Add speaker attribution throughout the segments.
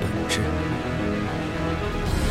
Speaker 1: 本质。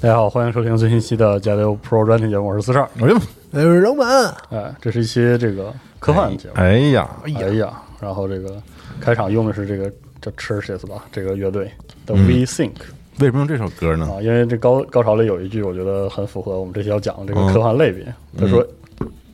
Speaker 2: 大家好，欢迎收听最新一期的《加六 Pro 专题节目》，我是四十二。
Speaker 3: 哎呦，哎呦，老板，
Speaker 2: 哎，这是一期这个科幻节目。
Speaker 3: 哎呀，
Speaker 2: 哎呀，然后这个开场用的是这个叫 Churches 吧，这个乐队的 We Think、
Speaker 3: 为什么用这首歌呢？
Speaker 2: 啊，因为这高高潮里有一句，我觉得很符合我们这期要讲的这个科幻类别。他说、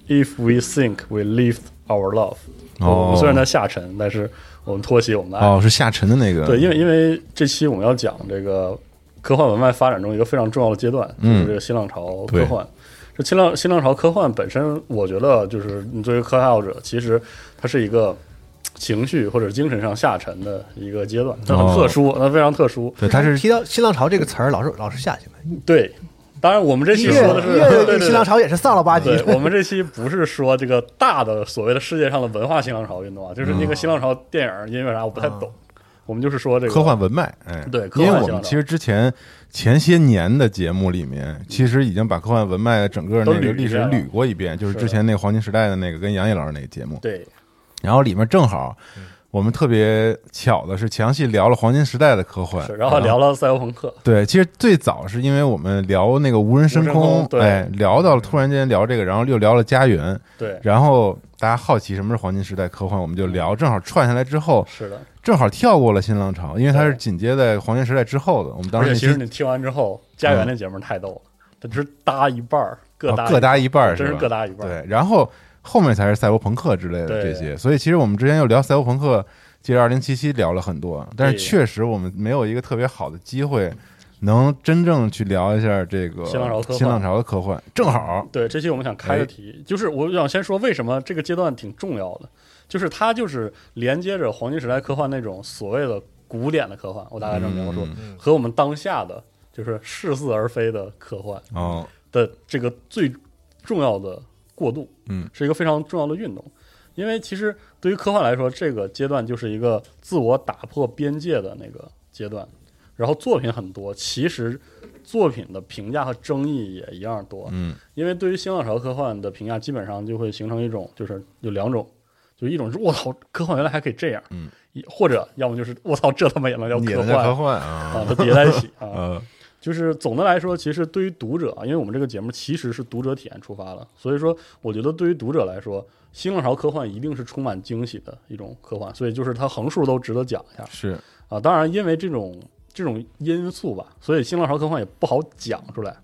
Speaker 2: i f we think we leave our love”，、我
Speaker 3: 哦
Speaker 2: 们虽然在下沉，但是我们托起我们的爱。
Speaker 3: 哦，是下沉的那个。
Speaker 2: 对，因为因为这期我们要讲这个科幻文脉发展中一个非常重要的阶段，
Speaker 3: 嗯
Speaker 2: 就是这个新浪潮科幻。这新浪新浪潮科幻本身，我觉得就是你作为科幻爱好者，其实它是一个呃情绪或者精神上下沉的一个阶段，它很
Speaker 3: 哦
Speaker 2: 特殊，它非常特殊。
Speaker 3: 对，它是
Speaker 4: 提到新浪潮这个词儿，老是老是下去了。
Speaker 2: 对，当然我们这
Speaker 4: 音
Speaker 2: 期
Speaker 4: 乐
Speaker 2: 说的是
Speaker 4: 音乐
Speaker 2: 对对对
Speaker 4: 新浪潮也是丧了吧唧
Speaker 2: 对
Speaker 4: 的，
Speaker 2: 我们这期不是说这个大的所谓的世界上的文化新浪潮运动啊，就是
Speaker 3: 哦
Speaker 2: 那个新浪潮电影、音乐啥我不太懂，我们就是说这个
Speaker 3: 科幻文脉。哎，
Speaker 2: 对科
Speaker 3: 因
Speaker 2: 幻
Speaker 3: 为
Speaker 2: 向
Speaker 3: 我们其实之前前些年的节目里面，其实已经把科幻文脉整个
Speaker 2: 都
Speaker 3: 那个
Speaker 2: 捋一
Speaker 3: 历史
Speaker 2: 下了
Speaker 3: 捋过一遍，就是
Speaker 2: 是
Speaker 3: 之前那个黄金时代的那个跟杨毅老师那个节目。
Speaker 2: 对
Speaker 3: 然后里面正好
Speaker 2: 嗯
Speaker 3: 我们特别巧的是详细聊了黄金时代的科幻啊
Speaker 2: 是，，然后
Speaker 3: 嗯
Speaker 2: 聊了赛博朋克，
Speaker 3: 对，其实最早是因为我们聊那个无人深
Speaker 2: 无人深空对
Speaker 3: 哎，聊到了突然间聊这个，然后又聊了家园，
Speaker 2: 对，
Speaker 3: 然后大家好奇什么是黄金时代科幻，我们就聊，正好串下来之后，
Speaker 2: 是的。
Speaker 3: 正好跳过了新浪潮，因为它是
Speaker 2: 对
Speaker 3: 紧接在黄金时代之后的。我们当
Speaker 2: 而且
Speaker 3: 时
Speaker 2: 其实
Speaker 3: 那
Speaker 2: 你
Speaker 3: 期
Speaker 2: 听完之后，家园那节目太逗了，它只是搭一半儿，各
Speaker 3: 哦
Speaker 2: 搭
Speaker 3: 各搭一半儿，
Speaker 2: 真是
Speaker 3: 是吧
Speaker 2: 各搭一半儿。
Speaker 3: 对，然后后面才是赛博朋克之类的
Speaker 2: 对
Speaker 3: 这些，所以其实我们之前又聊赛博朋克，接着二零七七聊了很多，但是
Speaker 2: 对
Speaker 3: 确实我们没有一个特别好的机会。能真正去聊一下这个
Speaker 2: 新浪潮科幻
Speaker 3: 新浪潮的科幻，正好
Speaker 2: 对，这期我们想开
Speaker 3: 哎
Speaker 2: 个题，就是我想先说为什么这个阶段挺重要的，就是它就是连接着黄金时代科幻那种所谓的古典的科幻，我大概这么描述，
Speaker 3: 嗯
Speaker 2: 和我们当下的就是似是而非的科幻
Speaker 3: 哦，
Speaker 2: 的这个最重要的过渡，
Speaker 3: 嗯，
Speaker 2: 是一个非常重要的运动。因为其实对于科幻来说，这个阶段就是一个自我打破边界的那个阶段。然后作品很多，其实作品的评价和争议也一样多。
Speaker 3: 嗯，
Speaker 2: 因为对于新浪潮科幻的评价，基本上就会形成一种，就是有两种，就一种是我操，科幻原来还可以这样，
Speaker 3: 嗯，
Speaker 2: 也或者要么就是我操，这他妈也能叫
Speaker 3: 你
Speaker 2: 科
Speaker 3: 的叫科
Speaker 2: 幻
Speaker 3: 幻
Speaker 2: 啊，
Speaker 3: 啊，
Speaker 2: 它叠在一起啊。
Speaker 3: 呃，
Speaker 2: 就是总的来说，其实对于读者啊，因为我们这个节目其实是读者体验出发的，所以说我觉得对于读者来说，新浪潮科幻一定是充满惊喜的一种科幻，所以就是它横竖都值得讲一下
Speaker 3: 是
Speaker 2: 啊。当然，因为这种这种因素吧，所以新浪潮科幻也不好讲出来，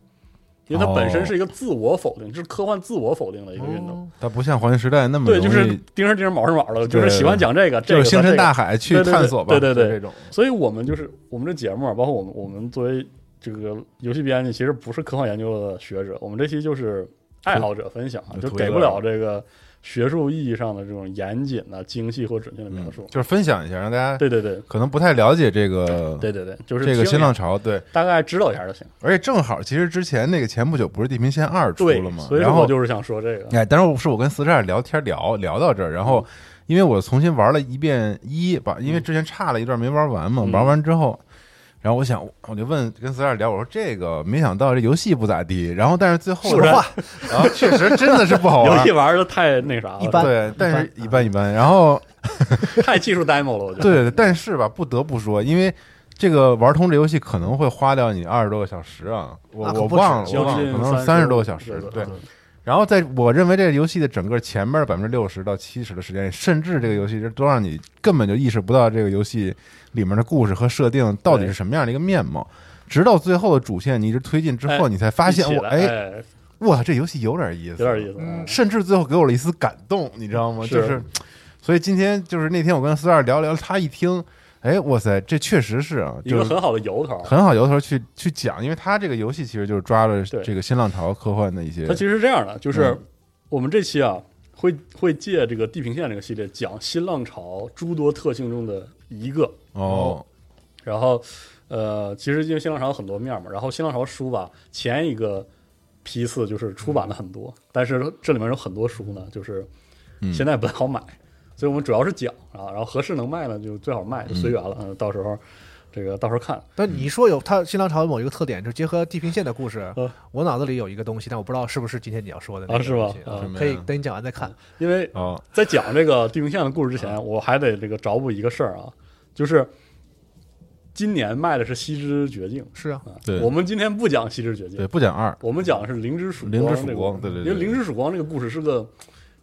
Speaker 2: 因为它本
Speaker 3: 哦
Speaker 2: 身是一个自我否定，就是科幻自我否定的一个运动。
Speaker 3: 它不像黄金时代那么
Speaker 2: 对，就
Speaker 3: 容
Speaker 2: 是
Speaker 3: 易
Speaker 2: 钉上钉上卯上卯的，就
Speaker 3: 对
Speaker 2: 是
Speaker 3: 对
Speaker 2: 喜欢讲这个，这
Speaker 3: 就
Speaker 2: 个
Speaker 3: 是星
Speaker 2: 和这
Speaker 3: 辰
Speaker 2: 个
Speaker 3: 大海去
Speaker 2: 对对
Speaker 3: 探索吧，
Speaker 2: 对对对
Speaker 3: 就这种
Speaker 2: 所以我们就是我们这节目啊，包括我们我们作为这个游戏编辑，其实不是科幻研究的学者，我们这期就是爱好者分享啊，就
Speaker 3: 就图一
Speaker 2: 给不
Speaker 3: 乐
Speaker 2: 了这个学术意义上的这种严谨啊、精细或准确的描述。
Speaker 3: 嗯就是分享一下，让大家
Speaker 2: 对对对，
Speaker 3: 可能不太了解这个
Speaker 2: 对对对，就是
Speaker 3: 嗯这个
Speaker 2: 听
Speaker 3: 新浪潮，对，
Speaker 2: 大概知道一下就行。
Speaker 3: 而且正好其实之前那个前不久不是《地平线二》出
Speaker 2: 对
Speaker 3: 了，嘛，
Speaker 2: 所以
Speaker 3: 然
Speaker 2: 说
Speaker 3: 后
Speaker 2: 我就是想说这个，
Speaker 3: 哎，但是是我跟四十二聊天聊聊到这儿，
Speaker 2: 嗯
Speaker 3: 然后因为我重新玩了一遍一吧，因为之前差了一段没玩完嘛，
Speaker 2: 嗯
Speaker 3: 玩完之后，然后我想我就问跟四十二聊，我说这个没想到这游戏不咋地，然后但是最后
Speaker 4: 说实话，
Speaker 3: 啊，确实真的是不 好
Speaker 2: 游
Speaker 3: 玩
Speaker 2: 戏，玩的太那啥了，
Speaker 4: 一般
Speaker 3: 对，但是
Speaker 2: 嗯
Speaker 4: 一
Speaker 3: 一般一般，然后
Speaker 2: 太技术 demo 了，我觉得。
Speaker 3: 对，但是吧，不得不说，因为。这个玩通这游戏可能会花掉你二十多个小时啊，我
Speaker 4: 啊可
Speaker 3: 我
Speaker 4: 不止
Speaker 3: 忘了，我
Speaker 2: 将
Speaker 3: 忘了，
Speaker 2: 近
Speaker 3: 可能
Speaker 2: 三
Speaker 3: 十多个小时，对
Speaker 2: 对，，嗯
Speaker 3: 然后在我认为这个游戏的整个前面百分之六十到七十的时间里，甚至这个游戏都让你根本就意识不到这个游戏里面的故事和设定到底是什么样的一个面貌。直到最后的主线你一直推进之后，
Speaker 2: 哎
Speaker 3: 你才发现
Speaker 2: 一起
Speaker 3: 我
Speaker 2: 来
Speaker 3: 哎，
Speaker 2: 哎，
Speaker 3: 哇，这游戏有点意思，
Speaker 2: 有点意思啊
Speaker 4: 嗯。
Speaker 3: 甚至最后给我了一丝感动，你知道吗？
Speaker 2: 是
Speaker 3: 就是，所以今天就是那天我跟四二聊聊，他一听，哎，哇塞，这确实是啊，
Speaker 2: 一
Speaker 3: 就
Speaker 2: 个
Speaker 3: 是
Speaker 2: 很好的由头，啊
Speaker 3: 很好由头去去讲，因为他这个游戏其实就是抓了
Speaker 2: 对
Speaker 3: 这个新浪潮科幻的一些
Speaker 2: 它其实是这样的，就是
Speaker 3: 嗯
Speaker 2: 我们这期啊，会会借这个《地平线》这个系列讲新浪潮诸多特性中的一个。
Speaker 3: 哦，
Speaker 2: 然后，呃，其实因为新浪潮有很多面嘛，然后新浪潮书吧，前一个批次就是出版了很多，但是这里面有很多书呢，就是
Speaker 3: 嗯
Speaker 2: 现在不太好买，所以我们主要是讲啊，然后合适能卖呢就最好卖，就随缘了，嗯，到时候这个到时候看，
Speaker 4: 但你说有它新浪潮的某一个特点，就结合地平线的故事
Speaker 2: 嗯，
Speaker 4: 我脑子里有一个东西，但我不知道是不是今天你要说的那
Speaker 2: 啊
Speaker 4: 个
Speaker 2: 是吗
Speaker 4: 东西
Speaker 2: 啊嗯
Speaker 3: 什么呀
Speaker 4: 可以等你讲完再看。
Speaker 2: 因为
Speaker 3: 哦，
Speaker 2: 在讲这个地平线的故事之前，我还得这个找补一个事儿啊，就是今年卖的是《西之绝境》
Speaker 4: 是啊，
Speaker 2: 啊，
Speaker 3: 对
Speaker 2: 我们今天不讲《西之绝境
Speaker 3: 对，》，不讲二，
Speaker 2: 我们讲的是《灵之曙
Speaker 3: 灵之
Speaker 2: 光》这
Speaker 3: 曙
Speaker 2: 个
Speaker 3: 光
Speaker 2: 故事，
Speaker 3: 对对
Speaker 2: 因为《
Speaker 3: 对
Speaker 2: 灵之曙光》这个故事是个，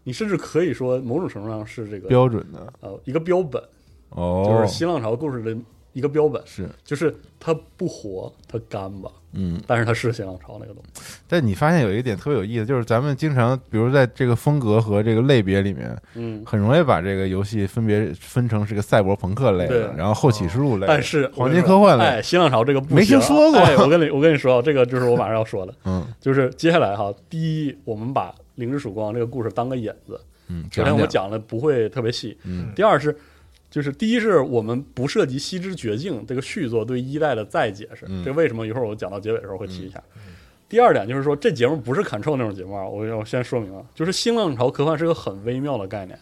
Speaker 2: 你甚至可以说某种程度上是这个
Speaker 3: 标准的
Speaker 2: 呃一个标本，
Speaker 3: 哦，
Speaker 2: 就是新浪潮故事的一个标本，
Speaker 3: 是
Speaker 2: 就是它不活，它干吧，
Speaker 3: 嗯，
Speaker 2: 但是它是新浪潮那个东西，
Speaker 3: 但你发现有一个点特别有意思，就是咱们经常，比如在这个风格和这个类别里面，
Speaker 2: 嗯。
Speaker 3: 很容易把这个游戏分别分成是个赛博朋克类的，
Speaker 2: 对哦
Speaker 3: 然后后启示录类的，
Speaker 2: 但是我
Speaker 3: 黄
Speaker 2: 跟
Speaker 3: 金
Speaker 2: 你说
Speaker 3: 科幻类，
Speaker 2: 哎，新浪潮这个不
Speaker 3: 没
Speaker 2: 行
Speaker 3: 听说过
Speaker 2: 哎，我跟你我跟你说啊，这个就是我马上要说的，
Speaker 3: 嗯
Speaker 2: 就是接下来哈，第一，我们把《灵之曙光》这个故事当个引子，
Speaker 3: 嗯，
Speaker 2: 昨天我讲的不会特别细。
Speaker 3: 嗯
Speaker 2: 第二是，就是第一是我们不涉及《西之绝境》这个续作对一代的再解释，
Speaker 3: 嗯
Speaker 2: 这为什么一会儿我讲到结尾的时候会提一下。第二点就是说，这节目不是 control 那种节目啊，我我先说明啊，就是新浪潮科幻是个很微妙的概念，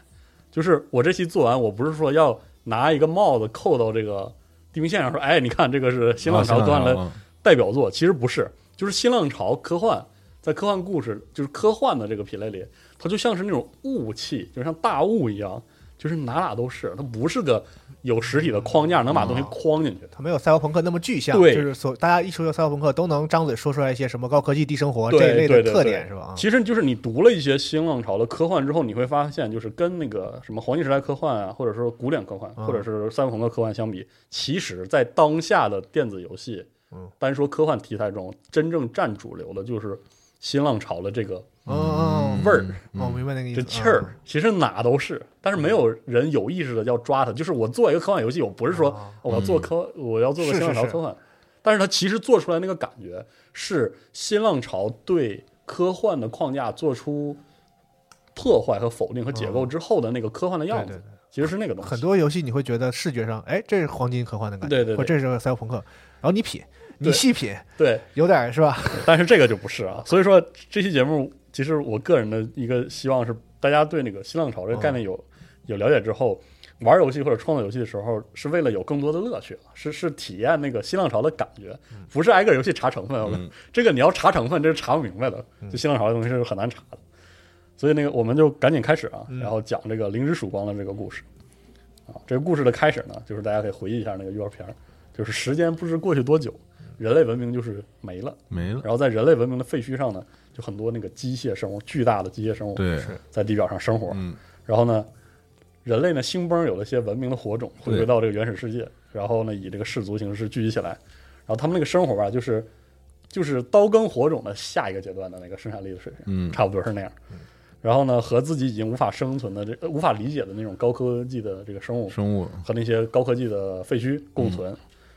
Speaker 2: 就是我这期做完，我不是说要拿一个帽子扣到这个地平线上说，哎，你看这个是新浪
Speaker 3: 哦
Speaker 2: 潮端了
Speaker 3: 了，
Speaker 2: 代表作，其实不是，就是新浪潮科幻，在科幻故事就是科幻的这个品类里，它就像是那种雾气，就像大雾一样，就是哪哪都是，它不是个有实体的框架能把东
Speaker 4: 啊
Speaker 2: 西框进去。
Speaker 4: 它没有赛博朋克那么具象，
Speaker 2: 对
Speaker 4: 就是所大家一说到赛博朋克，都能张嘴说出来一些什么高科技、低生活
Speaker 2: 对
Speaker 4: 这一类
Speaker 2: 对
Speaker 4: 的
Speaker 2: 对
Speaker 4: 特
Speaker 2: 对
Speaker 4: 点，是吧？啊，
Speaker 2: 其实就是你读了一些新浪潮的科幻之后，你会发现，就是跟那个什么黄金时代科幻啊，或者说古典科幻，
Speaker 4: 嗯
Speaker 2: 或者是赛博朋克科幻相比，其实在当下的电子游戏
Speaker 4: 嗯，
Speaker 2: 单说科幻题材中，真正占主流的就是新浪潮的这个
Speaker 4: 哦
Speaker 2: 味儿。
Speaker 4: 哦，我明白那个意思。嗯
Speaker 2: 这气儿其实哪都是，但是没有人有意识的要抓它。就是我做一个科幻游戏，我不是说
Speaker 4: 啊
Speaker 2: 我要做科，我要做个
Speaker 4: 是
Speaker 2: 新浪潮
Speaker 4: 是是
Speaker 2: 科幻，但是它其实做出来那个感觉是新浪潮对科幻的框架做出破坏和否定和解构之后的那个科幻的样
Speaker 4: 嗯对
Speaker 2: 子
Speaker 4: 对，
Speaker 2: 其实是那个东西。
Speaker 4: 很多游戏你会觉得视觉上，哎，这是黄金科幻的感觉，
Speaker 2: 对对对
Speaker 4: 或者这是赛博朋克，然后你品，你
Speaker 2: 对
Speaker 4: 细品，
Speaker 2: 对，
Speaker 4: 有点儿是吧？
Speaker 2: 但是这个就不是啊。所以说这期节目，其实我个人的一个希望是，大家对那个新浪潮这个概念有、有了解之后，玩游戏或者创作游戏的时候，是为了有更多的乐趣，啊是是体验那个新浪潮的感觉，不是挨个游戏查成分。我们、这个你要查成分，这是查不明白的，就新浪潮的东西是很难查的。所以那个我们就赶紧开始啊，然后讲这个《灵之曙光》的这个故事。啊。这个故事的开始呢，就是大家可以回忆一下那个预告片儿，就是时间不知过去多久，人类文明就是没了，
Speaker 3: 没了。
Speaker 2: 然后在人类文明的废墟上呢，就很多那个机械生物，巨大的机械生物
Speaker 3: 对，
Speaker 2: 在地表上生活。
Speaker 3: 嗯，
Speaker 2: 然后呢，人类呢兴崩有了一些文明的火种，回归到这个原始世界，然后呢以这个氏族形式聚集起来，然后他们那个生活吧，就是就是刀耕火种的下一个阶段的那个生产力的水平，
Speaker 3: 嗯
Speaker 2: 差不多是那样。然后呢，和自己已经无法生存的这、呃无法理解的那种高科技的这个生物
Speaker 3: 生物，
Speaker 2: 和那些高科技的废墟
Speaker 3: 嗯
Speaker 2: 共存，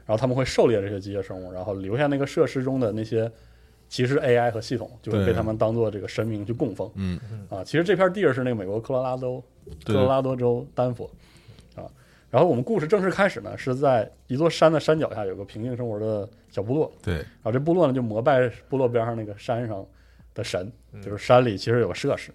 Speaker 2: 然后他们会狩猎这些机械生物，然后留下那个设施中的那些其实 AI 和系统，就会
Speaker 3: 对
Speaker 2: 被他们当做这个神明去供奉。
Speaker 3: 嗯
Speaker 2: 啊，其实这片地儿是那个美国科罗拉多科
Speaker 3: 对
Speaker 2: 罗拉多州丹佛啊。然后我们故事正式开始呢，是在一座山的山脚下有个平静生活的小部落，
Speaker 3: 对，
Speaker 2: 然后这部落呢就膜拜部落边上那个山上的神，就是山里其实有个社士，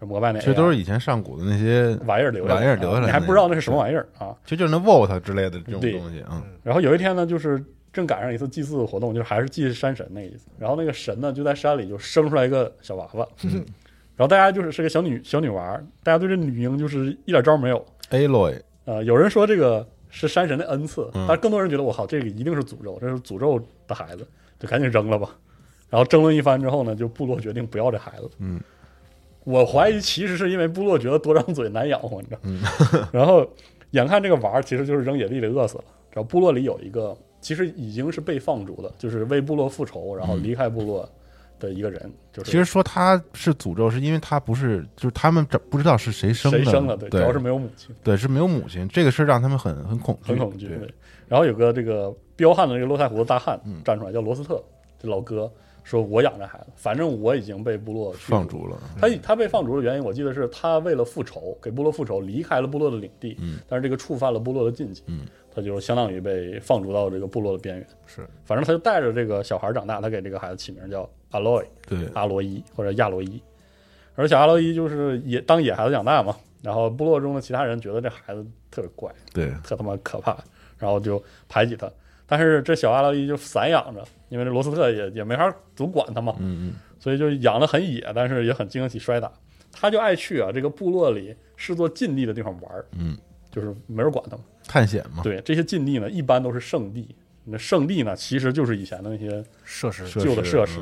Speaker 2: 就膜拜那
Speaker 3: 嗯其实都
Speaker 2: AI
Speaker 3: 是以前上古的那些，
Speaker 2: 玩意儿留下来的，
Speaker 3: 玩意儿留下来
Speaker 2: 啊
Speaker 3: 的
Speaker 2: 你还不知道那是什么玩意儿啊。
Speaker 3: 其实就是那 Volt 之类的这种
Speaker 2: 对
Speaker 3: 东西啊，
Speaker 2: 然后有一天呢，就是正赶上一次祭祀活动，就是还是祭山神那个意思。然后那个神呢，就在山里就生出来一个小娃娃，然后大家就是是个小女小女娃儿，大家对这女婴就是一点招儿没有。
Speaker 3: ，Aloy，
Speaker 2: 呃，有人说这个是山神的恩赐，
Speaker 3: 嗯
Speaker 2: 但更多人觉得我靠，这个一定是诅咒，这是诅咒的孩子，就赶紧扔了吧。然后争论一番之后呢，就部落决定不要这孩子。
Speaker 3: 嗯，
Speaker 2: 我怀疑其实是因为部落觉得多张嘴难养活，你知道。
Speaker 3: 嗯
Speaker 2: 吗？然后眼看这个娃儿其实就是扔野地里饿死了。然后部落里有一个其实已经是被放逐的，就是为部落复仇，然后离开部落的一个人，就是
Speaker 3: 嗯其实说他是诅咒，是因为他不是，就是他们这不知道是谁生
Speaker 2: 谁
Speaker 3: 的，
Speaker 2: 生了，
Speaker 3: 对，
Speaker 2: 主要是没有母亲。
Speaker 3: 对是没有母亲，这个事儿让他们很很恐惧，
Speaker 2: 很恐惧。
Speaker 3: 对，
Speaker 2: 对，然后有个这个彪悍的这个络腮胡子大汉
Speaker 3: 嗯
Speaker 2: 站出来，叫罗斯特，这老哥说：“我养这孩子，反正我已经被部落驱
Speaker 3: 放。逐了，”嗯
Speaker 2: 他他被放逐的原因，我记得是他为了复仇，给部落复仇，离开了部落的领地，
Speaker 3: 嗯
Speaker 2: 但是这个触犯了部落的禁忌，
Speaker 3: 嗯
Speaker 2: 他就相当于被放逐到这个部落的边缘。
Speaker 4: 是，
Speaker 2: 反正他就带着这个小孩长大，他给这个孩子起名叫阿洛伊，
Speaker 3: 对，
Speaker 2: 阿罗伊或者亚罗伊，而小阿罗伊就是野当野孩子养大嘛，然后部落中的其他人觉得这孩子特别怪，
Speaker 3: 对，
Speaker 2: 特他妈可怕，然后就排挤他。但是这小阿拉伊就散养着，因为这罗斯特也也没法总管他嘛，
Speaker 3: 嗯
Speaker 2: 所以就养得很野，但是也很经得起摔打。他就爱去啊这个部落里视作禁地的地方玩儿，
Speaker 3: 嗯，啊
Speaker 2: 就是没人管他们。
Speaker 3: 探险嘛，
Speaker 2: 对，这些禁地呢，一般都是圣地。那圣地呢，其实就是以前的那些
Speaker 4: 设施
Speaker 3: 设
Speaker 2: 旧的设施
Speaker 3: 施，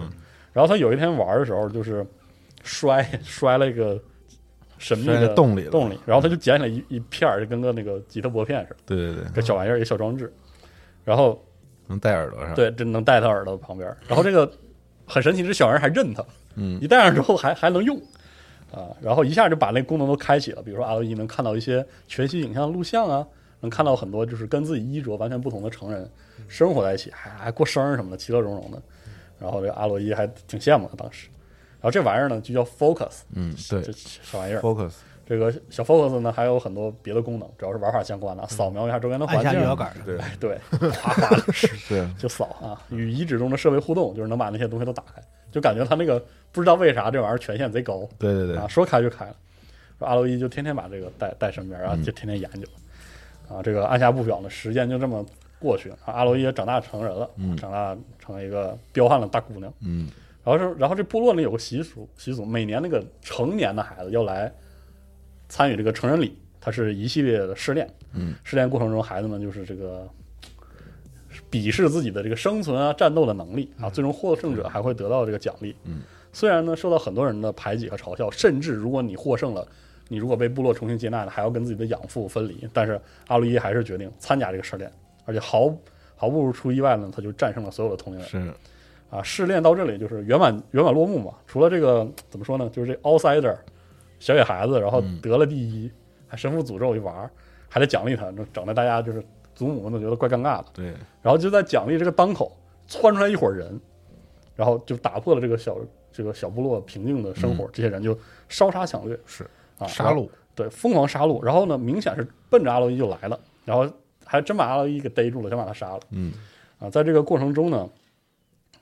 Speaker 2: 然后他有一天玩的时候，就是摔 摔了一个神秘
Speaker 3: 摔
Speaker 2: 的
Speaker 3: 在洞里了
Speaker 2: 洞里，然后他就捡起来一一片儿，就跟个那个吉他拨片似的，
Speaker 3: 对对对，
Speaker 2: 个小玩意儿，一个小装置。然后
Speaker 3: 能戴耳朵上，，
Speaker 2: 对，这能戴他耳朵旁边儿。然后这个很神奇，这小人还认他，
Speaker 3: 嗯
Speaker 2: 一戴上之后还还能用啊，然后一下就把那功能都开启了。比如说 L E 能看到一些全息影像录像啊，能看到很多就是跟自己衣着完全不同的成人生活在一起，还还过生日什么的，其乐融融的。然后这个阿洛伊还挺羡慕的当时。然后这玩意儿呢就叫 Focus，
Speaker 3: 嗯对
Speaker 2: 这小玩意儿。
Speaker 3: ，focus，
Speaker 2: 这个小 Focus 呢还有很多别的功能，主要是玩法相关的啊，扫描一下周边的环
Speaker 4: 按
Speaker 2: 境，
Speaker 4: 下摇杆，
Speaker 3: 对
Speaker 2: 哎 对，哗哗的
Speaker 3: 对，
Speaker 2: 就扫啊，与遗址中的设备互动，就是能把那些东西都打开，就感觉他那个不知道为啥这玩意儿权限贼高
Speaker 3: 对对
Speaker 2: 啊，
Speaker 3: 对，
Speaker 2: 说开就开了。说阿洛伊就天天把这个带带身边，然后就天天研究、啊，这个按下不表呢，时间就这么过去了。啊阿洛伊也长大成人了，
Speaker 3: 嗯
Speaker 2: 长大成了一个彪悍的大姑娘。
Speaker 3: 嗯，
Speaker 2: 然后是，然后这部落呢有个习俗，习俗每年那个成年的孩子要来参与这个成人礼，它是一系列的试炼。
Speaker 3: 嗯，
Speaker 2: 试炼过程中，孩子们就是这个鄙视自己的这个生存啊、战斗的能力啊，最终获胜者还会得到这个奖励。
Speaker 3: 嗯，
Speaker 2: 虽然呢受到很多人的排挤和嘲笑，甚至如果你获胜了。你如果被部落重新接纳了，还要跟自己的养父分离。但是阿鲁伊还是决定参加这个试炼，而且毫毫不出意外呢，他就战胜了所有的同龄人。
Speaker 3: 是，
Speaker 2: 啊，试炼到这里就是圆满圆满落幕嘛。除了这个怎么说呢，就是这 outsider 小野孩子，然后
Speaker 3: 嗯
Speaker 2: 得了第一，还身负诅咒一玩儿，还得奖励他，这整的大家就是祖母们都觉得怪尴尬的。
Speaker 3: 对，
Speaker 2: 然后就在奖励这个当口，窜出来一伙人，然后就打破了这个小这个小部落平静的生活，这些人就烧杀抢掠，
Speaker 3: 嗯是
Speaker 2: 啊，
Speaker 3: 杀戮，
Speaker 2: 对，疯狂杀戮。然后呢，明显是奔着阿洛伊就来了，然后还真把阿洛伊给逮住了，想把他杀了。
Speaker 3: 嗯，
Speaker 2: 啊，在这个过程中呢，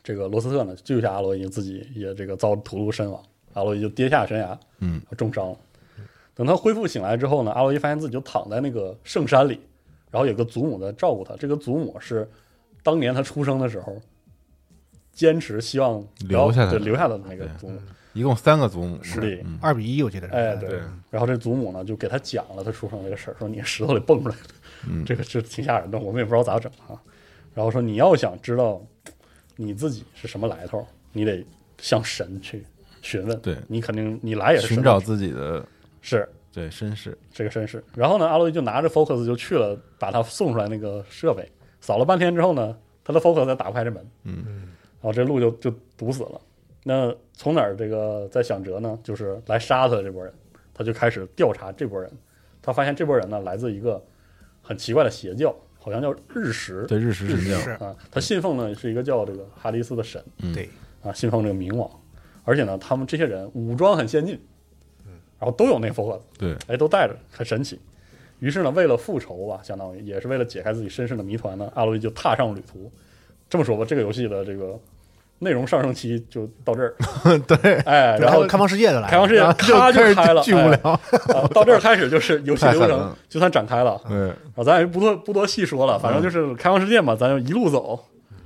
Speaker 2: 这个罗斯特呢救下阿洛伊，自己也这个遭屠戮身亡，阿洛伊就跌下悬崖，
Speaker 3: 嗯，
Speaker 2: 重伤了。等他恢复醒来之后呢，阿洛伊发现自己就躺在那个圣山里，然后有个祖母在照顾他。这个祖母是当年他出生的时候坚持希望不要
Speaker 3: 留下他
Speaker 2: 对
Speaker 3: 的
Speaker 2: 留下他的那个
Speaker 3: 对
Speaker 2: 祖母，
Speaker 3: 一共三个祖母，
Speaker 2: 是的
Speaker 3: 嗯
Speaker 4: 二比一，我记得是。
Speaker 2: 哎，
Speaker 3: 对，
Speaker 2: 然后这祖母呢，就给他讲了他出生这个事儿，说你石头里蹦出来的，
Speaker 3: 嗯
Speaker 2: 这个是挺吓人的，我们也不知道咋整啊。然后说你要想知道你自己是什么来头，你得向神去询问。
Speaker 3: 对
Speaker 2: 你肯定你来也是
Speaker 3: 寻
Speaker 2: 神
Speaker 3: 找自己的
Speaker 2: 是
Speaker 3: 对身世，
Speaker 2: 这个身世。然后呢，阿洛伊就拿着 Focus 就去了，把他送出来那个设备扫了半天之后呢，他的 Focus 才打不开这门，
Speaker 3: 嗯
Speaker 2: 然后这路就就堵死了。那从哪儿这个在想辙呢？就是来杀他的这波人，他就开始调查这波人。他发现这波人呢，来自一个很奇怪的邪教，好像叫日食。
Speaker 3: 对日食神教，
Speaker 4: 是，
Speaker 2: 啊，他信奉呢是一个叫这个哈迪斯的神
Speaker 3: 嗯
Speaker 4: 对，
Speaker 2: 啊，信奉这个冥王，而且呢，他们这些人武装很先进，然后都有那 focus，
Speaker 3: 对，
Speaker 2: 哎，都带着，很神奇。于是呢，为了复仇吧，相当于也是为了解开自己身世的谜团呢，阿洛伊就踏上旅途。这么说吧，这个游戏的这个内容上升期就到 这儿，
Speaker 3: 对，
Speaker 2: 哎，然
Speaker 4: 还
Speaker 2: 后
Speaker 4: 有开放世界的来了，
Speaker 2: 开放世界咔
Speaker 3: 开
Speaker 2: 就
Speaker 3: 始
Speaker 2: 开了，
Speaker 3: 巨无聊，
Speaker 2: 哎啊到这儿开始就是游戏
Speaker 3: 太
Speaker 2: 流
Speaker 3: 狠
Speaker 2: 程
Speaker 3: 了
Speaker 2: 就算展开了。
Speaker 3: 对，
Speaker 2: 啊，咱也不多不多细说了，
Speaker 3: 嗯
Speaker 2: 反正就是开放世界嘛，咱就一路走，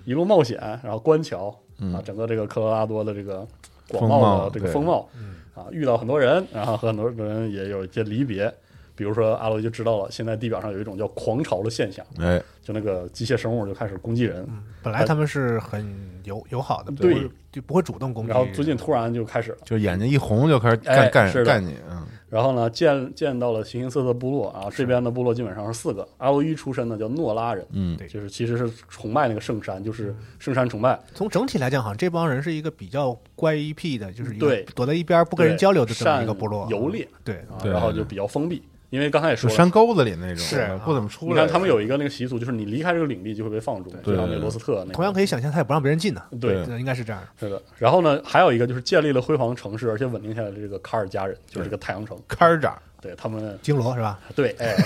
Speaker 2: 一路冒险，然后观桥啊，整个这个科罗拉多的这个广袤
Speaker 3: 嗯风貌
Speaker 2: 的这个
Speaker 3: 对
Speaker 2: 风貌
Speaker 4: 嗯
Speaker 2: 啊，遇到很多人，然后和很多人也有一些离别。比如说阿罗就知道了，现在地表上有一种叫狂潮的现象，
Speaker 3: 哎，
Speaker 2: 就那个机械生物就开始攻击人，
Speaker 4: 本来他们是很友友好的，
Speaker 2: 哎对
Speaker 4: 不会，就不会主动攻击。
Speaker 2: 然后最近，突然就开始了，
Speaker 3: 就眼睛一红就开始
Speaker 2: 哎
Speaker 3: 干
Speaker 2: 是的
Speaker 3: 干干你，嗯，
Speaker 2: 然后呢见见到了形形色色的部落啊，这边的部落基本上是四个，阿罗伊出身的叫诺拉人，
Speaker 3: 嗯
Speaker 4: 对嗯
Speaker 2: 就是其实是崇拜那个圣山，就是圣山崇拜，
Speaker 4: 从整体来讲，好像这帮人是一个比较乖一屁的，就是一个
Speaker 2: 对
Speaker 4: 躲在一边不跟人交流的这么
Speaker 2: 善
Speaker 4: 一个部落，嗯
Speaker 2: 游猎
Speaker 4: 对，
Speaker 2: 啊，
Speaker 3: 对
Speaker 2: 然后就比较封闭，因为刚才也
Speaker 3: 就
Speaker 2: 说了，
Speaker 3: 山沟子里那种，
Speaker 4: 是
Speaker 3: 呃
Speaker 4: 啊
Speaker 3: 不怎么出
Speaker 2: 你
Speaker 3: 来。
Speaker 2: 看他们有一个那个习俗，就是你离开这个领地就会被放逐，就像那
Speaker 3: 对
Speaker 2: 个罗斯特那个
Speaker 4: 同样可以想象，他也不让别人进呢，
Speaker 2: 对
Speaker 3: 对
Speaker 4: 应该是这样的。
Speaker 2: 是的。然后呢，还有一个就是建立了辉煌城市，而且稳定下来的这个卡尔加人，就是这个太阳城，
Speaker 3: 坎儿长，
Speaker 2: 对他们
Speaker 4: 金罗是吧？
Speaker 2: 对哎，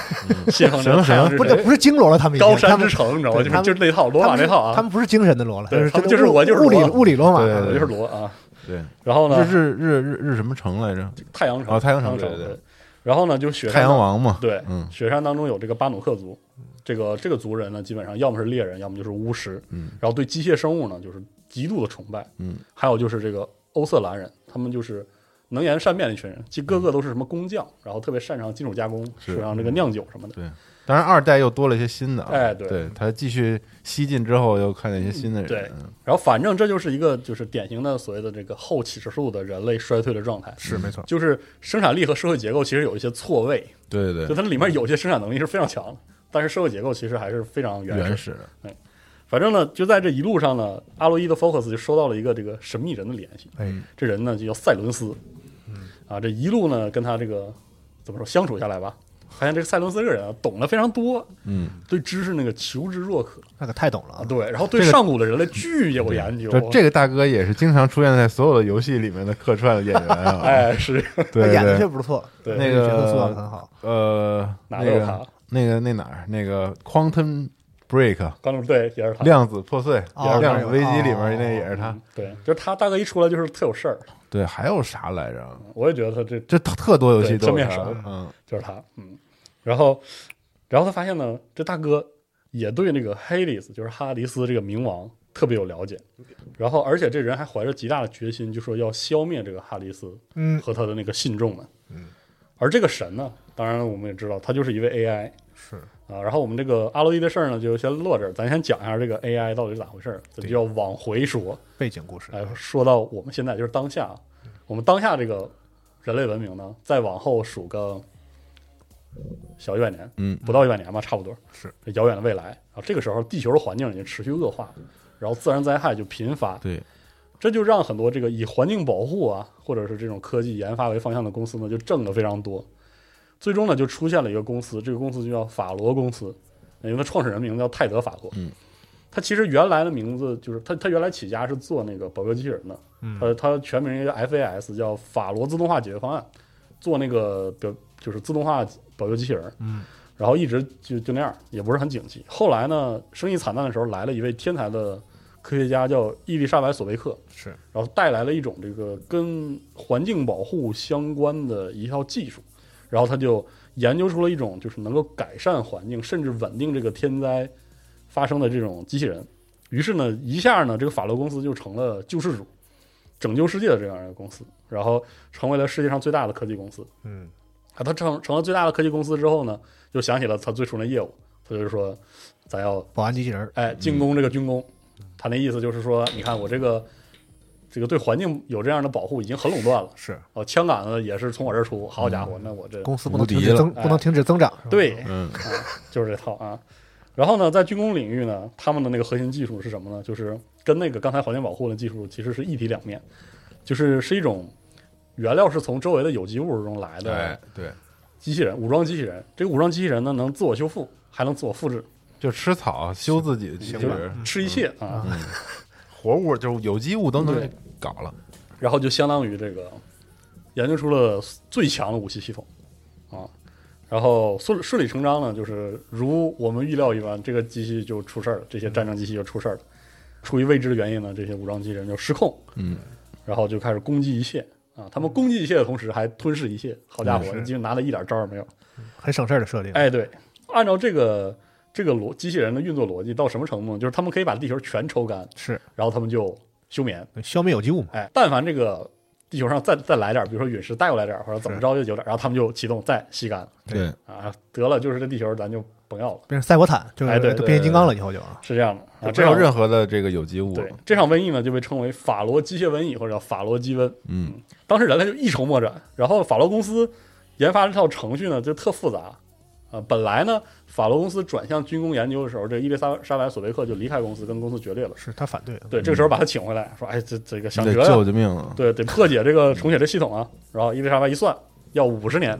Speaker 2: 信奉这个
Speaker 3: 嗯行
Speaker 2: 太阳之
Speaker 4: 不是
Speaker 2: 神，
Speaker 4: 不是金罗了，他们已经
Speaker 2: 高山
Speaker 4: 他
Speaker 2: 之
Speaker 4: 们
Speaker 2: 城，你知道吗？
Speaker 4: 对
Speaker 2: 就
Speaker 4: 他
Speaker 2: 是
Speaker 4: 们
Speaker 2: 就是那套罗
Speaker 4: 他
Speaker 2: 马
Speaker 4: 们
Speaker 2: 那
Speaker 4: 是
Speaker 2: 套啊，
Speaker 4: 他们不是精神的罗了，
Speaker 2: 对
Speaker 4: 是
Speaker 2: 他们
Speaker 4: 真
Speaker 2: 就
Speaker 4: 的
Speaker 2: 是我就是
Speaker 4: 物理
Speaker 2: 罗
Speaker 4: 物理罗马，
Speaker 3: 对对
Speaker 2: 我就是罗啊。
Speaker 3: 对，
Speaker 2: 然后呢
Speaker 3: 日，日日日日什么城来着？
Speaker 2: 太阳城，
Speaker 3: 哦太阳城
Speaker 2: 城，
Speaker 3: 对对
Speaker 2: 对。然后呢，就是雪山
Speaker 3: 太阳王嘛，
Speaker 2: 对，
Speaker 3: 嗯
Speaker 2: 雪山当中有这个巴努克族，这个这个族人呢，基本上要么是猎人，要么就是巫师，
Speaker 3: 嗯，
Speaker 2: 然后对机械生物呢，就是极度的崇拜，
Speaker 3: 嗯，
Speaker 2: 还有就是这个欧瑟兰人，他们就是能言善辩的一群人，其实个个都是什么工匠，然后特别擅长金属加工，
Speaker 3: 是
Speaker 2: 手上这个酿酒什么的，
Speaker 3: 对。当然，二代又多了一些新的啊，
Speaker 2: 哎对
Speaker 3: 对，他继续西进之后，又看见一些新的人，
Speaker 2: 对
Speaker 3: 嗯
Speaker 2: 然后反正这就是一个就是典型的所谓的这个后启示录的人类衰退的状态，
Speaker 4: 是没错，
Speaker 2: 就是生产力和社会结构其实有一些错位，
Speaker 3: 对嗯对
Speaker 2: 就
Speaker 3: 对，
Speaker 2: 它里面有些生产能力是非常强的，但是社会结构其实还是非常原始的
Speaker 3: 原始的，
Speaker 2: 反正呢，就在这一路上呢，阿洛伊的 Focus 就收到了一个这个神秘人的联系。
Speaker 4: 哎，
Speaker 2: 这人呢就叫塞伦斯，
Speaker 3: 嗯
Speaker 2: 啊，这一路呢跟他这个怎么说相处下来吧，发现这个塞伦斯这个人啊，懂得非常多，
Speaker 3: 嗯，
Speaker 2: 对知识那个求知若渴
Speaker 4: 那可太懂了
Speaker 2: 啊，
Speaker 4: 啊！
Speaker 2: 对，然后对
Speaker 3: 这个
Speaker 2: 上古的人类巨有研究。
Speaker 3: 就这个大哥也是经常出现在所有的游戏里面的客串演员啊，，
Speaker 2: 哎，是
Speaker 3: 对
Speaker 4: 他演的确
Speaker 3: 对，
Speaker 4: 不错，
Speaker 2: 对
Speaker 3: 那
Speaker 4: 角色做
Speaker 3: 个
Speaker 4: 的很好。
Speaker 3: 呃，
Speaker 2: 哪
Speaker 3: 那
Speaker 2: 都有
Speaker 3: 个
Speaker 2: 他，
Speaker 3: 那个那哪儿那个 Quantum Break
Speaker 2: 观众对也是他，
Speaker 3: 量子破碎，
Speaker 4: 哦
Speaker 3: 量子危机里
Speaker 4: 哦
Speaker 3: 面那也是他，
Speaker 2: 对，就是他大概一出来就是特有事儿，
Speaker 3: 对，还有啥来着？
Speaker 2: 我也觉得他这
Speaker 3: 这特特多游
Speaker 2: 对
Speaker 3: 戏都有
Speaker 2: 正面
Speaker 3: 他
Speaker 2: 手
Speaker 3: 嗯，
Speaker 2: 就是他，嗯，然后，然后他发现呢，这大哥也对那个黑迪斯，就是哈迪斯这个冥王特别有了解，然后而且这人还怀着极大的决心，就说要消灭这个哈迪斯
Speaker 4: 嗯，
Speaker 2: 和他的那个信众们，嗯，而这个神呢，当然我们也知道，他就是一位 AI
Speaker 4: 是
Speaker 2: 啊，然后我们这个阿洛伊的事儿呢，就先落这儿，咱先讲一下这个 AI 到底是咋回事儿，咱就要往回说，
Speaker 4: 背景故事，
Speaker 2: 哎，说到我们现在就是当下啊，我们当下这个人类文明呢，再往后数个小一百年，
Speaker 3: 嗯，
Speaker 2: 不到一百年吧，差不多
Speaker 4: 是
Speaker 2: 这遥远的未来。然后这个时候，地球的环境已经持续恶化，然后自然灾害就频发，
Speaker 3: 对，
Speaker 2: 这就让很多这个以环境保护啊，或者是这种科技研发为方向的公司呢，就挣得非常多。最终呢，就出现了一个公司，这个公司就叫法罗公司，因为它创始人名字叫泰德·法罗。
Speaker 3: 嗯，
Speaker 2: 他其实原来的名字就是他，他原来起家是做那个保镖机器人的，
Speaker 4: 嗯
Speaker 2: 呃，他全名叫 FAS，叫法罗自动化解决方案，做那个表就是自动化保镖机器人。
Speaker 4: 嗯，
Speaker 2: 然后一直就就那样，也不是很景气。后来呢，生意惨淡的时候，来了一位天才的科学家，叫伊丽莎白·索维克。
Speaker 4: 是
Speaker 2: 然后带来了一种这个跟环境保护相关的一套技术，然后他就研究出了一种就是能够改善环境甚至稳定这个天灾发生的这种机器人。于是呢，一下呢，这个法罗公司就成了救世主，拯救世界的这样一个公司，然后成为了世界上最大的科技公司。
Speaker 4: 嗯，
Speaker 2: 啊，他成成了最大的科技公司之后呢，就想起了他最初那业务，他就是说，咱要
Speaker 4: 保安机器人儿，
Speaker 2: 哎进攻这个军工。他那意思就是说，你看我这个这个对环境有这样的保护已经很垄断了，
Speaker 4: 是
Speaker 2: 哦，枪杆子也是从我这儿出，好家伙，那我这
Speaker 4: 公司不
Speaker 3: 无
Speaker 4: 能
Speaker 3: 敌
Speaker 4: 停止
Speaker 3: 了
Speaker 4: 增，
Speaker 2: 哎
Speaker 4: 不能停止增长。是吧，
Speaker 2: 对，
Speaker 3: 嗯
Speaker 2: 就是这套啊。然后呢，在军工领域呢，他们的那个核心技术是什么呢？就是跟那个刚才环境保护的技术其实是一体两面，就是是一种原料是从周围的有机物中来
Speaker 3: 哎
Speaker 2: 的
Speaker 3: 对，
Speaker 2: 机器人，武装机器人。这个武装机器人呢，能自我修复，还能自我复制，
Speaker 3: 就吃草修自己，其
Speaker 2: 就
Speaker 3: 实
Speaker 2: 是吃一切啊。
Speaker 3: 活物就是有机物都能
Speaker 2: 对
Speaker 3: 搞了，
Speaker 2: 然后就相当于这个研究出了最强的武器系统啊。然后顺顺理成章呢，就是如我们预料一般，这个机器就出事儿了，这些战争机器就出事儿了。出于未知的原因呢，这些武装机器人就失控，
Speaker 3: 嗯，
Speaker 2: 然后就开始攻击一切啊。他们攻击一切的同时，还吞噬一切。好家伙，
Speaker 4: 嗯是
Speaker 2: 就拿的一点招儿没有。
Speaker 4: 很省事儿的设定。
Speaker 2: 哎，对，按照这个这个逻机器人的运作逻辑到什么程度呢？就是他们可以把地球全抽干，
Speaker 4: 是
Speaker 2: 然后他们就休眠，
Speaker 4: 消灭有机物嘛？
Speaker 2: 哎，但凡这个地球上再再来点儿，比如说陨石带过来点儿，或者怎么着就有点儿，然后他们就启动再吸干了
Speaker 3: 对，
Speaker 2: 啊，得了，就是这地球咱就甭要了，
Speaker 4: 变成赛博坦，就是
Speaker 2: 哎对
Speaker 4: 都
Speaker 2: 对
Speaker 4: 变形金刚
Speaker 3: 对
Speaker 4: 了以后就啊，
Speaker 2: 是这样的啊。
Speaker 3: 没
Speaker 2: 这
Speaker 3: 有
Speaker 2: 场
Speaker 3: 任何的这个有机物，
Speaker 2: 对这场瘟疫呢，就被称为法罗机械瘟疫或者叫法罗基瘟。
Speaker 3: 嗯，
Speaker 2: 当时人类就一筹莫展，然后法罗公司研发这套程序呢，就特复杂。啊，本来呢，法罗公司转向军工研究的时候，这伊丽莎莎白索维克就离开公司，跟公司决裂了。
Speaker 4: 是他反对，
Speaker 2: 对，这
Speaker 3: 嗯
Speaker 2: 个时候把他请回来，说：“哎，这这个想
Speaker 3: 得
Speaker 2: 辙呀，
Speaker 3: 救救命啊！
Speaker 2: 对，得破解这个重写这系统啊。然后伊丽莎白一算，要五十年。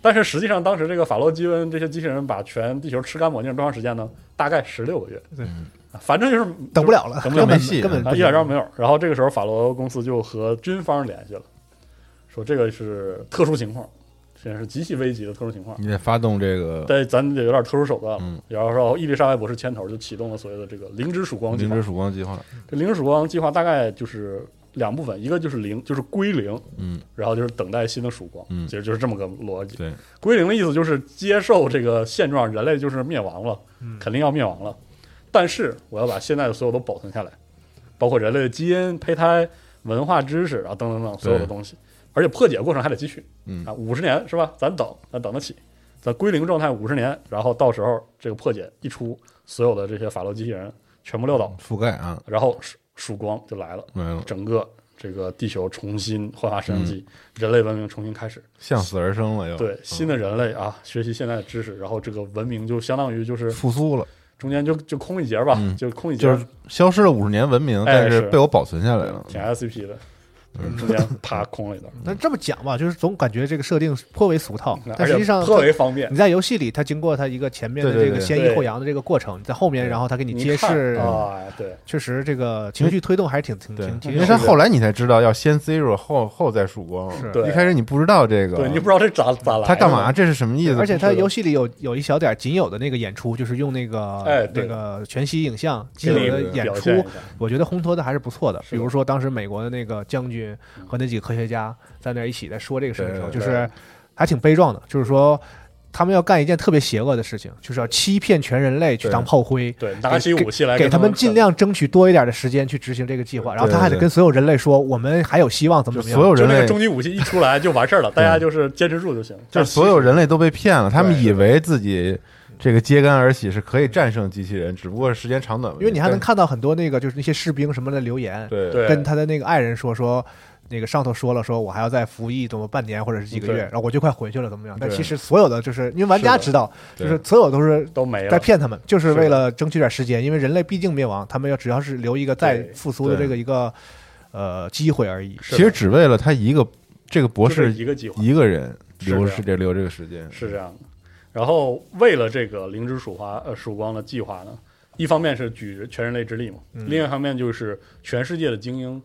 Speaker 2: 但是实际上，当时这个法洛基温这些机器人把全地球吃干抹净多长时间呢？大概十六个月。
Speaker 4: 对
Speaker 2: 啊，反正就是
Speaker 4: 等不了了，
Speaker 2: 等
Speaker 4: 根
Speaker 2: 不了
Speaker 4: 本
Speaker 3: 没戏
Speaker 4: 根本
Speaker 2: 啊，
Speaker 4: 不
Speaker 2: 一点
Speaker 4: 行
Speaker 2: 招没有。然后这个时候，法罗公司就和军方联系了，说这个是特殊情况，现在是极其危急的特殊情况。
Speaker 3: 你得发动这个
Speaker 2: 但咱得有点特殊手段了。
Speaker 3: 嗯
Speaker 2: 然后说，伊丽莎白博士牵头就启动了所谓的这个灵之曙光计
Speaker 3: 灵
Speaker 2: 划
Speaker 3: 之。曙光计划，
Speaker 2: 这灵之曙光计划大概就是两部分，一个就是零，就是归零，
Speaker 3: 嗯，
Speaker 2: 然后就是等待新的曙光，
Speaker 3: 嗯
Speaker 2: 其实就是这么个逻辑。
Speaker 3: 对，
Speaker 2: 归零的意思就是接受这个现状，人类就是灭亡了，
Speaker 4: 嗯
Speaker 2: 肯定要灭亡了。但是我要把现在的所有都保存下来，包括人类的基因、胚胎、文化知识，然后等等等所有的东西，而且破解过程还得继续
Speaker 3: 嗯
Speaker 2: 啊，五十年是吧？咱等，咱等得起，咱归零状态五十年，然后到时候这个破解一出，所有的这些法罗机器人全部撂倒，
Speaker 3: 覆盖啊，
Speaker 2: 然后曙曙光就来了。
Speaker 3: 没了，
Speaker 2: 整个这个地球重新焕发生
Speaker 4: 嗯
Speaker 2: 机，人类文明重新开始。
Speaker 3: 向死而生
Speaker 4: 哦
Speaker 3: 了又，
Speaker 2: 对，
Speaker 3: 嗯
Speaker 2: 新的人类啊，学习现在的知识，然后这个文明就相当于就是
Speaker 3: 复苏了，
Speaker 2: 中间就就空一节吧，
Speaker 3: 嗯
Speaker 2: 就空一节，
Speaker 3: 就是消失了五十年文明，
Speaker 2: 哎
Speaker 3: 但是
Speaker 2: 是哎
Speaker 3: 被我保存下来了，
Speaker 2: 挺 SCP 的，就是中间啪空了一段，
Speaker 4: 嗯 那这么讲吧，就是总感觉这个设定颇为俗套，但
Speaker 2: 嗯而
Speaker 4: 实
Speaker 2: 且
Speaker 4: 际上
Speaker 2: 颇
Speaker 4: 它
Speaker 2: 为方便
Speaker 4: 你。在游戏里，它经过它一个前面的
Speaker 3: 对对
Speaker 4: 这个
Speaker 3: 对
Speaker 4: 先抑
Speaker 2: 对
Speaker 4: 后扬的这个过程，在后面，然后它给你揭
Speaker 2: 看
Speaker 4: 示，嗯
Speaker 2: 啊，嗯哎对，
Speaker 4: 确实这个情绪推动还是挺挺
Speaker 3: 对
Speaker 4: 挺，挺
Speaker 3: 因
Speaker 4: 有
Speaker 3: 为
Speaker 4: 的。
Speaker 3: 他后来你才知道要先 zero 后后再曙光，
Speaker 4: 是
Speaker 2: 对
Speaker 3: 一开始你不知道这个，
Speaker 4: 啊
Speaker 2: 对，你不知道这咋咋来的，
Speaker 3: 他干嘛？这是什么意思？
Speaker 4: 而且它
Speaker 3: 不知道
Speaker 4: 游戏里有有一小点仅有的那个演出，就是用那个、
Speaker 2: 哎对
Speaker 4: 那个全息影像仅
Speaker 2: 给
Speaker 4: 有
Speaker 2: 你
Speaker 4: 的演
Speaker 2: 表
Speaker 4: 出
Speaker 2: 现，一下？
Speaker 4: 我觉得烘托的还是不错的。
Speaker 2: 是的
Speaker 4: 比如说当时美国的那个将军和那几个科学家在那儿一起在说这个事儿的时候，
Speaker 3: 对
Speaker 4: 就
Speaker 2: 对
Speaker 4: 是还挺悲壮的，就是说他们要干一件特别邪恶的事情，就是要欺骗全人类去
Speaker 3: 对
Speaker 4: 当炮灰。
Speaker 2: 对，拿起武器来
Speaker 4: 给
Speaker 2: 跟
Speaker 4: 他们
Speaker 2: 们
Speaker 4: 尽量争取多一点的时间去执行这个计划，然后他还得
Speaker 3: 对对
Speaker 4: 跟所有人类说，我们还有希望，怎么
Speaker 3: 就
Speaker 4: 怎么
Speaker 3: 所
Speaker 4: 样。
Speaker 3: 有
Speaker 2: 就
Speaker 3: 人
Speaker 2: 那个
Speaker 3: 类
Speaker 2: 终极武器一出来就完事儿了，大家就是坚持住就行。
Speaker 3: 就
Speaker 2: 但
Speaker 3: 是所有人类都被骗了，他们
Speaker 2: 对
Speaker 3: 以为自己这个揭竿而起是可以战胜机器人，只不过时间长短问题。
Speaker 4: 因为你还能看到很多那个就是那些士兵什么的留言，
Speaker 3: 对
Speaker 2: 对
Speaker 4: 跟他的那个爱人说说，那个上头说了说我还要再服役怎么半年或者是几个
Speaker 2: 对
Speaker 4: 月，然后我就快回去了怎么样？但
Speaker 3: 对
Speaker 4: 其实所有的就是因为玩家
Speaker 2: 是的
Speaker 4: 知道，就
Speaker 3: 对
Speaker 4: 是所有都是
Speaker 2: 都没
Speaker 4: 在
Speaker 2: 了，
Speaker 4: 骗他们，就是
Speaker 2: 是的
Speaker 4: 为了争取点时间，因为人类毕竟灭亡，他们要只要是留一个再
Speaker 2: 对
Speaker 4: 复苏的
Speaker 3: 对
Speaker 4: 这个一个呃机会而已。
Speaker 2: 是
Speaker 3: 其
Speaker 2: 的
Speaker 3: 实只为了他一个这个博
Speaker 2: 就是
Speaker 3: 士
Speaker 2: 一个计划。
Speaker 3: 一个人
Speaker 2: 是
Speaker 3: 留
Speaker 2: 这样
Speaker 3: 世界留这个时间，
Speaker 2: 是这样的。然后为了这个灵之曙华呃曙光的计划呢，一方面是举全人类之力嘛，另一方面就是全世界的精英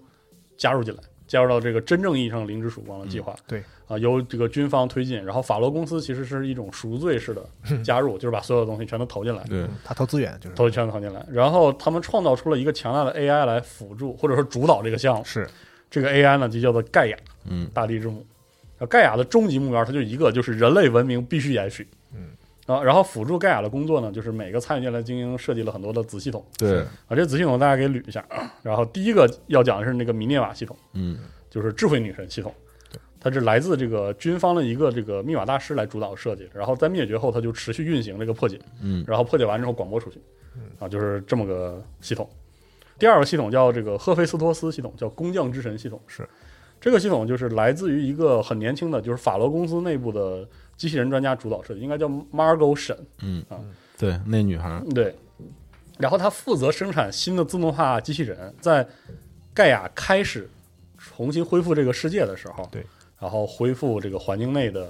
Speaker 2: 加入进来，加入到这个真正意义上灵之曙光的计划。
Speaker 4: 对
Speaker 2: 啊、由这个军方推进，然后法罗公司其实是一种赎罪式的加入，就是把所有的东西全都投进来。
Speaker 3: 对，
Speaker 4: 他投资源就是
Speaker 2: 投全都投进来，然后他们创造出了一个强大的 AI 来辅助或者说主导这个项目。
Speaker 4: 是
Speaker 2: 这个 AI 呢就叫做盖亚，
Speaker 3: 嗯，
Speaker 2: 大地之母。然后盖亚的终极目标，它就一个，就是人类文明必须延续。
Speaker 4: 嗯，
Speaker 2: 啊，然后辅助盖亚的工作呢，就是每个参与进来的精英设计了很多的子系统
Speaker 3: 对，
Speaker 2: 啊，这子系统大家给捋一下。啊然后第一个要讲的是那个米涅瓦系统，
Speaker 3: 嗯，
Speaker 2: 就是智慧女神系统，它是来自这个军方的一个这个密码大师来主导设计，然后在灭绝后，它就持续运行这个破解，
Speaker 3: 嗯，
Speaker 2: 然后破解完之后广播出去，
Speaker 4: 嗯
Speaker 2: 啊，就是这么个系统。第二个系统叫这个赫菲斯托斯系统，叫工匠之神系统，
Speaker 4: 是
Speaker 2: 这个系统就是来自于一个很年轻的，就是法罗公司内部的机器人专家主导设计，应该叫 Margot Shen，
Speaker 3: 对，那女孩儿，
Speaker 2: 对，然后他负责生产新的自动化机器人，在盖亚开始重新恢复这个世界的时候，
Speaker 4: 对，
Speaker 2: 然后恢复这个环境内的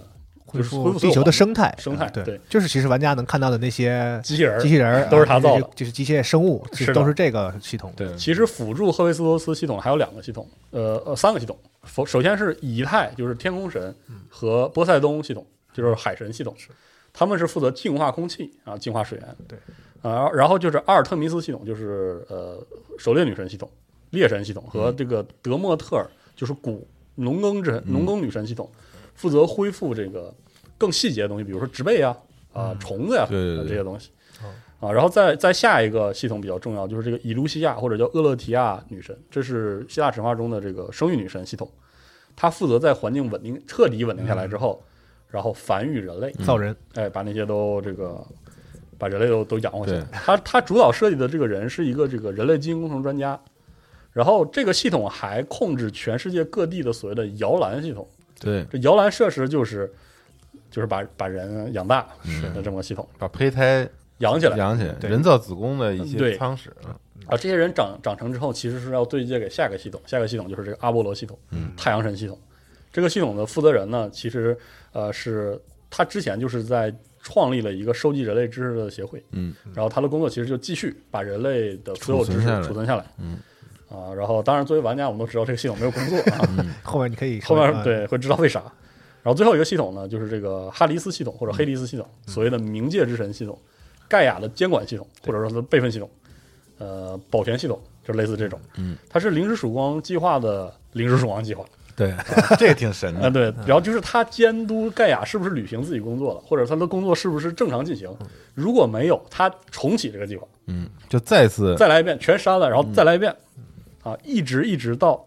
Speaker 3: 恢
Speaker 2: 就是
Speaker 3: 复
Speaker 2: 恢复所
Speaker 4: 地
Speaker 2: 有
Speaker 4: 球的
Speaker 2: 环
Speaker 4: 生态，
Speaker 2: 生态
Speaker 4: 嗯对
Speaker 2: 对，
Speaker 4: 就是其实玩家能看到的那些
Speaker 2: 机器人儿
Speaker 4: 机器人儿
Speaker 2: 都是他造的
Speaker 4: 啊就是机械生物，
Speaker 2: 是的
Speaker 4: 都是这个系统。
Speaker 3: 对，
Speaker 2: 其实辅助赫维斯托斯系统还有两个系统，呃呃三个系统。首首先是以太，就是天空神和波塞冬系统，就是海神系统，他们是负责净化空气啊，净化水源。
Speaker 4: 对，
Speaker 2: 啊，然后就是阿尔特弥斯系统，就是呃狩猎女神系统、猎神系统和
Speaker 3: 嗯
Speaker 2: 这个德莫特尔，就是古农耕之神农耕女神系统，负责恢复这个更细节的东西，比如说植被啊、啊虫子呀、
Speaker 3: 嗯对对对
Speaker 2: 啊这些东西。啊，然后再再下一个系统比较重要，就是这个以卢西亚或者叫厄勒提亚女神，这是希腊神话中的这个生育女神系统，她负责在环境稳定彻底稳定
Speaker 3: 嗯
Speaker 2: 下来之后，然后繁育人类，
Speaker 4: 造人，
Speaker 2: 哎，把那些都这个把人类都都养活起来
Speaker 3: 对。
Speaker 2: 他他主导设计的这个人是一个这个人类基因工程专家，然后这个系统还控制全世界各地的所谓的摇篮系统。
Speaker 3: 对，
Speaker 2: 这摇篮设施就是就是把把人养大
Speaker 3: 是
Speaker 2: 的这么个系统，
Speaker 3: 把胚胎
Speaker 2: 养起来
Speaker 3: 嗯养起来，
Speaker 4: 对
Speaker 3: 人造子宫的一些
Speaker 2: 对
Speaker 3: 舱室，嗯
Speaker 2: 啊。这些人长长成之后，其实是要对接给下一个系统，下一个系统就是这个阿波罗系统，
Speaker 3: 嗯
Speaker 2: 太阳神系统。这个系统的负责人呢，其实呃是他之前就是在创立了一个收集人类知识的协会，
Speaker 3: 嗯，
Speaker 2: 然后他的工作其实就继续把人类的所有知识
Speaker 3: 储存下来
Speaker 2: 储存下来，
Speaker 3: 嗯，
Speaker 2: 啊，然后当然作为玩家，我们都知道这个系统没有工作啊，
Speaker 3: 嗯
Speaker 4: 后面你可以
Speaker 2: 后
Speaker 4: 啊
Speaker 2: 面对会知道为啥。然后最后一个系统呢，就是这个哈迪斯系统或者黑迪斯系统，
Speaker 3: 嗯
Speaker 2: 所谓的冥界之神系统，盖亚的监管系统或者说是备份系统，呃，保全系统，就类似这种，
Speaker 3: 嗯，
Speaker 2: 它是零时曙光计划的零时曙光计划，
Speaker 3: 对，这个挺神
Speaker 2: 啊，
Speaker 3: 的，
Speaker 2: 对，然后就是他监督盖亚是不是履行自己工作了，或者他的工作是不是正常进行。如果没有，他重启这个计划，
Speaker 3: 嗯，就再次
Speaker 2: 再来一遍，全删了，然后再来一遍，啊，一直一直到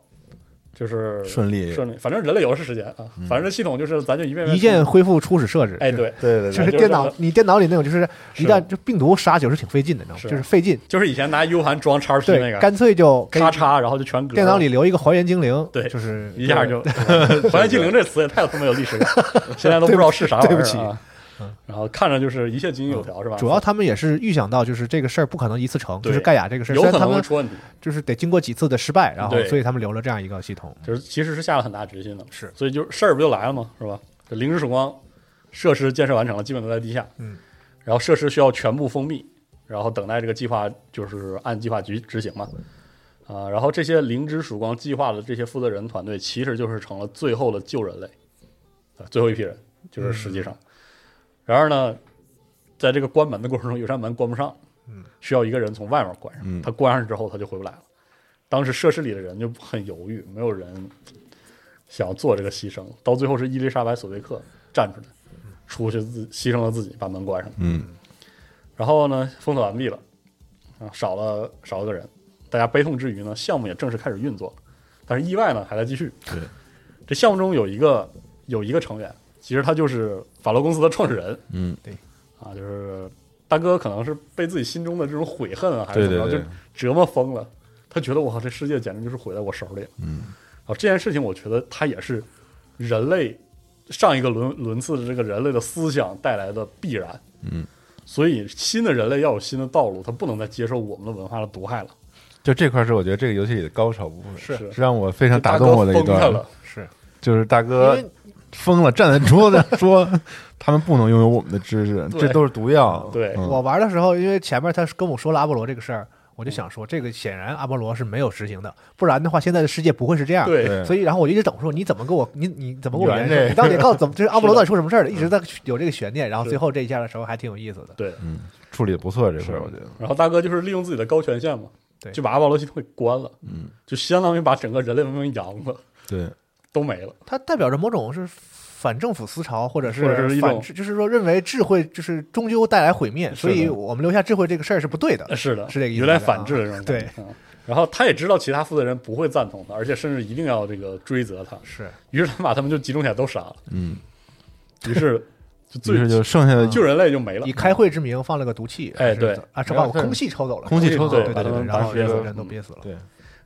Speaker 2: 就是
Speaker 3: 顺利
Speaker 2: 顺利，反正人类有的是时间啊，反正这系统就是咱就一遍
Speaker 4: 嗯 一
Speaker 2: 遍
Speaker 4: 键恢复初始设置。
Speaker 2: 重，哎，对，
Speaker 3: 对对
Speaker 4: 就
Speaker 2: 对就
Speaker 4: 是
Speaker 2: 是
Speaker 4: 电
Speaker 2: 这
Speaker 4: 脑
Speaker 2: 个，
Speaker 4: 你电脑里那种，就是一
Speaker 2: 是
Speaker 4: 旦就病毒杀球是挺费劲的，你知道
Speaker 2: 是
Speaker 4: 吗？就是费劲，
Speaker 2: 就是以前拿 U 盘装叉 P 那
Speaker 4: 对，
Speaker 2: 个，
Speaker 4: 干脆就给
Speaker 2: 咔嚓，然后就全格了
Speaker 4: 电脑里留一个还原精灵，
Speaker 2: 对
Speaker 4: 就是
Speaker 2: 一下就 还原精灵这词也太他妈有历史感，现在都不知道是啥玩意
Speaker 4: 对
Speaker 2: 儿
Speaker 4: 不
Speaker 2: 啊
Speaker 4: 起嗯
Speaker 2: 然后看着就是一切井井有条是吧？
Speaker 4: 主要他们也是预想到，就是这个事儿不可能一次成，
Speaker 2: 对
Speaker 4: 就是盖亚这个事儿，
Speaker 2: 有
Speaker 4: 虽然
Speaker 2: 可
Speaker 4: 他
Speaker 2: 能会
Speaker 4: 们
Speaker 2: 出问题。
Speaker 4: 就是得经过几次的失败，然后
Speaker 2: 对
Speaker 4: 所以他们留了这样一个系统。
Speaker 2: 就是其实是下了很大决心的，
Speaker 4: 是，
Speaker 2: 所以就是事儿不就来了吗？是吧？这零时曙光设施建设完成了，基本都在地下，
Speaker 4: 嗯，
Speaker 2: 然后设施需要全部封闭，然后等待这个计划就是按计划局执行嘛，啊、然后这些零之曙光计划的这些负责人团队，其实就是成了最后的救人类，啊，最后一批人，就是实际上，然而呢，在这个关门的过程中，有扇门关不上，嗯，需要一个人从外面关上，
Speaker 3: 嗯
Speaker 2: 他关上之后他就回不来了。当时设施里的人就很犹豫，没有人想要做这个牺牲。到最后是伊丽莎白·索维克站出来，出去自牺牲了自己，把门关上。
Speaker 3: 嗯，
Speaker 2: 然后呢，封锁完毕了，啊，少了少了个人，大家悲痛之余呢，项目也正式开始运作了，但是意外呢还在继续。
Speaker 3: 对，
Speaker 2: 这项目中有一个有一个成员，其实他就是法罗公司的创始人，
Speaker 3: 嗯，
Speaker 2: 啊，就是大哥可能是被自己心中的这种悔恨啊，还
Speaker 3: 对
Speaker 2: 是怎
Speaker 3: 对
Speaker 2: 么着，
Speaker 3: 对
Speaker 2: 就，折磨疯了。他觉得我靠，这世界简直就是毁在我手里了。
Speaker 3: 嗯，
Speaker 2: 啊，这件事情我觉得它也是人类上一个轮轮次的这个人类的思想带来的必然。
Speaker 3: 嗯，
Speaker 2: 所以新的人类要有新的道路，他不能再接受我们的文化的毒害了。
Speaker 3: 就这块是我觉得这个游戏里的高潮部分，
Speaker 2: 是
Speaker 3: 让我非常打
Speaker 2: 大
Speaker 3: 动
Speaker 2: 哥
Speaker 3: 我的一
Speaker 2: 疯他
Speaker 3: 段
Speaker 2: 了，，
Speaker 4: 是，
Speaker 3: 就是大
Speaker 4: 因
Speaker 3: 哥
Speaker 4: 为
Speaker 3: 疯了，站在桌子上说他们不能拥有我们的知识，
Speaker 2: 对
Speaker 3: 这都是毒药，
Speaker 2: 对
Speaker 3: 嗯
Speaker 4: 我玩的时候，因为前面他跟我说了阿波罗这个事儿，我
Speaker 2: 嗯
Speaker 4: 就想说，这个显然阿波罗是没有实行的，不然的话，现在的世界不会是这样。。
Speaker 2: 对
Speaker 3: 啊对
Speaker 4: 所以，然后我一直等说你怎么给我你你怎么给我
Speaker 3: 圆
Speaker 4: 圆这？
Speaker 3: 这
Speaker 4: 你到底告诉怎 么？就是阿波罗
Speaker 2: 是的
Speaker 4: 到底出什么事儿了？一直在有这个悬念，然后
Speaker 2: 是
Speaker 4: 最后这一下的时候还挺有意思的。
Speaker 2: 对。
Speaker 3: 嗯处理的不错，这块儿我觉得，
Speaker 2: 然后大哥就是利用自己的高权限嘛，
Speaker 4: 对
Speaker 2: 就把阿波罗系统给关了，
Speaker 3: 嗯，
Speaker 2: 就相当于把整个人类文明扬了。
Speaker 3: 对，
Speaker 2: 都没了。
Speaker 4: 它代表着某种是反政府思潮，或者
Speaker 2: 或者是一
Speaker 4: 反
Speaker 2: 种
Speaker 4: 智，就是说认为智慧就是终究带来毁灭，所以
Speaker 2: 的呃
Speaker 4: 我们留下智慧这个事儿是不对的。
Speaker 2: 是的，
Speaker 4: 是这个意思啊
Speaker 2: 有点反制的这种
Speaker 4: 对
Speaker 2: 感觉。嗯然后他也知道其他负责人不会赞同他，而且甚至一定要这个追责他。
Speaker 4: 是
Speaker 2: 于是他把他们就集中起来都杀了。
Speaker 3: 嗯，
Speaker 2: 于是就
Speaker 3: 于
Speaker 2: 最
Speaker 3: 是就剩下的
Speaker 2: 救人类就没了
Speaker 4: 以。开会之名放了个毒气，
Speaker 2: 哎
Speaker 4: 是
Speaker 2: 对
Speaker 4: 啊，这
Speaker 3: 然
Speaker 4: 把
Speaker 3: 后
Speaker 4: 我
Speaker 3: 这
Speaker 4: 空气抽走了，
Speaker 3: 空气抽走
Speaker 4: 对
Speaker 2: 把他
Speaker 4: 对对，
Speaker 2: 们
Speaker 4: 然后
Speaker 2: 打死
Speaker 4: 所有
Speaker 2: 了
Speaker 4: 人都憋死了。
Speaker 3: 对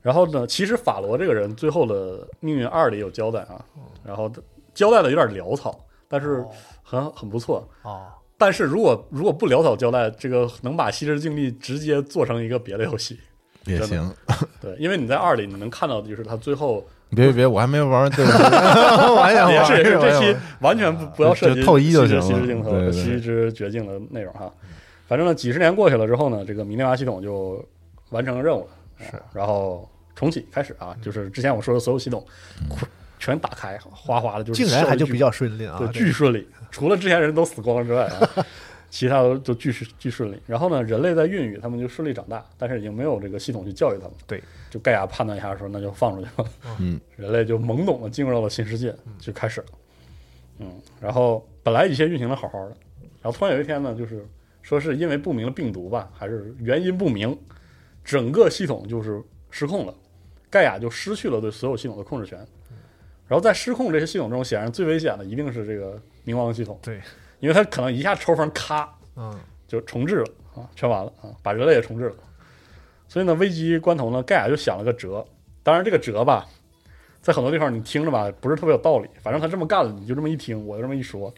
Speaker 2: 然后呢，其实法罗这个人最后的命运二里有交代啊，然后交代的有点潦草，但嗯是很很不错。
Speaker 4: 哦，
Speaker 2: 但是如果如果不潦草交代，这个能把《西之境历》直接做成一个别的游戏，
Speaker 3: 也行。
Speaker 2: 对，因为你在二里你能看到，就是他最后
Speaker 3: 别别别，我还没玩完，对不起，我还想
Speaker 4: 哦
Speaker 2: 也
Speaker 3: 玩。
Speaker 2: 是也是这期
Speaker 3: 我还想玩
Speaker 2: 完全不不要涉及
Speaker 3: 嗯就透一就行了
Speaker 2: 西之镜
Speaker 3: 对
Speaker 2: 和
Speaker 3: 对
Speaker 2: 西之绝境的内容哈。反正呢，几十年过去了之后呢，这个米涅娃系统就完成了任务了，是，然后重启开始啊，就是之前我说的所有系统
Speaker 3: 嗯
Speaker 2: 全打开，哗哗的，就是
Speaker 4: 竟然还
Speaker 2: 效
Speaker 4: 就
Speaker 2: 率巨
Speaker 4: 比较顺利啊，
Speaker 2: 对，
Speaker 4: 这个
Speaker 2: 巨顺利，除了之前人都死光了之外啊，其他都都巨顺巨顺利。然后呢，人类在孕育，他们就顺利长大，但是已经没有这个系统去教育他们。
Speaker 4: 对，
Speaker 2: 就盖亚判断一下说，那就放出去吧。
Speaker 3: 嗯，
Speaker 2: 人类就懵懂的进入到了新世界，就开始了。嗯，然后本来一切运行的好好的，然后突然有一天呢，就是说是因为不明的病毒吧，还是原因不明，整个系统就是失控了，盖亚就失去了对所有系统的控制权。然后在失控这些系统中，显然最危险的一定是这个冥王系统，
Speaker 4: 对，
Speaker 2: 因为它可能一下抽风，咔
Speaker 4: 嗯，
Speaker 2: 就重置了啊，全完了啊，把人类也重置了。所以呢，危机关头呢，盖亚就想了个辙。当然，这个辙吧，在很多地方你听着吧，不是特别有道理。反正他这么干了，你就这么一听，我就这么一说，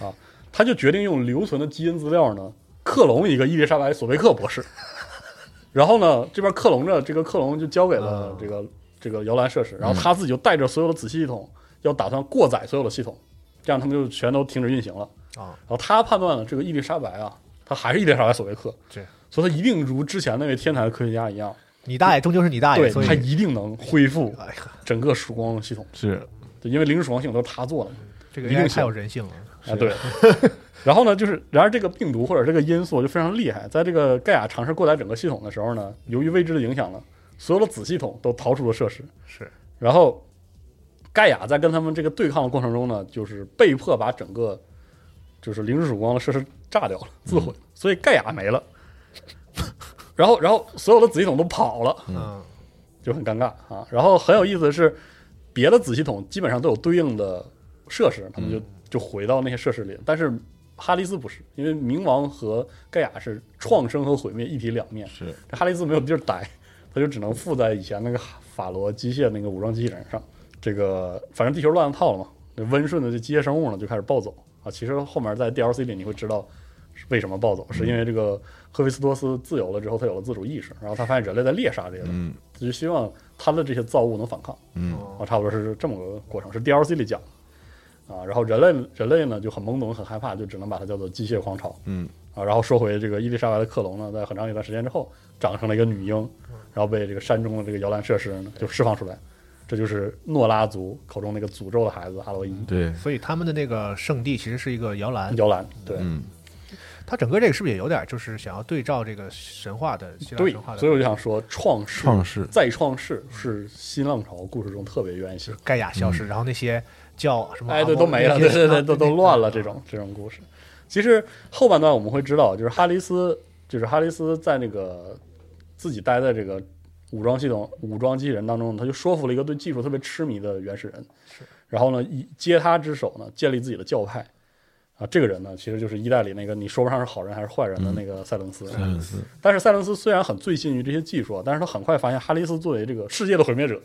Speaker 2: 啊，他就决定用留存的基因资料呢，克隆一个伊丽莎白·索贝克博士。然后呢，这边克隆着，这个克隆就交给了
Speaker 4: 嗯
Speaker 2: 这个、这个摇篮设施，然后他自己就带着所有的子系统，要打算过载所有的系统，这样他们就全都停止运行了。
Speaker 4: 啊，
Speaker 2: 然后他判断了这个伊丽莎白啊，她还是伊丽莎白·索维克，
Speaker 4: 这
Speaker 2: 所以她一定如之前那位天才的科学家一样，
Speaker 4: 你大爷终究是你大爷，
Speaker 2: 对
Speaker 4: 所以
Speaker 2: 她一定能恢复
Speaker 4: 哎呀，
Speaker 2: 整个曙光系统，
Speaker 3: 是
Speaker 2: 对，因为零时曙光系统都是他做的嘛，
Speaker 4: 这个
Speaker 2: 一定
Speaker 4: AI
Speaker 2: 是
Speaker 4: 太有人性了，
Speaker 2: 啊，对。 然后呢，就是然而这个病毒或者这个因素就非常厉害，在这个盖亚尝试过载整个系统的时候呢，由于未知的影响呢，所有的子系统都逃出了设施，
Speaker 4: 是
Speaker 2: 然后盖亚在跟他们这个对抗的过程中呢，就是被迫把整个就是零时曙光的设施炸掉了，自毁，
Speaker 4: 嗯
Speaker 2: 所以盖亚没了。 然后，然后所有的子系统都跑了，
Speaker 4: 嗯，
Speaker 2: 就很尴尬啊。然后很有意思的是，别的子系统基本上都有对应的设施，他们就就回到那些设施里。但是哈迪斯不是，因为冥王和盖亚是创生和毁灭一体两面，
Speaker 3: 是，
Speaker 2: 这哈利斯没有地儿待，他就只能附在以前那个法罗机械那个武装机器人上。这个反正地球乱套了嘛，那温顺的这机械生物呢就开始暴走啊。其实后面在 DLC 里你会知道是为什么暴走，是因为这个赫菲斯托斯自由了之后，他有了自主意识，然后他发现人类在猎杀这些东西，
Speaker 3: 嗯
Speaker 2: 他就希望他的这些造物能反抗
Speaker 3: 嗯
Speaker 2: 啊，差不多是这么个过程，是 DLC 里讲的啊。然后人类人类呢就很懵懂很害怕，就只能把它叫做机械狂潮。
Speaker 3: 嗯，
Speaker 2: 啊，然后说回这个伊丽莎白的克隆呢，在很长一段时间之后，长成了一个女婴，
Speaker 4: 嗯
Speaker 2: 然后被这个山中的这个摇篮设施呢就释放出来，这就是诺拉族口中那个诅咒的孩子阿洛伊
Speaker 3: 对，
Speaker 4: 所以他们的那个圣地其实是一个摇篮，
Speaker 2: 摇篮，对、
Speaker 3: 嗯
Speaker 4: 它整个这个是不是也有点就是想要对照这个神话的希腊
Speaker 2: 对
Speaker 4: 神话，的
Speaker 2: 所以我就想说，创世
Speaker 3: 创世
Speaker 2: 再创世是新浪潮故事中特别愿意写的，
Speaker 4: 盖亚消失，然后那些叫什
Speaker 2: 嗯
Speaker 4: 么
Speaker 2: 哎，对，
Speaker 4: 阿
Speaker 2: 都
Speaker 4: 波
Speaker 2: 没了，
Speaker 4: 那
Speaker 2: 对对
Speaker 4: 些
Speaker 2: 对，都
Speaker 4: 啊
Speaker 2: 都乱了 这种这种故事。其实后半段我们会知道，就是哈里斯，就是哈里斯在那个自己待在这个武装系统、武装机器人当中，他就说服了一个对技术特别痴迷的原始人，然后呢，以接他之手呢，建立自己的教派。啊，这个人呢，其实就是一代里那个你说不上是好人还是坏人的那个赛嗯伦斯。
Speaker 3: 塞伦斯，
Speaker 2: 但是塞伦斯虽然很醉心于这些技术啊，但是他很快发现哈里斯作为这个世界的毁灭者，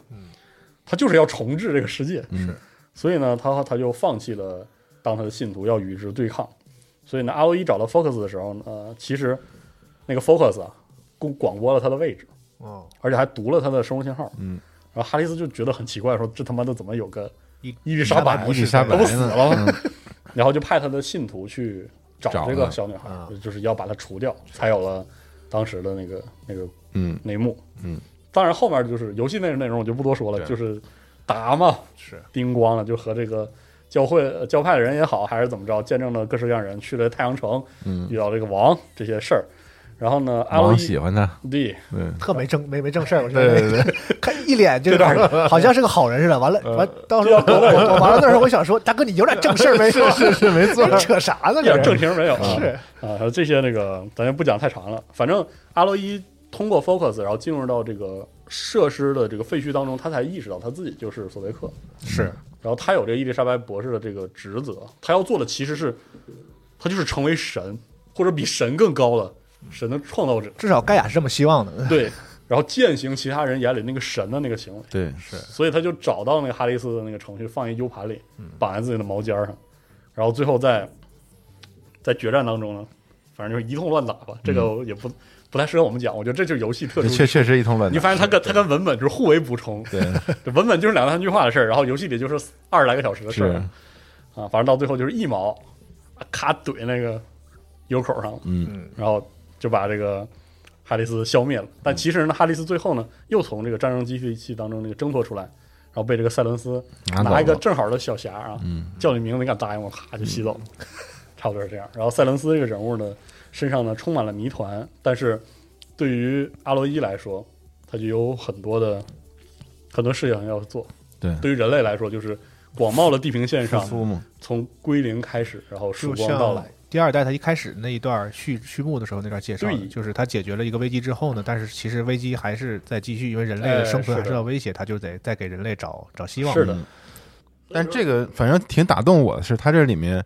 Speaker 2: 他就是要重置这个世界，
Speaker 3: 嗯
Speaker 2: 所以呢，他他就放弃了当他的信徒，要与之对抗。所以呢，阿洛伊找到 Focus 的时候呢，呃，其实那个 Focus 啊，广广播了他的位置，
Speaker 4: 哦，
Speaker 2: 而且还读了他的收容信号。
Speaker 3: 嗯，
Speaker 2: 然后哈里斯就觉得很奇怪，说这他妈的怎么有个
Speaker 4: 伊
Speaker 2: 伊丽莎白
Speaker 4: 伊
Speaker 2: 博
Speaker 3: 伊
Speaker 2: 士
Speaker 3: 丽莎白
Speaker 2: 都死
Speaker 3: 呢
Speaker 2: 了，
Speaker 3: 嗯
Speaker 2: 然后就派他的信徒去找
Speaker 3: 找
Speaker 2: 这个
Speaker 3: 他
Speaker 2: 小女孩，
Speaker 4: 啊
Speaker 2: 就是要把她除掉，才有了当时的那个那个
Speaker 3: 嗯
Speaker 2: 内幕。
Speaker 3: 嗯，
Speaker 2: 当然后面就是游戏内容内容我就不多说了，
Speaker 3: 对
Speaker 2: 就是达嘛，
Speaker 4: 是
Speaker 2: 叮咣了，就和这个教会呃教派的人也好，还是怎么着，见证了各式各样的人去了太阳城，
Speaker 3: 嗯
Speaker 2: 遇到这个王这些事儿，然后呢，阿洛
Speaker 3: 王
Speaker 2: 伊
Speaker 3: 喜欢他，
Speaker 2: D
Speaker 3: 对
Speaker 4: 特没正没没正事儿，我觉
Speaker 3: 对
Speaker 4: 得
Speaker 3: 对对，
Speaker 4: 看一脸 这个好像是个好人似的。完了
Speaker 2: 嗯
Speaker 4: 完，到时候我我我完了那时候我想说，大哥你有点正事儿没？
Speaker 3: 是是是，没 错，
Speaker 4: 扯啥呢？
Speaker 2: 一点
Speaker 4: 这
Speaker 2: 正题儿没有啊。
Speaker 4: 是
Speaker 2: 啊，还有这些那个咱就不讲太长了。反正阿洛伊通过 Focus，然后进入到这个设施的这个废墟当中，他才意识到他自己就是索维克。
Speaker 4: 是
Speaker 2: 然后他有这个伊丽莎白博士的这个职责，他要做的其实是，他就是成为神，或者比神更高的神的创造者。
Speaker 4: 至少盖亚是这么希望的。
Speaker 2: 对，然后践行其他人眼里那个神的那个行为，
Speaker 3: 对，
Speaker 2: 所以他就找到那个哈里斯的那个程序，放一 U 盘里，
Speaker 3: 嗯
Speaker 2: 绑在自己的毛尖儿上，然后最后在在决战当中呢，反正就是一通乱打吧。这个也不不太适合我们讲，我觉得这就是游戏特
Speaker 3: 嗯这
Speaker 2: 殊。
Speaker 3: 确确实一通乱打。
Speaker 2: 你发现他跟他跟文本就是互为补充，
Speaker 3: 对，
Speaker 2: 这文本就是两三句话的事儿，然后游戏里就是二十来个小时的事
Speaker 3: 是
Speaker 2: 儿，啊，反正到最后就是一毛，啊咔怼那个油口上了，
Speaker 3: 嗯，
Speaker 2: 然后就把这个哈里斯消灭了。但其实呢，哈里斯最后呢，又从这个战争机器当中那个挣脱出来，然后被这个赛伦斯
Speaker 3: 拿走
Speaker 2: 拿一个
Speaker 3: 了
Speaker 2: 正好的小匣啊，
Speaker 3: 嗯
Speaker 2: 叫你名字，你敢答应我，咔就吸走了， 差不多是这样。然后赛伦斯这个人物呢，身上呢充满了谜团，但是对于阿洛伊来说，他就有很多的很多事情要做。
Speaker 3: 对
Speaker 2: 对于人类来说，就是广袤的地平线
Speaker 3: 复
Speaker 2: 上，
Speaker 3: 苏嘛，
Speaker 2: 从归零开始，然后曙
Speaker 4: 就
Speaker 2: 光到
Speaker 4: 像
Speaker 2: 来。
Speaker 4: 第二代它一开始那一段序序幕的时候那段介绍的
Speaker 2: 对
Speaker 4: 就是它解决了一个危机之后呢，但是其实危机还是在继续，因为人类的生存
Speaker 2: 哎是的
Speaker 4: 还受到威胁，它就得再给人类找找希望。
Speaker 2: 是的
Speaker 3: 嗯，但这个反正挺打动我的是，它这里面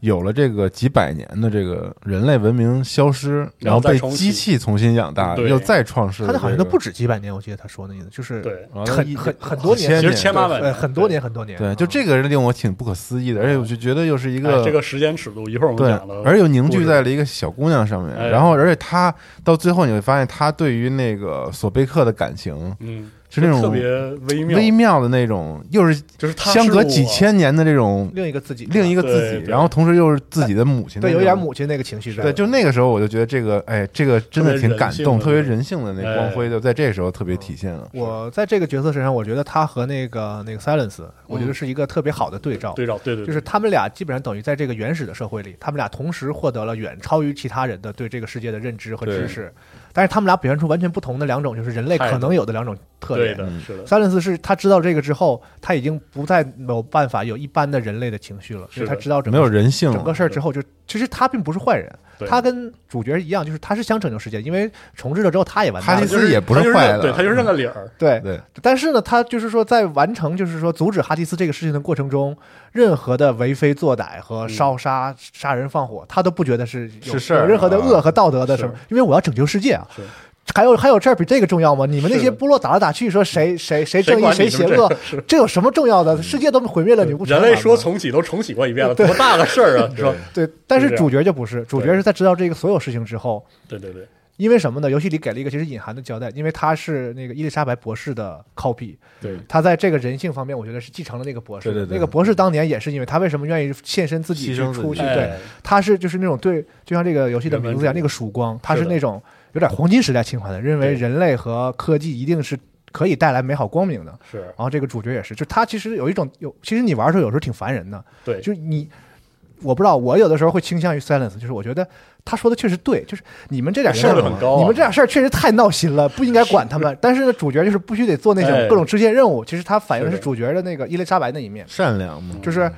Speaker 3: 有了这个几百年的这个人类文明消失，
Speaker 2: 然
Speaker 3: 然
Speaker 2: 后
Speaker 3: 后
Speaker 2: 再
Speaker 3: 被
Speaker 2: 重启
Speaker 3: 机器重新养大，
Speaker 2: 对
Speaker 3: 又再创世。
Speaker 4: 它的好像都不止几百年，我记得他说那意思就是
Speaker 2: 对，
Speaker 3: 完了
Speaker 4: 很
Speaker 3: 一
Speaker 4: 很很多
Speaker 3: 千
Speaker 4: 年，
Speaker 2: 其实
Speaker 3: 年
Speaker 2: 千八百
Speaker 4: 呃
Speaker 2: 年，哎
Speaker 4: 很多年很多年。
Speaker 3: 对，
Speaker 4: 嗯
Speaker 3: 就这个令我挺不可思议的，而且我就觉得又是一
Speaker 2: 哎
Speaker 3: 个
Speaker 2: 这个时间尺度，一会儿我们
Speaker 3: 对
Speaker 2: 讲的，，
Speaker 3: 而又凝聚在了一个小姑娘上面
Speaker 2: 哎。
Speaker 3: 然后，而且她到最后你会发现，她对于那个索贝克的感情
Speaker 2: 嗯，
Speaker 3: 是那
Speaker 2: 特
Speaker 3: 种
Speaker 2: 别微妙，
Speaker 3: 微妙的那种，又是
Speaker 2: 就是他
Speaker 3: 相
Speaker 2: 是
Speaker 3: 隔
Speaker 2: 我
Speaker 3: 几千年的这种
Speaker 4: 另一个自己，
Speaker 3: 另一个自
Speaker 2: 对
Speaker 3: 己，
Speaker 2: 对
Speaker 3: 然后同时又是自己的母亲，
Speaker 4: 对有一点。母亲那个情绪在。
Speaker 3: 对，就那个时候我就觉得这个，哎，这个真的挺感动，特
Speaker 2: 特别
Speaker 3: 别人
Speaker 2: 人
Speaker 3: 性的那
Speaker 2: 哎
Speaker 3: 光辉就在这时候特别体现了。
Speaker 4: 我在这个角色身上，我觉得他和那个那个 Silence，我觉得是一个特别好的对照。
Speaker 2: 嗯对照，对对，
Speaker 4: 就是他们俩基本上等于在这个原始的社会里，他们俩同时获得了远超于其他人的对这个世界的认知和知识，但是他们俩表现出完全不同的两种，就是人类
Speaker 2: 态度
Speaker 4: 可能有的两种特
Speaker 2: 对
Speaker 4: 点。
Speaker 2: 的
Speaker 3: 嗯，
Speaker 2: 是的，
Speaker 4: 三零四是他知道这个之后，他已经不再有办法有一般的人类的情绪了，
Speaker 2: 是
Speaker 4: 因
Speaker 2: 的
Speaker 4: 为他知道整
Speaker 3: 没
Speaker 4: 个
Speaker 3: 有人性
Speaker 4: 整个
Speaker 3: 了，
Speaker 4: 事儿之后就，其实他并不是坏人，
Speaker 2: 对
Speaker 4: 他跟主角一样，就是他是想拯救世界，因为重置了之后他也完
Speaker 3: 哈
Speaker 4: 蛋
Speaker 3: 迪
Speaker 4: 了。
Speaker 2: 就
Speaker 3: 斯也不
Speaker 2: 他就是
Speaker 3: 坏
Speaker 2: 认对，
Speaker 3: 的，
Speaker 2: 他就是认个理儿，
Speaker 4: 对
Speaker 3: 对，
Speaker 4: 但是呢，他就是说，在完成就是说阻止哈迪斯这个事情的过程中，任何的为非作歹和烧杀、杀人放火，他都不觉得是有
Speaker 3: 是事儿
Speaker 4: 有任何的
Speaker 3: 啊
Speaker 4: 恶和道德的
Speaker 2: 是
Speaker 4: 什么，因为我要拯救世界啊
Speaker 2: 是。
Speaker 4: 还有还有事儿比这个重要吗？你们那
Speaker 2: 是
Speaker 4: 些
Speaker 2: 的
Speaker 4: 部落打来打去，说谁谁
Speaker 2: 谁
Speaker 4: 谁正义
Speaker 2: 管
Speaker 4: 谁
Speaker 2: 你
Speaker 4: 邪
Speaker 2: 们这
Speaker 4: 恶
Speaker 2: 个是，
Speaker 4: 这有什么重要的？世界都毁灭了，你不
Speaker 2: 人
Speaker 4: 惩罚
Speaker 2: 类
Speaker 4: 吗
Speaker 2: 说重启都重启过一遍了，多大个事儿 啊，是吧？
Speaker 4: 对，但是
Speaker 2: 是这样
Speaker 4: 主角就不是，主角
Speaker 2: 对
Speaker 4: 是在知道这个所有事情之后，
Speaker 2: 对对对，
Speaker 4: 因为什么呢？游戏里给了一个其实隐含的交代，因为他是那个伊丽莎白博士的 copy，
Speaker 2: 对
Speaker 4: 他在这个人性方面，我觉得是继承了那个博士的。
Speaker 3: 对对对
Speaker 4: 那个博士当年也是因为他为什么愿意献身自己
Speaker 3: 牺
Speaker 4: 去
Speaker 3: 牲自己
Speaker 4: 出去？
Speaker 2: 哎
Speaker 4: 对，他是就是那种对，就像这个游戏的名字一
Speaker 2: 人文
Speaker 4: 样，
Speaker 2: 主义
Speaker 4: 那个曙光，他
Speaker 2: 是
Speaker 4: 是
Speaker 2: 的
Speaker 4: 那种有点黄金时代情怀的，认为
Speaker 2: 对
Speaker 4: 人类和科技一定是可以带来美好光明的。
Speaker 2: 是，
Speaker 4: 然后这个主角也是，就他其实有一种有，其实你玩的时候有时候挺烦人的，
Speaker 2: 对，
Speaker 4: 就是你，我不知道，我有的时候会倾向于 silence，就是我觉觉得他说的确实对，就是你们这点事儿
Speaker 2: 效率很高啊
Speaker 4: 你们这点事儿确实太闹心了，不应该管他 们。但是呢，主角就是必须得做那
Speaker 2: 哎
Speaker 4: 种各种支线任务，其实他反映的
Speaker 2: 是
Speaker 4: 是
Speaker 2: 的
Speaker 4: 主角的那个伊丽莎白那一面，
Speaker 3: 善良嘛，
Speaker 4: 就是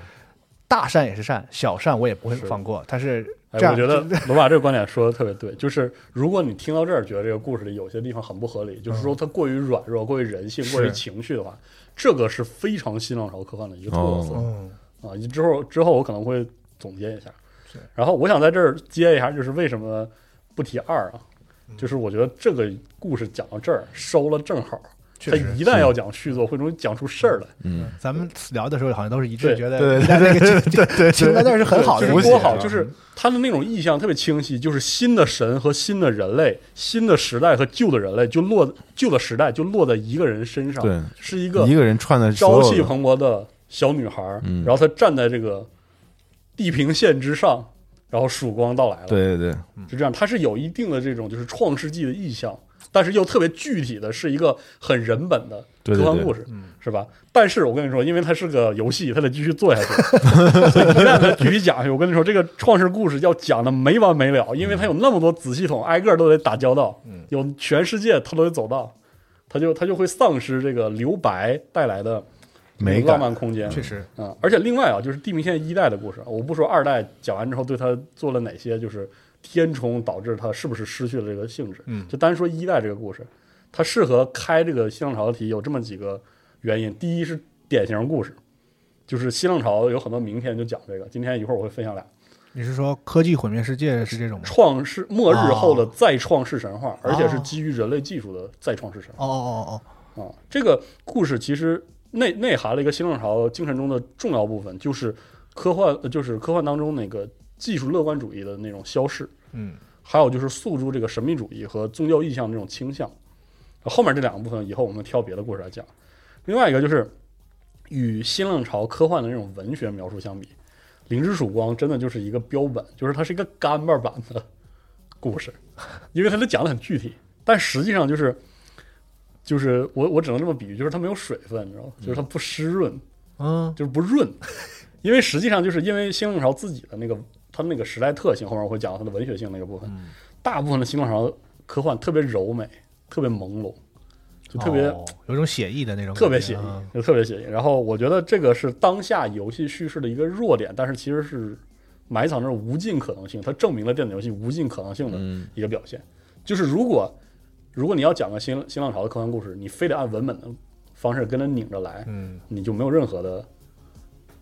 Speaker 4: 大善也是善，小善我也不会放过。但是
Speaker 2: 哎
Speaker 4: 这样，
Speaker 2: 我觉得
Speaker 4: 就
Speaker 2: 罗马这个观点说的特别对，就是如果你听到这儿觉得这个故事里有些地方很不合理，就是说它过于软弱、过于人性、过于
Speaker 4: 嗯是
Speaker 2: 情绪的话，这个是非常新浪潮科幻的一个特色、
Speaker 3: 哦
Speaker 4: 嗯，
Speaker 2: 啊。之后之后我可能会总结一下
Speaker 4: 是，
Speaker 2: 然后我想在这儿接一下，就是为什么不提二啊？
Speaker 4: 嗯
Speaker 2: 就是我觉得这个故事讲到这儿收了正好，
Speaker 4: 确
Speaker 2: 它
Speaker 4: 实
Speaker 2: 一旦要讲续作，会容易讲出事儿来。
Speaker 3: 嗯，
Speaker 4: 咱们聊的时候好像都是一致
Speaker 2: 对
Speaker 4: 觉得
Speaker 3: 对对
Speaker 4: 那个情情情感段是很好的，啊
Speaker 2: 就是多好，
Speaker 3: 嗯
Speaker 2: 就是他的那种意象特别清晰，就是新的神和新的人类，新的时代和旧的人类，就落旧的时代就落在一个人身上，
Speaker 3: 对，
Speaker 2: 是一个
Speaker 3: 一个人串的
Speaker 2: 朝
Speaker 3: 所
Speaker 2: 气
Speaker 3: 有的，
Speaker 2: 蓬勃的小女孩，
Speaker 3: 嗯
Speaker 2: 然后她站在这个地平线之上，然后曙光到来了，，
Speaker 3: 对对对，
Speaker 2: 就这样，它是有一定的这种就是创世纪的意象，但是又特别具体的是一个很人本的
Speaker 3: 对对
Speaker 2: 科幻
Speaker 3: 对
Speaker 2: 故事，是吧？但是我跟你说，因为它是个游戏，它得继续做下去， 所以一旦它继续讲下去，我跟你说，这个创世故事要讲的没完没了，因为它有那么多子系统，挨个都得打交道，有全世界它都得走到，它就它就会丧失这个留白带来的
Speaker 3: 美
Speaker 2: 浪
Speaker 3: 感，
Speaker 2: 漫空间，
Speaker 4: 确实，
Speaker 2: 啊，而且另外啊，就是《地平线》一代的故事，啊，我不说二代讲完之后对它做了哪些，就是填充导致它是不是失去了这个性质。
Speaker 4: 嗯
Speaker 2: 就单说一代这个故事，它适合开这个新浪潮的题有这么几个原因：第一是典型故事，就是新浪潮有很多名片就讲这个，今天一会儿我会分享俩
Speaker 4: 你是说科技毁灭世界是这种吗？
Speaker 2: 创世末日后的再创世神话，而且是
Speaker 4: 哦
Speaker 2: 基于人类技术的再创世神话。
Speaker 4: 哦哦哦
Speaker 2: 啊，这个故事其实内内涵了一个新浪潮精神中的重要部分，就是科幻，呃就是科幻当中那个技术乐观主义的那种消逝，
Speaker 4: 哦，嗯，
Speaker 2: 还有就是诉诸这个神秘主义和宗教意向的这种倾向。后面这两个部分以后我们挑别的故事来讲。另外一个就是与新浪潮科幻的那种文学描述相比，《灵之曙光》真的就是一个标本，就是它是一个干巴版的故事， 因为它都讲的很具体，但实际上就是就是我我只能这么比喻，就是它没有水分，你知道吗？就是它不湿润，
Speaker 4: 嗯，
Speaker 2: 就是不润， 因为实际上就是因为新浪潮自己的那个它那个时代特性，后面我会讲到它的文学性那个部分，
Speaker 4: 嗯
Speaker 2: 大部分的新浪潮科幻特别柔美，特别朦胧，就特别、
Speaker 4: 哦有种写意的那种感觉，
Speaker 2: 特别写意
Speaker 4: 嗯，
Speaker 2: 就特别写意。然后我觉得这个是当下游戏叙事的一个弱点，但是其实是埋藏着无尽可能性，它证明了电子游戏无尽可能性的
Speaker 4: 嗯
Speaker 2: 一个表现。就是如果如果你要讲个新新浪潮的科幻故事，你非得按文本的方式跟它拧着来，
Speaker 4: 嗯，
Speaker 2: 你就没有任何的，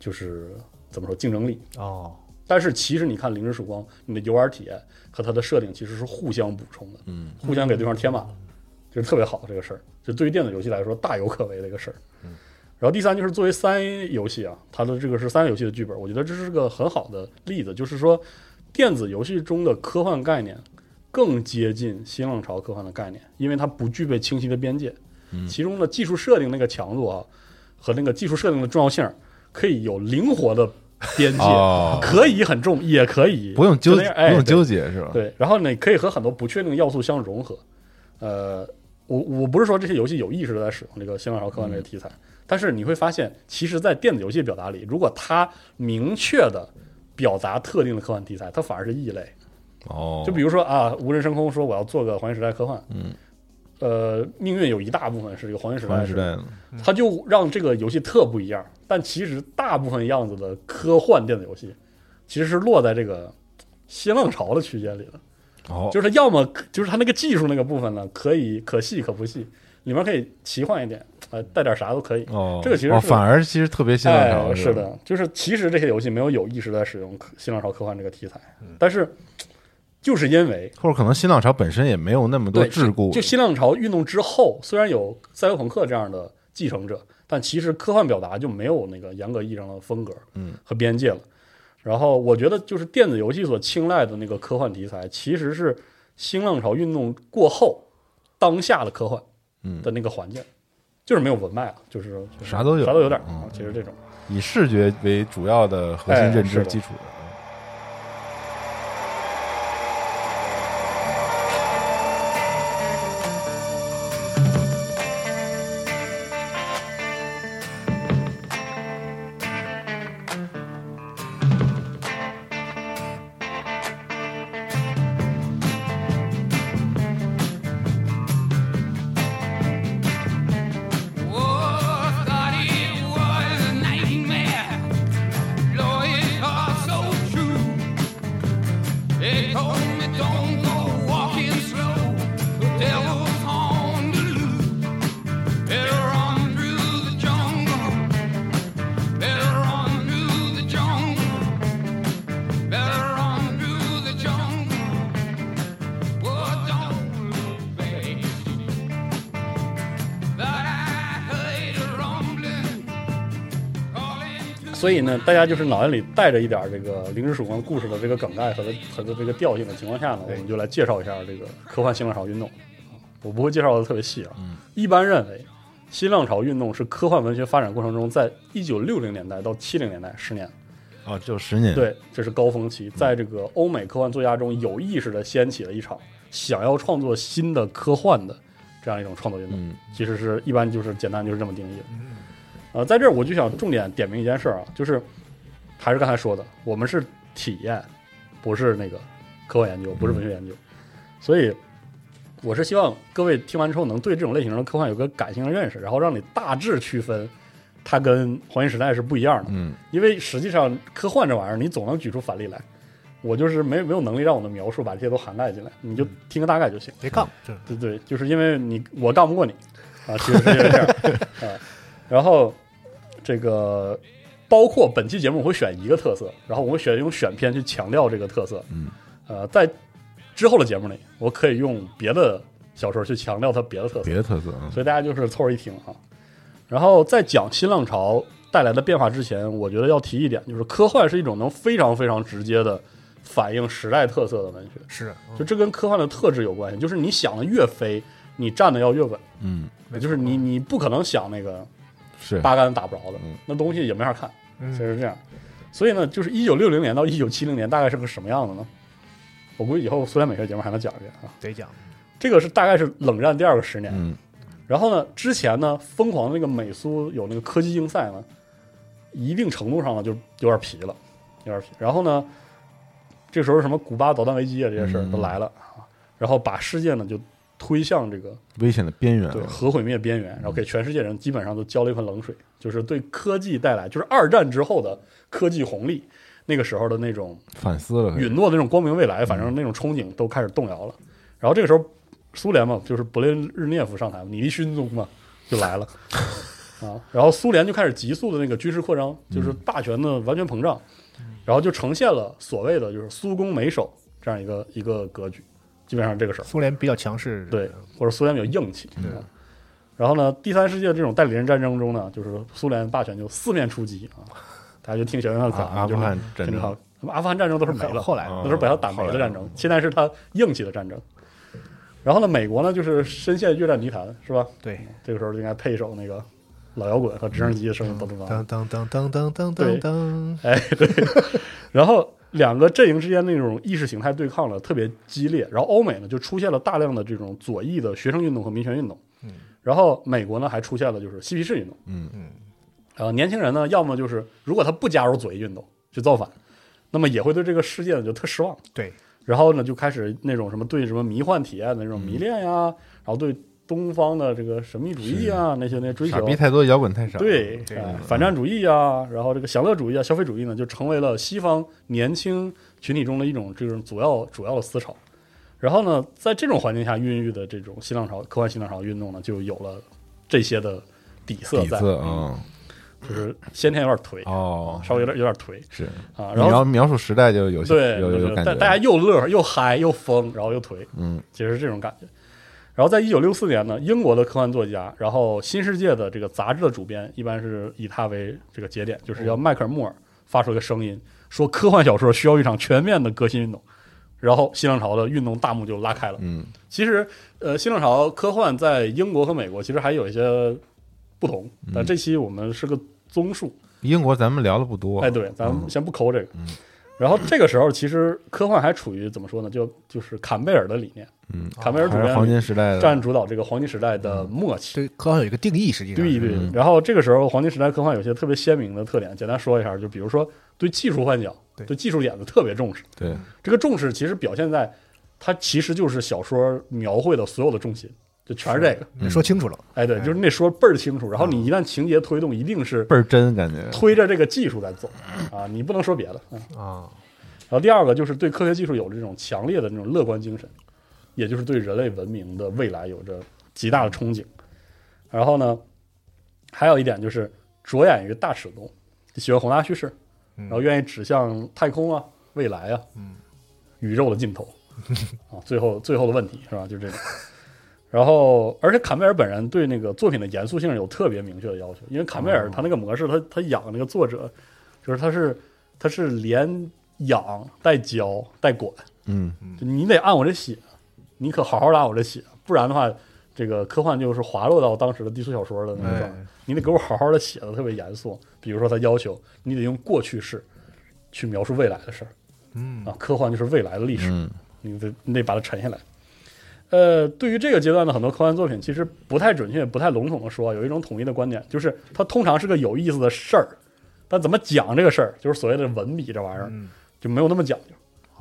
Speaker 2: 就是怎么说竞争力。
Speaker 4: 哦，
Speaker 2: 但是其实你看《零之曙光》，你的游玩体验和它的设定其实是互相补充的，嗯，互相给对方填满了，就是特别好这个事儿。就对于电子游戏来说，大有可为的一个事儿。然后第三就是作为三 A 游戏啊，它的这个是三 A 游戏的剧本，我觉得这是个很好的例子，就是说电子游戏中的科幻概念更接近新浪潮科幻的概念，因为它不具备清晰的边界，其中的技术设定那个强度啊和那个技术设定的重要性儿啊可以有灵活的边界，
Speaker 3: 哦
Speaker 2: 可以很重，也可以
Speaker 3: 不用纠
Speaker 2: 就那
Speaker 3: 结，
Speaker 2: 样哎、
Speaker 3: 不用纠结是啊吧？
Speaker 2: 对，然后你可以和很多不确定要素相融合。呃，我我不是说这些游戏有意识的在使用这个新浪潮科幻这个题材，但是你会发现，其实，在电子游戏表达里，如果它明确的表达特定的科幻题材，它反而是异类。
Speaker 3: 哦，
Speaker 2: 就比如说啊，无人升空说我要做个黄金时代科幻，嗯，呃，命运有一大部分是这个黄金时代
Speaker 3: 黄
Speaker 2: 的
Speaker 3: 金时代的，
Speaker 2: 它就让这个游戏特不一样。但其实大部分样子的科幻电子游戏，其实是落在这个新浪潮的区间里的，
Speaker 3: 哦，
Speaker 2: 就是它要么就是它那个技术那个部分呢，可以可细可不细，里面可以奇幻一点，呃，带点啥都可以。
Speaker 3: 哦，
Speaker 2: 这个其实
Speaker 3: 哦
Speaker 2: 是
Speaker 3: 反而其实特别新浪潮，
Speaker 2: 哎，是
Speaker 3: 吧，
Speaker 2: 的，就是其实这些游戏没有有意识地在使用科新浪潮科幻这个题材，
Speaker 3: 嗯
Speaker 2: 但是就是因为
Speaker 3: 或者可能新浪潮本身也没有那么多
Speaker 2: 对，
Speaker 3: 桎梏，
Speaker 2: 就新浪潮运动之后，虽然有赛博朋克这样的继承者，但其实科幻表达就没有那个严格意义上的风格，
Speaker 3: 嗯，
Speaker 2: 和边界了。然后我觉得，就是电子游戏所青睐的那个科幻题材，其实是新浪潮运动过后当下的科幻
Speaker 3: 嗯
Speaker 2: 的那个环境，就是没有文脉了，就是就是
Speaker 3: 啥都有
Speaker 2: 啥都有点儿
Speaker 3: 嗯
Speaker 2: 啊。其实这种，
Speaker 3: 以视觉为主要的核心
Speaker 2: 哎
Speaker 3: 认
Speaker 2: 是
Speaker 3: 知
Speaker 2: 的
Speaker 3: 基础的。
Speaker 5: Oh, thought it was a nightmare. Lord, it's all so true. They told me don't go walking slow. The devil's on the loose. Better run through the jungle. Better run through the jungle. Better run through the jungle. Oh, don't look back. But I heard a rumbling, calling to
Speaker 2: 所以呢，大家就是脑袋里带着一点儿这个《灵之曙光》故事的这个梗概和它和它这个调性的情况下呢，我们就来介绍一下这个科幻新浪潮运动。我不会介绍的特别细啊。一般认为，新浪潮运动是科幻文学发展过程中，在一九六零年代到七零年代十年，
Speaker 3: 哦，就十年，，
Speaker 2: 对，这是高峰期，在这个欧美科幻作家中有意识的掀起了一场想要创作新的科幻的这样一种创作运动，
Speaker 3: 嗯
Speaker 2: 其实是一般就是简单就是这么定义的。呃，在这儿我就想重点点明一件事儿啊，就是还是刚才说的，我们是体验，不是那个科幻研究，不是文学研究，所以我是希望各位听完之后能对这种类型的科幻有个感性的认识，然后让你大致区分它跟黄金时代是不一样的。
Speaker 3: 嗯，
Speaker 2: 因为实际上科幻这玩意儿，你总能举出反例来。我就是没没有能力让我的描述把这些都涵盖进来，你就听个大概就行。
Speaker 4: 别杠，这
Speaker 2: 对对，就是因为你我干不过你啊，其实是这样啊。然后这个包括本期节目我会选一个特色，然后我会选用选片去强调这个特色。
Speaker 3: 嗯，
Speaker 2: 呃，在之后的节目里，我可以用别的小说去强调它别的特色
Speaker 3: 别。的特色啊，
Speaker 2: 所以大家就是凑合一听啊。然后在讲新浪潮带来的变化之前，我觉得要提一点，就是科幻是一种能非常非常直接的反映时代特色的文学，
Speaker 4: 是嗯
Speaker 2: 就这跟科幻的特质有关系，就是你想的越飞，你站的要越稳，
Speaker 3: 嗯，
Speaker 2: 也就是你你不可能想那个
Speaker 3: 是
Speaker 2: 八竿子打不着的
Speaker 3: 嗯，
Speaker 2: 那东西也没法看，
Speaker 4: 嗯
Speaker 2: 所以是这样。所以呢，就是一九六零年到一九七零年大概是个什么样子呢？我估计以后苏联美学节目还能讲一遍啊。
Speaker 4: 得讲，
Speaker 2: 这个是大概是冷战第二个十年，
Speaker 3: 嗯
Speaker 2: 然后呢，之前呢，疯狂的那个美苏有那个科技竞赛呢，一定程度上呢就有点皮了，有点皮。然后呢，这时候什么古巴导弹危机啊这些事儿都来了啊，然后把世界呢就推向这个
Speaker 3: 危险的边缘
Speaker 2: 对
Speaker 3: 了，
Speaker 2: 核毁灭边缘，然后给全世界人基本上都浇了一盆冷水，就是对科技带来就是二战之后的科技红利，那个时候的那种
Speaker 3: 反思了，
Speaker 2: 允诺的那种光明未来，反正那种憧憬都开始动摇了。然后这个时候，苏联嘛，就是勃列日涅夫上台嘛，尼利勋宗嘛就来了啊。然后苏联就开始急速的那个军事扩张，就是霸权的完全膨胀，然后就呈现了所谓的就是苏攻美守这样一个一个格局，基本上这个事儿。
Speaker 4: 苏联比较强势，
Speaker 2: 对，或者苏联比较硬气。啊然后呢，第三世界这种代理人战争中呢，就是苏联霸权就四面出击啊，大家就听学生
Speaker 3: 啊
Speaker 2: 讲的
Speaker 3: 阿
Speaker 2: 就
Speaker 3: 富
Speaker 2: 是
Speaker 3: 汗战
Speaker 2: 挺好
Speaker 3: 争，。
Speaker 2: 什么阿富汗战争都是没了，
Speaker 4: 后来的
Speaker 2: 那时候把他打没的战争，现在是他硬气的战争。然后呢，美国呢就是深陷越战泥潭，是吧？
Speaker 4: 对，
Speaker 2: 这个时候就应该配一首那个老摇滚和直升机的声音，咚咚
Speaker 4: 噔
Speaker 2: 咚。
Speaker 4: 噔噔噔噔噔
Speaker 2: 对
Speaker 4: 噔噔，
Speaker 2: 哎，对。然后两个阵营之间那种意识形态对抗呢特别激烈，然后欧美呢就出现了大量的这种左翼的学生运动和民权运动，然后美国呢还出现了就是嬉皮士运动，
Speaker 3: 嗯
Speaker 4: 嗯，
Speaker 2: 呃，年轻人呢要么就是如果他不加入左翼运动去造反，那么也会对这个世界呢就特失望。
Speaker 4: 对，
Speaker 2: 然后呢，就开始那种什么对什么迷幻体验的那种迷恋呀，然后对东方的这个神秘主义啊那些那些追
Speaker 3: 傻
Speaker 2: 求
Speaker 3: 逼，太多，摇滚太少，
Speaker 2: 对，
Speaker 4: 这
Speaker 2: 哎
Speaker 4: 个
Speaker 2: 反战主义啊，然后这个享乐主义啊、消费主义呢，就成为了西方年轻群体中的一种这种主要主要的思潮。然后呢，在这种环境下孕育的这种新浪潮、科幻新浪潮运动呢，就有了这些的底色
Speaker 3: 底
Speaker 2: 在，嗯
Speaker 3: 色啊，
Speaker 2: 就是先天有点颓，
Speaker 3: 哦，
Speaker 2: 稍微有点有点颓
Speaker 3: 是，
Speaker 2: 啊。
Speaker 3: 你
Speaker 2: 然后
Speaker 3: 要描述时代就有
Speaker 2: 对，
Speaker 3: 有
Speaker 2: 就
Speaker 3: 有有
Speaker 2: 是
Speaker 3: 感
Speaker 2: 大
Speaker 3: 觉，
Speaker 2: 大家又乐呵又嗨又疯，然后又颓，
Speaker 3: 嗯，
Speaker 2: 其实是这种感觉。然后在一九六四年呢，英国的科幻作家，然后《新世界》的这个杂志的主编，一般是以他为这个节点，就是要迈克尔·穆尔发出一个声音，说科幻小说需要一场全面的革新运动。然后新浪潮的运动大幕就拉开了。
Speaker 3: 嗯
Speaker 2: 其实，呃，新浪潮科幻在英国和美国其实还有一些不同，
Speaker 3: 嗯
Speaker 2: 但这期我们是个综述，
Speaker 3: 英国咱们聊的不多，
Speaker 2: 哎，对，咱们
Speaker 3: 嗯
Speaker 2: 先不抠这个。然后这个时候，其实科幻还处于怎么说呢？就就是坎贝尔的理念，
Speaker 3: 嗯，
Speaker 2: 坎贝尔主
Speaker 3: 还是黄
Speaker 2: 编
Speaker 3: 金时代的，
Speaker 2: 占主导这个黄金时代的末期。
Speaker 4: 对科幻有一个定义，实际上
Speaker 2: 对
Speaker 4: 是
Speaker 2: 对
Speaker 3: 嗯，
Speaker 2: 然后这个时候黄金时代科幻有些特别鲜明的特点，简单说一下，就比如说对技术幻想、
Speaker 4: 对
Speaker 2: 对技术点子特别重视。
Speaker 3: 对，
Speaker 2: 这个重视其实表现在它其实就是小说描绘的所有的重心，就全是这个。
Speaker 4: 你说清楚了，
Speaker 2: 哎，嗯对，就是那说倍儿清楚，然后你一旦情节推动，一定是
Speaker 3: 倍儿真感觉，
Speaker 2: 推着这个技术在走啊，你不能说别的啊。
Speaker 4: 啊，
Speaker 2: 然后第二个就是对科学技术有着这种强烈的这种乐观精神，也就是对人类文明的未来有着极大的憧憬。然后呢，还有一点就是着眼于大尺度，喜欢宏大叙事，然后愿意指向太空啊、未来啊、宇宙的尽头啊。最后最后的问题是吧？就这种。然后，而且坎贝尔本人对那个作品的严肃性有特别明确的要求，因为坎贝尔他那个模式，他他养那个作者，就是他是他是连养带教带管，
Speaker 3: 嗯，
Speaker 2: 就你得按我这写，你可好好按我这写，不然的话，这个科幻就是滑落到当时的低俗小说的那个状态。你得给我好好的写的特别严肃，比如说他要求你得用过去式去描述未来的事儿，嗯啊，科幻就是未来的历史，
Speaker 3: 嗯
Speaker 2: 你得你得把它沉下来。呃，对于这个阶段的很多科幻作品，其实不太准确、不太笼统的说，有一种统一的观点，就是它通常是个有意思的事儿，但怎么讲这个事儿，就是所谓的文笔这玩意儿，就没有那么讲究。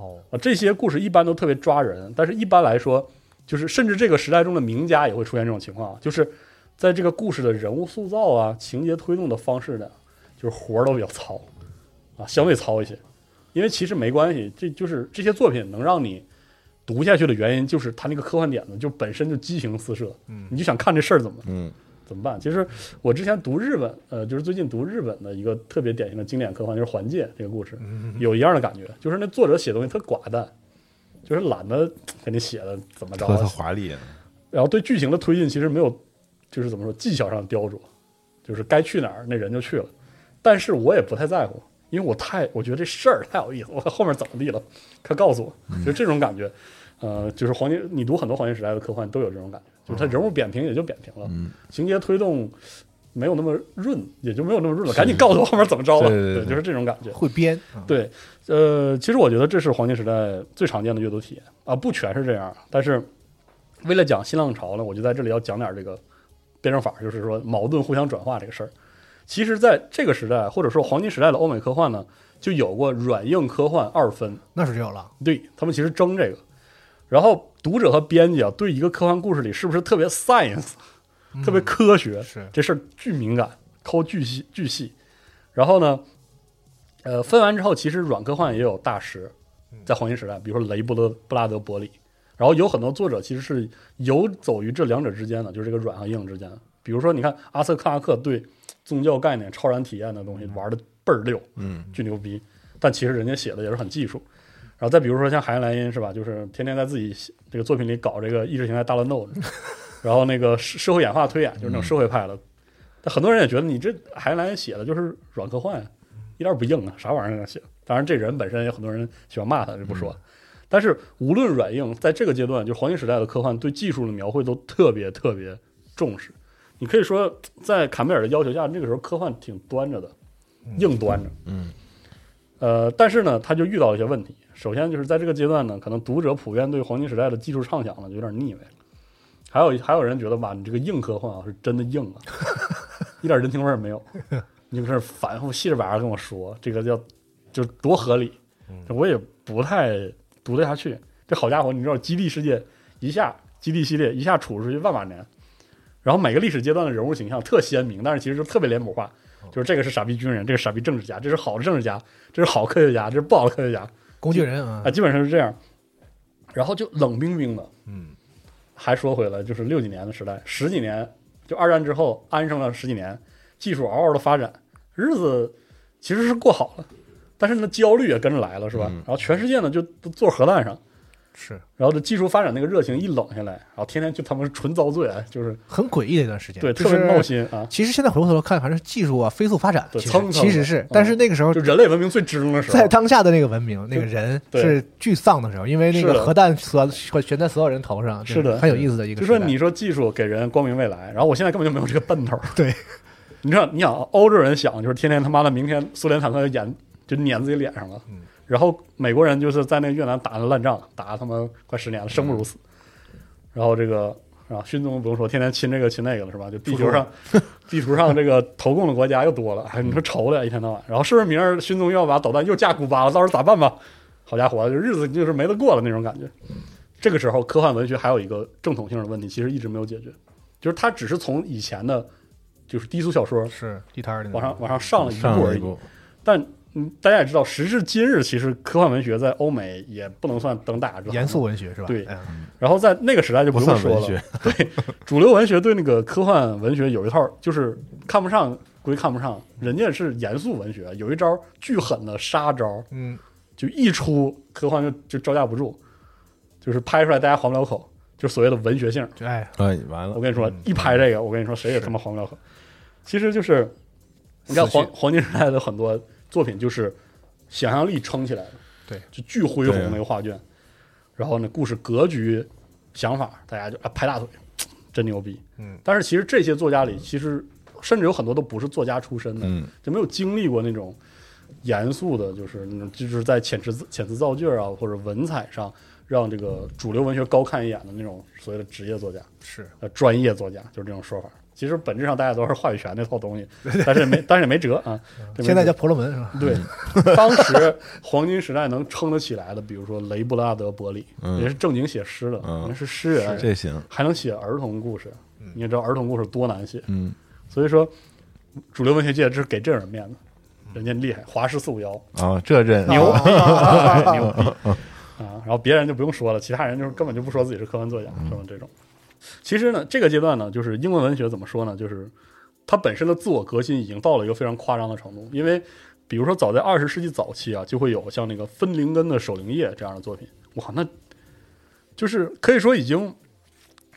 Speaker 4: 哦，
Speaker 2: 啊，这些故事一般都特别抓人，但是一般来说，就是甚至这个时代中的名家也会出现这种情况啊，就是在这个故事的人物塑造啊、情节推动的方式呢，就是活儿都比较糙啊，相对糙一些。因为其实没关系，这就是这些作品能让你读下去的原因，就是它那个科幻点子就本身就激情四射，嗯，你就想看这事儿怎么
Speaker 3: 嗯
Speaker 2: 怎么办？其实我之前读日本，呃，就是最近读日本的一个特别典型的经典科幻，就是《环界》这个故事，
Speaker 3: 嗯
Speaker 2: 有一样的感觉，就是那作者写东西特寡淡，就是懒得给你写的怎么着啊
Speaker 3: 特，特华丽，
Speaker 2: 然后对剧情的推进其实没有，就是怎么说技巧上的雕琢，就是该去哪儿那人就去了，但是我也不太在乎，因为我太我觉得这事儿太有意思，我后面怎么地了，他告诉我，就这种感觉，呃，就是黄金，你读很多黄金时代的科幻都有这种感觉，就是他人物扁平也就扁平了，
Speaker 3: 嗯
Speaker 2: 情节推动没有那么润，也就没有那么润了，赶紧告诉我后面怎么着吧，
Speaker 3: 对对对对
Speaker 2: 就是这种感觉。
Speaker 4: 会编，啊
Speaker 2: 对，呃，其实我觉得这是黄金时代最常见的阅读体验啊，不全是这样，但是为了讲新浪潮呢，我就在这里要讲点这个辩证法，就是说矛盾互相转化这个事儿。其实，在这个时代或者说黄金时代的欧美科幻呢，就有过软硬科幻二分，
Speaker 4: 那是有了，
Speaker 2: 对他们其实争这个。然后读者和编辑啊，对一个科幻故事里是不是特别 science、特别科学，
Speaker 4: 是
Speaker 2: 这事儿巨敏感，抠巨细巨细。然后呢，呃，分完之后，其实软科幻也有大师，在黄金时代，比如说雷布勒布拉德伯里，然后有很多作者其实是游走于这两者之间的，就是这个软和硬之间的。比如说，你看阿瑟克拉克对宗教概念、超然体验的东西玩的倍儿溜，
Speaker 3: 嗯，
Speaker 2: 巨牛逼，但其实人家写的也是很技术。然后再比如说像海因莱因是吧，就是天天在自己写这个作品里搞这个意识形态大乱斗，然后那个社社会演化推演就是那种社会派的，但很多人也觉得你这海因莱因写的就是软科幻，一点儿不硬啊，啥玩意儿啊写的。当然，这人本身也很多人喜欢骂他，就不说了。但是无论软硬，在这个阶段，就黄金时代的科幻对技术的描绘都特别特别重视。你可以说，在坎贝尔的要求下，那个时候科幻挺端着的，硬端着。
Speaker 3: 嗯。
Speaker 2: 呃，但是呢，他就遇到一些问题。首先就是在这个阶段呢，可能读者普遍对黄金时代的技术畅想呢就有点腻味了。还有还有人觉得吧，你这个硬科幻啊是真的硬啊，一点人情味儿没有。你们这反复细着白跟我说这个叫就多合理，我也不太读得下去。这好家伙，你知道《基地世界》一下《基地》系列一下杵出去万把年，然后每个历史阶段的人物形象特鲜明，但是其实就特别脸谱化，就是这个是傻逼军人，这个是傻逼政治家，这是好的政治家，这是好科学家，这是不好的科学家，
Speaker 4: 工具人啊
Speaker 2: 啊，，基本上是这样，然后就冷冰冰的。
Speaker 4: 嗯，
Speaker 2: 还说回来，就是六几年的时代，十几年就二战之后安上了十几年，技术嗷嗷的发展，日子其实是过好了，但是呢焦虑也跟着来了，是
Speaker 4: 嗯
Speaker 2: 吧？然后全世界呢就都坐核弹上，
Speaker 4: 是
Speaker 2: 然后这技术发展那个热情一冷下来，然后天天就他们纯遭罪，就是
Speaker 4: 很诡异的一段时间，
Speaker 2: 对
Speaker 4: 就
Speaker 2: 特
Speaker 4: 是
Speaker 2: 别闹。心啊。
Speaker 4: 其实现在回过头看，反正技术啊飞速发展，
Speaker 2: 对
Speaker 4: 其
Speaker 2: 蹭蹭
Speaker 4: 实
Speaker 2: 的
Speaker 4: 其实是
Speaker 2: 嗯，
Speaker 4: 但是那个时候
Speaker 2: 就人类文明最支棱的时候，
Speaker 4: 在当下的那个文明，那个人
Speaker 2: 对
Speaker 4: 是巨丧的时候，因为那
Speaker 2: 是的
Speaker 4: 个核弹所悬在所有人头上，对
Speaker 2: 是的
Speaker 4: 很有意思的一个
Speaker 2: 就
Speaker 4: 时代。
Speaker 2: 说你说技术给人光明未来，然后我现在根本就没有这个奔 头。
Speaker 4: 对，
Speaker 2: 你知道，你想欧洲人想就是天天他妈的，明天苏联坦克演就撵自己脸上了，
Speaker 4: 嗯
Speaker 2: 然后美国人就是在那越南打的烂仗，打他妈快十年了，生不如死。
Speaker 4: 嗯
Speaker 2: 然后这个啊，勋宗不用说，天天亲这个亲那个了是吧？就地球上地图上这个投共的国家又多了，哎，你说愁的一天到晚。然后是不是明儿勋宗又要把导弹又架古巴了？到时候咋办吧？好家伙，就日子就是没得过了那种感觉。这个时候，科幻文学还有一个正统性的问题，其实一直没有解决，就是它只是从以前的，就是低俗小说
Speaker 4: 是地摊儿
Speaker 2: 往上往上上了一
Speaker 3: 嗯上
Speaker 2: 步
Speaker 3: 了
Speaker 2: 而
Speaker 3: 一
Speaker 2: 已。
Speaker 3: 步，
Speaker 2: 但嗯，大家也知道，时至今日，其实科幻文学在欧美也不能算登大雅之堂
Speaker 4: 严肃。文学是吧？
Speaker 2: 对
Speaker 4: 嗯
Speaker 2: 然后在那个时代就
Speaker 3: 不
Speaker 2: 不
Speaker 3: 算
Speaker 2: 用说
Speaker 3: 文
Speaker 2: 了，
Speaker 3: 学，
Speaker 2: 对，主流文学对那个科幻文学有一套，就是看不上归看不上，人家是严肃文学，有一招巨狠的杀招，
Speaker 4: 嗯，
Speaker 2: 就一出科幻就就招架不住，就是拍出来大家还不了口，就所谓的文学性。
Speaker 4: 就哎，
Speaker 3: 哎，完了
Speaker 2: 我，跟你
Speaker 4: 嗯
Speaker 2: 说，一拍这个，我跟你说，谁也他妈还不了口。其实就是，你看
Speaker 4: 死去
Speaker 2: 黄黄金时代的很多作品，就是想象力撑起来的，
Speaker 4: 对，
Speaker 2: 就巨恢宏
Speaker 3: 对啊
Speaker 2: 那个画卷。然后呢，故事格局、想法，大家就啊拍大腿，真牛逼。
Speaker 4: 嗯，
Speaker 2: 但是其实这些作家里，其实甚至有很多都不是作家出身的，
Speaker 3: 嗯
Speaker 2: 就没有经历过那种严肃的，就是那种就是在遣词遣词造句啊，或者文采上让这个主流文学高看一眼的那种所谓的职业作家，
Speaker 4: 是
Speaker 2: 呃，专业作家就是这种说法。其实本质上大家都是话语权那套东西，但是没但是也没辙啊。
Speaker 3: 嗯
Speaker 2: 这没
Speaker 4: 现在
Speaker 2: 辙
Speaker 4: 叫婆罗门是吧？
Speaker 2: 对，当时黄金时代能撑得起来的，比如说雷布拉德·伯里，
Speaker 3: 嗯
Speaker 2: 也是正经写诗的，
Speaker 3: 嗯
Speaker 2: 人是诗人，
Speaker 3: 这嗯行，
Speaker 2: 还能写儿童故事。你也知道儿童故事多难写，
Speaker 3: 嗯
Speaker 2: 所以说主流文学界这是给这种人面子，人家厉害，华氏四五幺
Speaker 3: 啊，这阵
Speaker 2: 牛，哎牛逼啊！然后别人就不用说了，其他人就是根本就不说自己是科幻作家，什么这种。其实呢，这个阶段呢，就是英文文学怎么说呢？就是它本身的自我革新已经到了一个非常夸张的程度，因为比如说早在二十世纪早期啊，就会有像那个芬林根的《守灵夜》这样的作品，哇，那就是可以说已经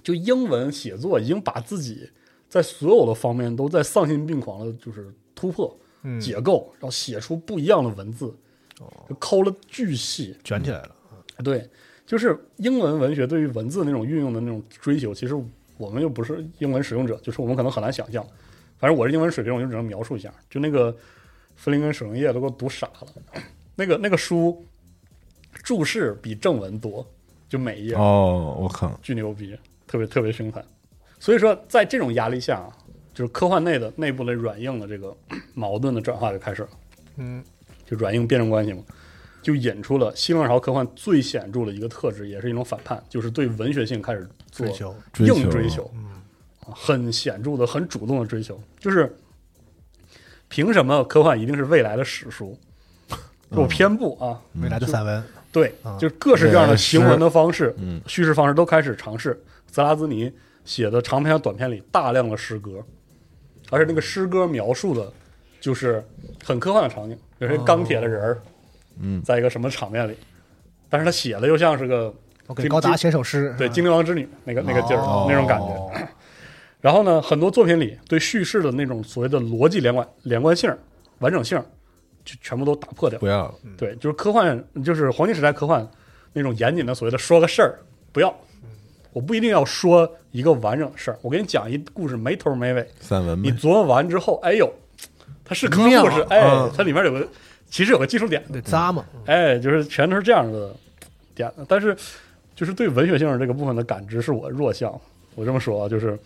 Speaker 2: 就英文写作已经把自己在所有的方面都在丧心病狂的，就是突破。
Speaker 4: 嗯
Speaker 2: 解构，然后写出不一样的文字，就抠了巨细。
Speaker 4: 卷起来了。
Speaker 2: 对，就是英文文学对于文字那种运用的那种追求，其实我们又不是英文使用者，就是我们可能很难想象。反正我是英文水平，我就只能描述一下。就那个弗林根《守灵夜》都给我读傻了， 那个那个书注释比正文多，就每一页
Speaker 3: 哦，我靠，
Speaker 2: 巨牛逼，特别特别凶残。所以说，在这种压力下啊，就是科幻内的内部的软硬的这个 矛盾的转化就开始了。
Speaker 4: 嗯，
Speaker 2: 就软硬辩证关系嘛，就引出了新浪潮科幻最显著的一个特质，也是一种反叛，就是对文学性开始做
Speaker 4: 追求嗯
Speaker 3: 追求
Speaker 2: 硬追求，啊很显著的、很主动的追求，就是凭什么科幻一定是未来的史 书？有偏不啊，
Speaker 4: 未来的散文，
Speaker 2: 对
Speaker 4: 啊，
Speaker 2: 就是各式各样的行文的方式、
Speaker 3: 嗯
Speaker 2: 叙事方式都开始尝试。泽拉兹尼写的长篇和短篇里大量的诗歌，而且那个诗歌描述的，就是很科幻的场景，比如说钢铁的人儿，
Speaker 3: 嗯
Speaker 2: 在一个什么场面里，但是他写的又像是个
Speaker 4: 我哦给
Speaker 2: 精
Speaker 4: 高达
Speaker 2: 精
Speaker 4: 写首诗。嗯
Speaker 2: 对《精灵王之女》那个那个劲儿、
Speaker 4: 哦
Speaker 2: 那种感觉。然后呢，很多作品里对叙事的那种所谓的逻辑连贯连贯性儿、完整性儿，就全部都打破掉。
Speaker 3: 不要了，
Speaker 2: 对，就是科幻，就是黄金时代科幻那种严谨的所谓的说个事儿，不要，
Speaker 3: 嗯
Speaker 2: 我不一定要说一个完整的事儿，我给你讲一故事没头没尾，
Speaker 3: 散文呗
Speaker 2: 你琢磨完之后，哎呦，它是个
Speaker 3: 妙
Speaker 2: 故事，哎，
Speaker 3: 嗯
Speaker 2: 它里面有个其实有个技术点，
Speaker 4: 对，咂嘛，嗯
Speaker 2: 哎，就是全都是这样的点，但是就是对文学性的这个部分的感知是我弱项，我这么说啊，就是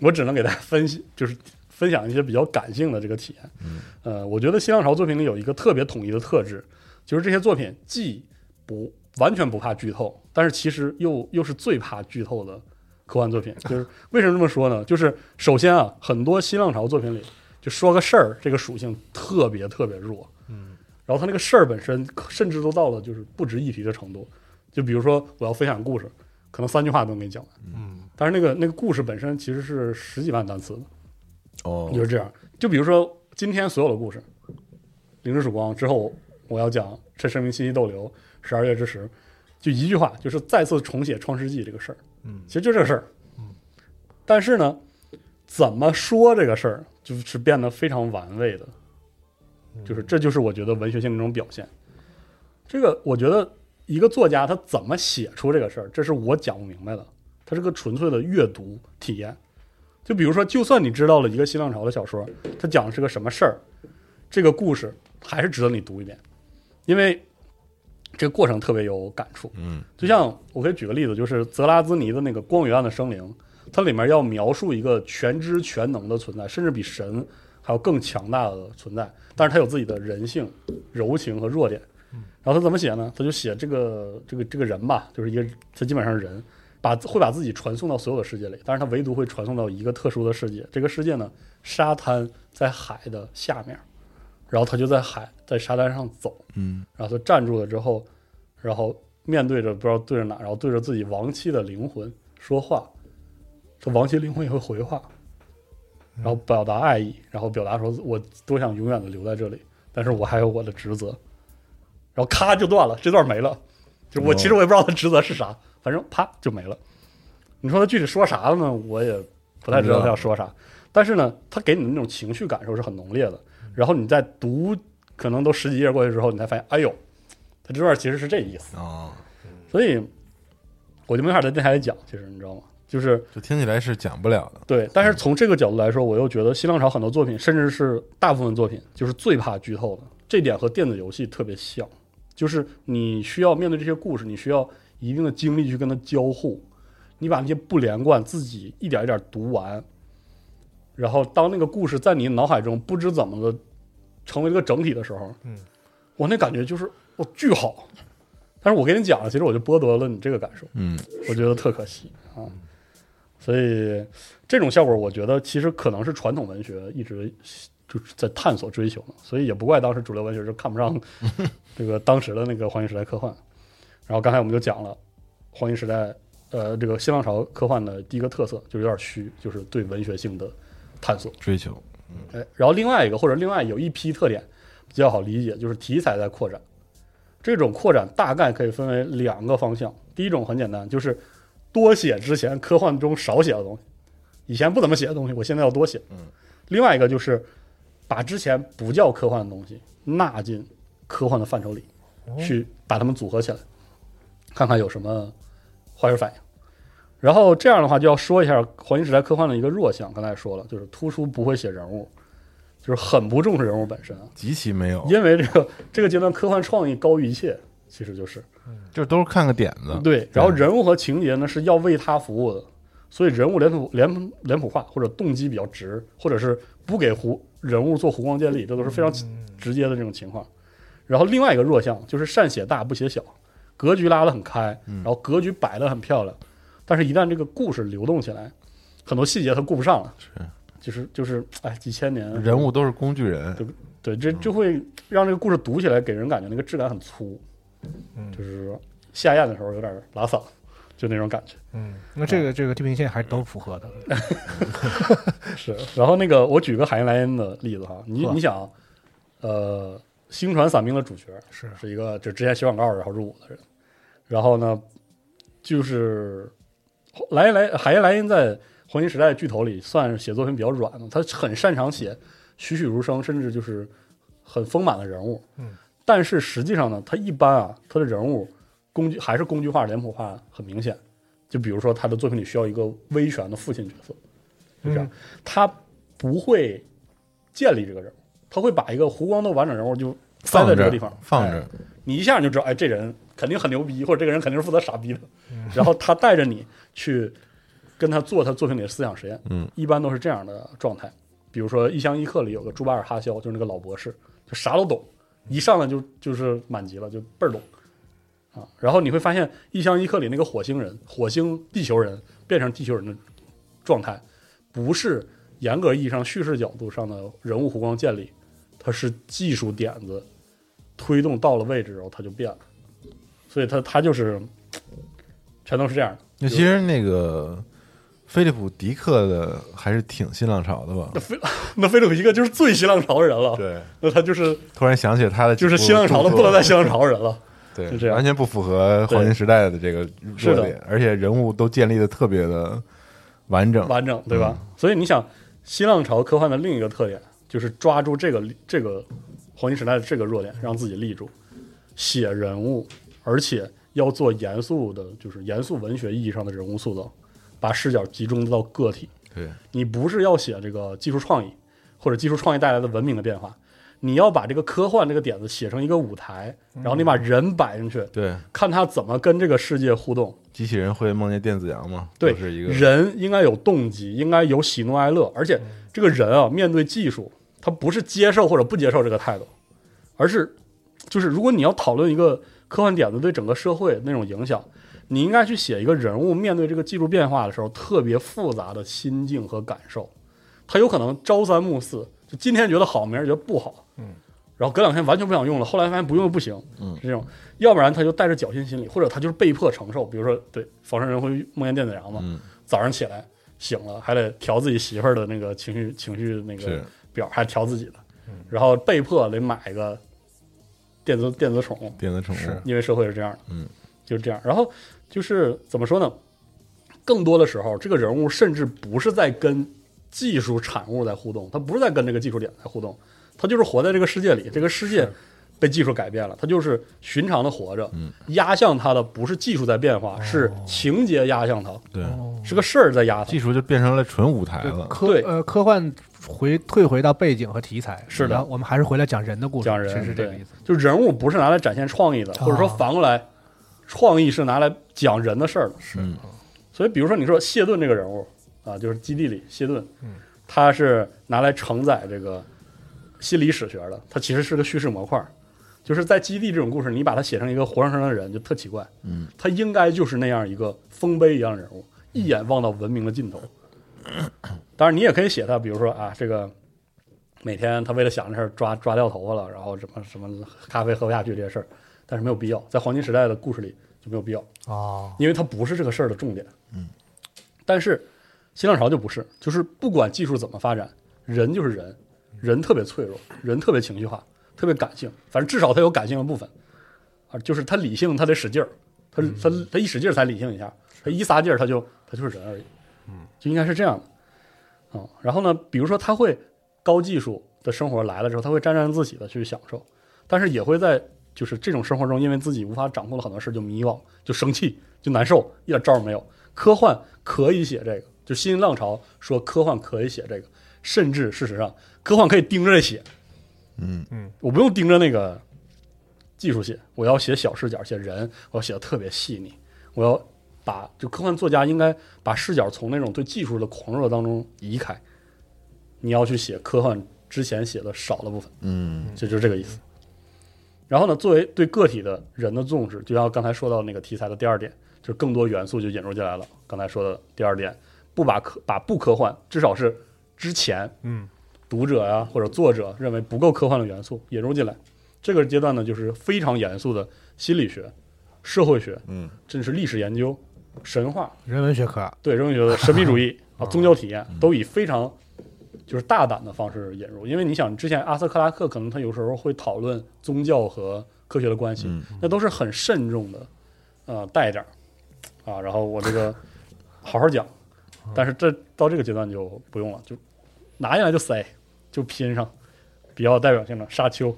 Speaker 2: 我只能给大家分析，就是分享一些比较感性的这个体验。呃，我觉得新浪潮作品里有一个特别统一的特质，就是这些作品既不完全不怕剧透，但是其实又又是最怕剧透的科幻作品。就是为什么这么说呢？就是首先啊，很多新浪潮作品里就说个事儿这个属性特别特别弱，嗯，然后它那个事儿本身甚至都到了就是不值一提的程度。就比如说我要分享故事，可能三句话都能给你讲完，嗯，但是那个那个故事本身其实是十几万单词的，
Speaker 3: 哦，
Speaker 2: 就是这样。就比如说今天所有的故事，《零之曙光》之后，我要讲《这生命信息逗留》《十二月之时》，就一句话，就是再次重写《创世纪》这个事儿。嗯，其实就这个事儿。嗯，但是呢，怎么说这个事儿，就是变得非常玩味的，就是这就是我觉得文学性的一种表现。这个我觉得一个作家他怎么写出这个事儿，这是我讲不明白的。它是个纯粹的阅读体验，就比如说，就算你知道了一个新浪潮的小说，它讲的是个什么事儿，这个故事还是值得你读一遍，因为这个过程特别有感触。
Speaker 3: 嗯，
Speaker 2: 就像我可以举个例子，就是泽拉兹尼的那个《光与暗的生灵》，它里面要描述一个全知全能的存在，甚至比神还要更强大的存在，但是它有自己的人性、柔情和弱点。然后他怎么写呢？他就写这个这个这个人吧，就是一个他基本上是人，把会把自己传送到所有的世界里，但是他唯独会传送到一个特殊的世界。这个世界呢，沙滩在海的下面，然后他就在海在沙滩上走，
Speaker 3: 嗯，
Speaker 2: 然后他站住了之后，然后面对着不知道对着哪，然后对着自己亡妻的灵魂说话，这亡妻灵魂也会回话，然后表达爱意，然后表达说我多想永远的留在这里，但是我还有我的职责，然后咔就断了，这段没了，就我
Speaker 3: 哦
Speaker 2: 其实我也不知道他职责是啥，反正啪就没了。你说他具体说啥了呢？我也不太知道他要说啥，但是呢，他给你的那种情绪感受是很浓烈的。然后你在读，可能都十几页过去之后，你才发现，哎呦，他这段其实是这意思。
Speaker 3: 哦，
Speaker 2: 所以我就没法在电台里讲，其实你知道吗？就是
Speaker 3: 就听起来是讲不了的，
Speaker 2: 对，但是从这个角度来说，我又觉得新浪潮很多作品，甚至是大部分作品，就是最怕剧透的。这点和电子游戏特别像，就是你需要面对这些故事，你需要一定的精力去跟它交互。你把那些不连贯自己一点一点读完，然后当那个故事在你脑海中不知怎么的成为一个整体的时候，嗯，我那感觉就是我巨好。但是我跟你讲了，其实我就剥夺了你这个感受，
Speaker 3: 嗯，
Speaker 2: 我觉得特可惜啊。所以这种效果，我觉得其实可能是传统文学一直就是在探索追求的，所以也不怪当时主流文学是看不上这个当时的那个黄金时代科幻。然后刚才我们就讲了黄金时代，呃，这个新浪潮科幻的第一个特色就是有点虚，就是对文学性的探索。
Speaker 3: 追求，
Speaker 2: 哎，然后另外一个或者另外有一批特点比较好理解，就是题材在扩展。这种扩展大概可以分为两个方向。第一种很简单，就是多写之前科幻中少写的东西，以前不怎么写的东西，我现在要多写。嗯。另外一个就是把之前不叫科幻的东西纳进科幻的范畴里，去把它们组合起来，看看有什么化学反应。然后这样的话，就要说一下黄金时代科幻的一个弱项。刚才也说了，就是突出不会写人物，就是很不重视人物本身啊。
Speaker 3: 极其没有，
Speaker 2: 因为这个这个阶段科幻创意高于一切，其实就是
Speaker 3: 就都是看个点子。
Speaker 2: 对。然后人物和情节呢是要为他服务的，所以人物脸谱脸脸谱化或者动机比较直，或者是不给弧人物做弧光建立，这都是非常直接的这种情况。然后另外一个弱项就是善写大不写小，格局拉得很开，然后格局摆得很漂亮，但是一旦这个故事流动起来，很多细节它顾不上了。是。就是就是，哎，几千年
Speaker 3: 人物都是工具人，
Speaker 2: 对对，这就会让这个故事读起来给人感觉那个质感很粗，就是说下咽的时候有点拉嗓，就那种感觉。
Speaker 4: 嗯，那这个这个地平线还是都符合的。
Speaker 2: 哎是，然后那个我举个海因莱因的例子哈，你
Speaker 4: 呵
Speaker 2: 你想，呃，星船散兵的主角
Speaker 4: 是
Speaker 2: 是一个就之前写广告然后入伍的人，然后呢，就是莱因莱海因莱因在黄金时代巨头里算是写作品比较软的，他很擅长写栩栩如生，甚至就是很丰满的人物。
Speaker 4: 嗯，
Speaker 2: 但是实际上呢，他一般啊，他的人物工具还是工具化、脸谱化很明显。就比如说他的作品里需要一个威权的父亲角色，就这样，他不会建立这个人物，他会把一个湖光的完整人物就塞
Speaker 3: 放
Speaker 2: 在
Speaker 3: 着
Speaker 2: 这个地方
Speaker 3: 放
Speaker 2: 哎
Speaker 3: 着，
Speaker 2: 你一下你就知道，哎，这人肯定很牛逼，或者这个人肯定是负责傻逼的。然后他带着你去跟他做他作品里的思想实验，
Speaker 3: 嗯，
Speaker 2: 一般都是这样的状态。比如说《异乡异客》里有个朱巴尔哈肖，就是那个老博士，就啥都懂，一上来就就是满级了，就倍儿懂啊。然后你会发现，《异乡异客》里那个火星人、 火星地球人变成地球人的状态，不是严格意义上叙事角度上的人物弧光建立，它是技术点子推动到了位置，然后它就变了。所以它它就是全都是这样的。
Speaker 3: 那其实那个菲利普·迪克的还是挺新浪潮的吧？
Speaker 2: 那菲那菲利普一个就是最新浪潮的人了，
Speaker 3: 对，
Speaker 2: 那他就是
Speaker 3: 突然想起他的
Speaker 2: 就是
Speaker 3: 几部
Speaker 2: 新浪潮的
Speaker 3: 著
Speaker 2: 不
Speaker 3: 作
Speaker 2: 能再新浪潮的人了。就这
Speaker 3: 对，
Speaker 2: 样
Speaker 3: 完全不符合黄金时代的这个弱
Speaker 2: 是的
Speaker 3: 点，而且人物都建立的特别的完整。
Speaker 2: 完整，对吧？所以你想，新浪潮科幻的另一个特点就是抓住这个这个黄金时代的这个弱点，让自己立住，写人物，而且要做严肃的，就是严肃文学意义上的人物塑造，把视角集中到个体。
Speaker 3: 对，
Speaker 2: 你不是要写这个技术创意或者技术创意带来的文明的变化，你要把这个科幻这个点子写成一个舞台，然后你把人摆进去，
Speaker 3: 对，
Speaker 2: 看他怎么跟这个世界互动。
Speaker 3: 机器人会梦见电子羊吗？
Speaker 2: 对，
Speaker 3: 就是一个
Speaker 2: 人应该有动机，应该有喜怒哀乐，而且
Speaker 3: 嗯
Speaker 2: 这个人啊，面对技术，他不是接受或者不接受这个态度，而是就是如果你要讨论一个科幻点子对整个社会那种影响，你应该去写一个人物面对这个技术变化的时候特别复杂的心境和感受，他有可能朝三暮四，就今天觉得好，明儿觉得不好，嗯，然后隔两天完全不想用了，后来发现不用不行，嗯，是这种，要不然他就带着侥幸心理，或者他就是被迫承受，比如说对，仿生人会梦见电子羊嘛，
Speaker 3: 嗯
Speaker 2: 早上起来醒了还得调自己媳妇儿的那个情绪情绪那个
Speaker 3: 是嗯
Speaker 2: 表，还调自己的，然后被迫得买一个电子电子宠物，
Speaker 3: 电子宠物
Speaker 4: 是，
Speaker 2: 因为社会是这样的，
Speaker 3: 嗯，
Speaker 2: 就是这样。然后就是怎么说呢？更多的时候，这个人物甚至不是在跟技术产物在互动，他不是在跟这个技术点在互动，他就是活在这个世界里，这个世界被技术改变了，他就是寻常的活着。
Speaker 3: 嗯哦
Speaker 2: 压向他的不是技术在变化，是情节压向他，
Speaker 3: 对，
Speaker 2: 是个事儿在压他
Speaker 3: 技。术就变成了纯舞台了。
Speaker 4: 科
Speaker 2: 哦对
Speaker 4: 呃科幻回退回到背景和题材，
Speaker 2: 是的
Speaker 4: 然后我们还是回来讲人的故事，
Speaker 2: 讲人
Speaker 4: 其实是这个
Speaker 2: 对
Speaker 4: 意思。
Speaker 2: 就人物不是拿来展现创意的，或者说
Speaker 4: 哦
Speaker 2: 反过来，创意是拿来讲人的事儿的。是，所以比如说你说谢顿这个人物啊，就是基地里谢顿，他是拿来承载这个心理史学的，它其实是个叙事模块儿。就是在基地这种故事，你把它写成一个活生生的人，就特奇怪。嗯，他应该就是那样一个丰碑一样的人物，一眼望到文明的尽 头。当然，你也可以写他，比如说啊，这个每天他为了想这事儿抓抓掉头发了，然后什么什么咖啡喝不下去这些事儿，但是没有必要，在黄金时代的故事里就没有必要。
Speaker 4: 哦，
Speaker 2: 因为它不是这个事儿的重点。嗯，但是新浪潮就不是，就是不管技术怎么发展，人就是人，人特别脆弱，人特别情绪化，特别感性，反正至少他有感性的部分啊，就是他理性他得使劲儿，他他他一使劲儿才理性一下，他一撒劲儿他就他就是人而已，嗯，就应该是这样的啊、然后呢，比如说他会高技术的生活来了之后，他会沾沾自喜的去享受，但是也会在就是这种生活中，因为自己无法掌控的很多事就迷惘、就生气、就难受，一点招儿没有。科幻可以写这个，就新浪潮说科幻可以写这个，甚至事实上，科幻可以盯着这写。
Speaker 3: 嗯
Speaker 4: 嗯，
Speaker 2: 我不用盯着那个技术写，我要写小视角，写人，我要写的特别细腻，我要把就科幻作家应该把视角从那种对技术的狂热当中移开，你要去写科幻之前写的少的部分。
Speaker 3: 嗯
Speaker 2: 这就是这个意思。然后呢，作为对个体的人的重视，就像刚才说到那个题材的第二点，就是更多元素就引入进来了。刚才说的第二点，不把科把不科幻，至少是之前
Speaker 4: 嗯
Speaker 2: 读者呀、或者作者认为不够科幻的元素引入进来。这个阶段呢，就是非常严肃的心理学、社会学，
Speaker 3: 嗯，
Speaker 2: 甚至是历史研究、神话，
Speaker 4: 人文学科，啊
Speaker 2: 对人文学的神秘主义啊、宗教体验，都以非常就是大胆的方式引入。因为你想，之前阿瑟克拉克可能他有时候会讨论宗教和科学的关系，那都是很慎重的，呃，带点儿啊，然后我这个好好讲。但是这到这个阶段就不用了，就拿进来就塞，就拼上。比较有代表性的《沙丘》，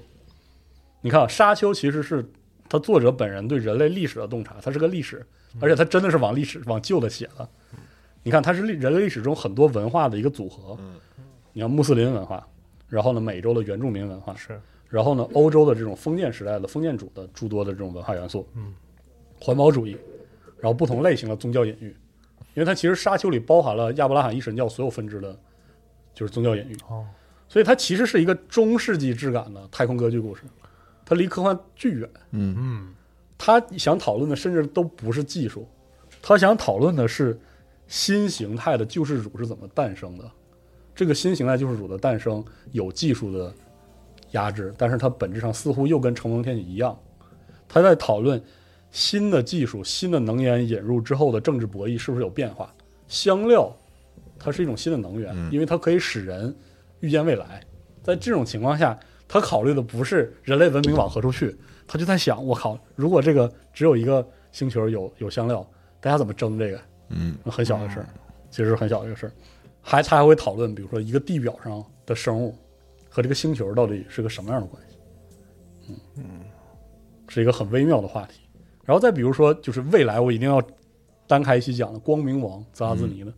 Speaker 2: 你看、啊《沙丘》其实是他作者本人对人类历史的洞察，它是个历史，而且它真的是往历史往旧的写了。你看，它是历人类历史中很多文化的一个组合。你看穆斯林文化，然后呢，美洲的原住民文化，
Speaker 4: 是
Speaker 2: 然后呢，欧洲的这种封建时代的封建主的诸多的这种文化元素，
Speaker 4: 嗯，
Speaker 2: 环保主义，然后不同类型的宗教隐喻，因为它其实《沙丘》里包含了亚伯拉罕一神教所有分支的，就是宗教隐喻，
Speaker 4: 哦，
Speaker 2: 所以它其实是一个中世纪质感的太空歌剧故事，它离科幻巨远，
Speaker 4: 嗯
Speaker 2: 他想讨论的甚至都不是技术，他想讨论的是新形态的救世主是怎么诞生的。这个新形态救世主的诞生有技术的压制，但是它本质上似乎又跟承蒙天启一样，他在讨论新的技术、新的能源引入之后的政治博弈是不是有变化。香料它是一种新的能源，因为它可以使人预见未来。在这种情况下，他考虑的不是人类文明往何处去，他就在想：我靠，如果这个只有一个星球有有香料，大家怎么争这个？
Speaker 3: 嗯，
Speaker 2: 很小的事儿，其实是很小的一个事儿。还他还会讨论，比如说一个地表上的生物和这个星球到底是个什么样的关系？嗯，是一个很微妙的话题。然后再比如说，就是未来我一定要单开一期讲的《光明王》泽拉兹尼的，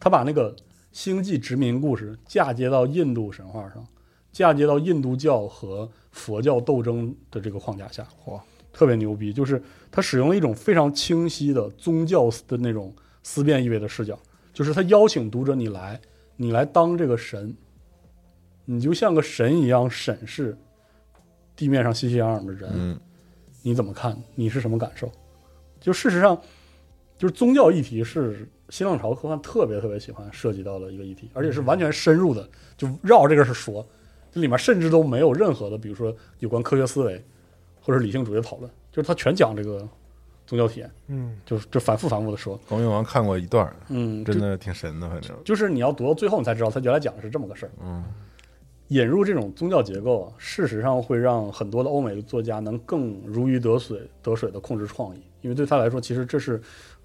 Speaker 2: 他把那个星际殖民故事嫁接到印度神话上，嫁接到印度教和佛教斗争的这个框架下，
Speaker 4: 嚯，
Speaker 2: 特别牛逼！就是他使用了一种非常清晰的宗教的那种思辨意味的视角，就是他邀请读者你来，你来当这个神，你就像个神一样审视地面上熙熙攘攘的人，
Speaker 3: 嗯
Speaker 2: 你怎么看？你是什么感受？就事实上，就是宗教议题是新浪潮科幻特别特别喜欢涉及到的一个议题，而且是完全深入的，就绕这个事说，这里面甚至都没有任何的，比如说有关科学思维或者理性主义的讨论，就是他全讲这个宗教体验，
Speaker 4: 嗯
Speaker 2: 就是就反复反复的说，
Speaker 3: 光明王啊看过一段儿，
Speaker 2: 嗯，
Speaker 3: 真的挺神的，反正
Speaker 2: 就是你要读到最后，你才知道他原来讲的是这么个事儿。嗯，引入这种宗教结构啊，事实上会让很多的欧美作家能更如鱼得水、得水的控制创意，因为对他来说，其实这是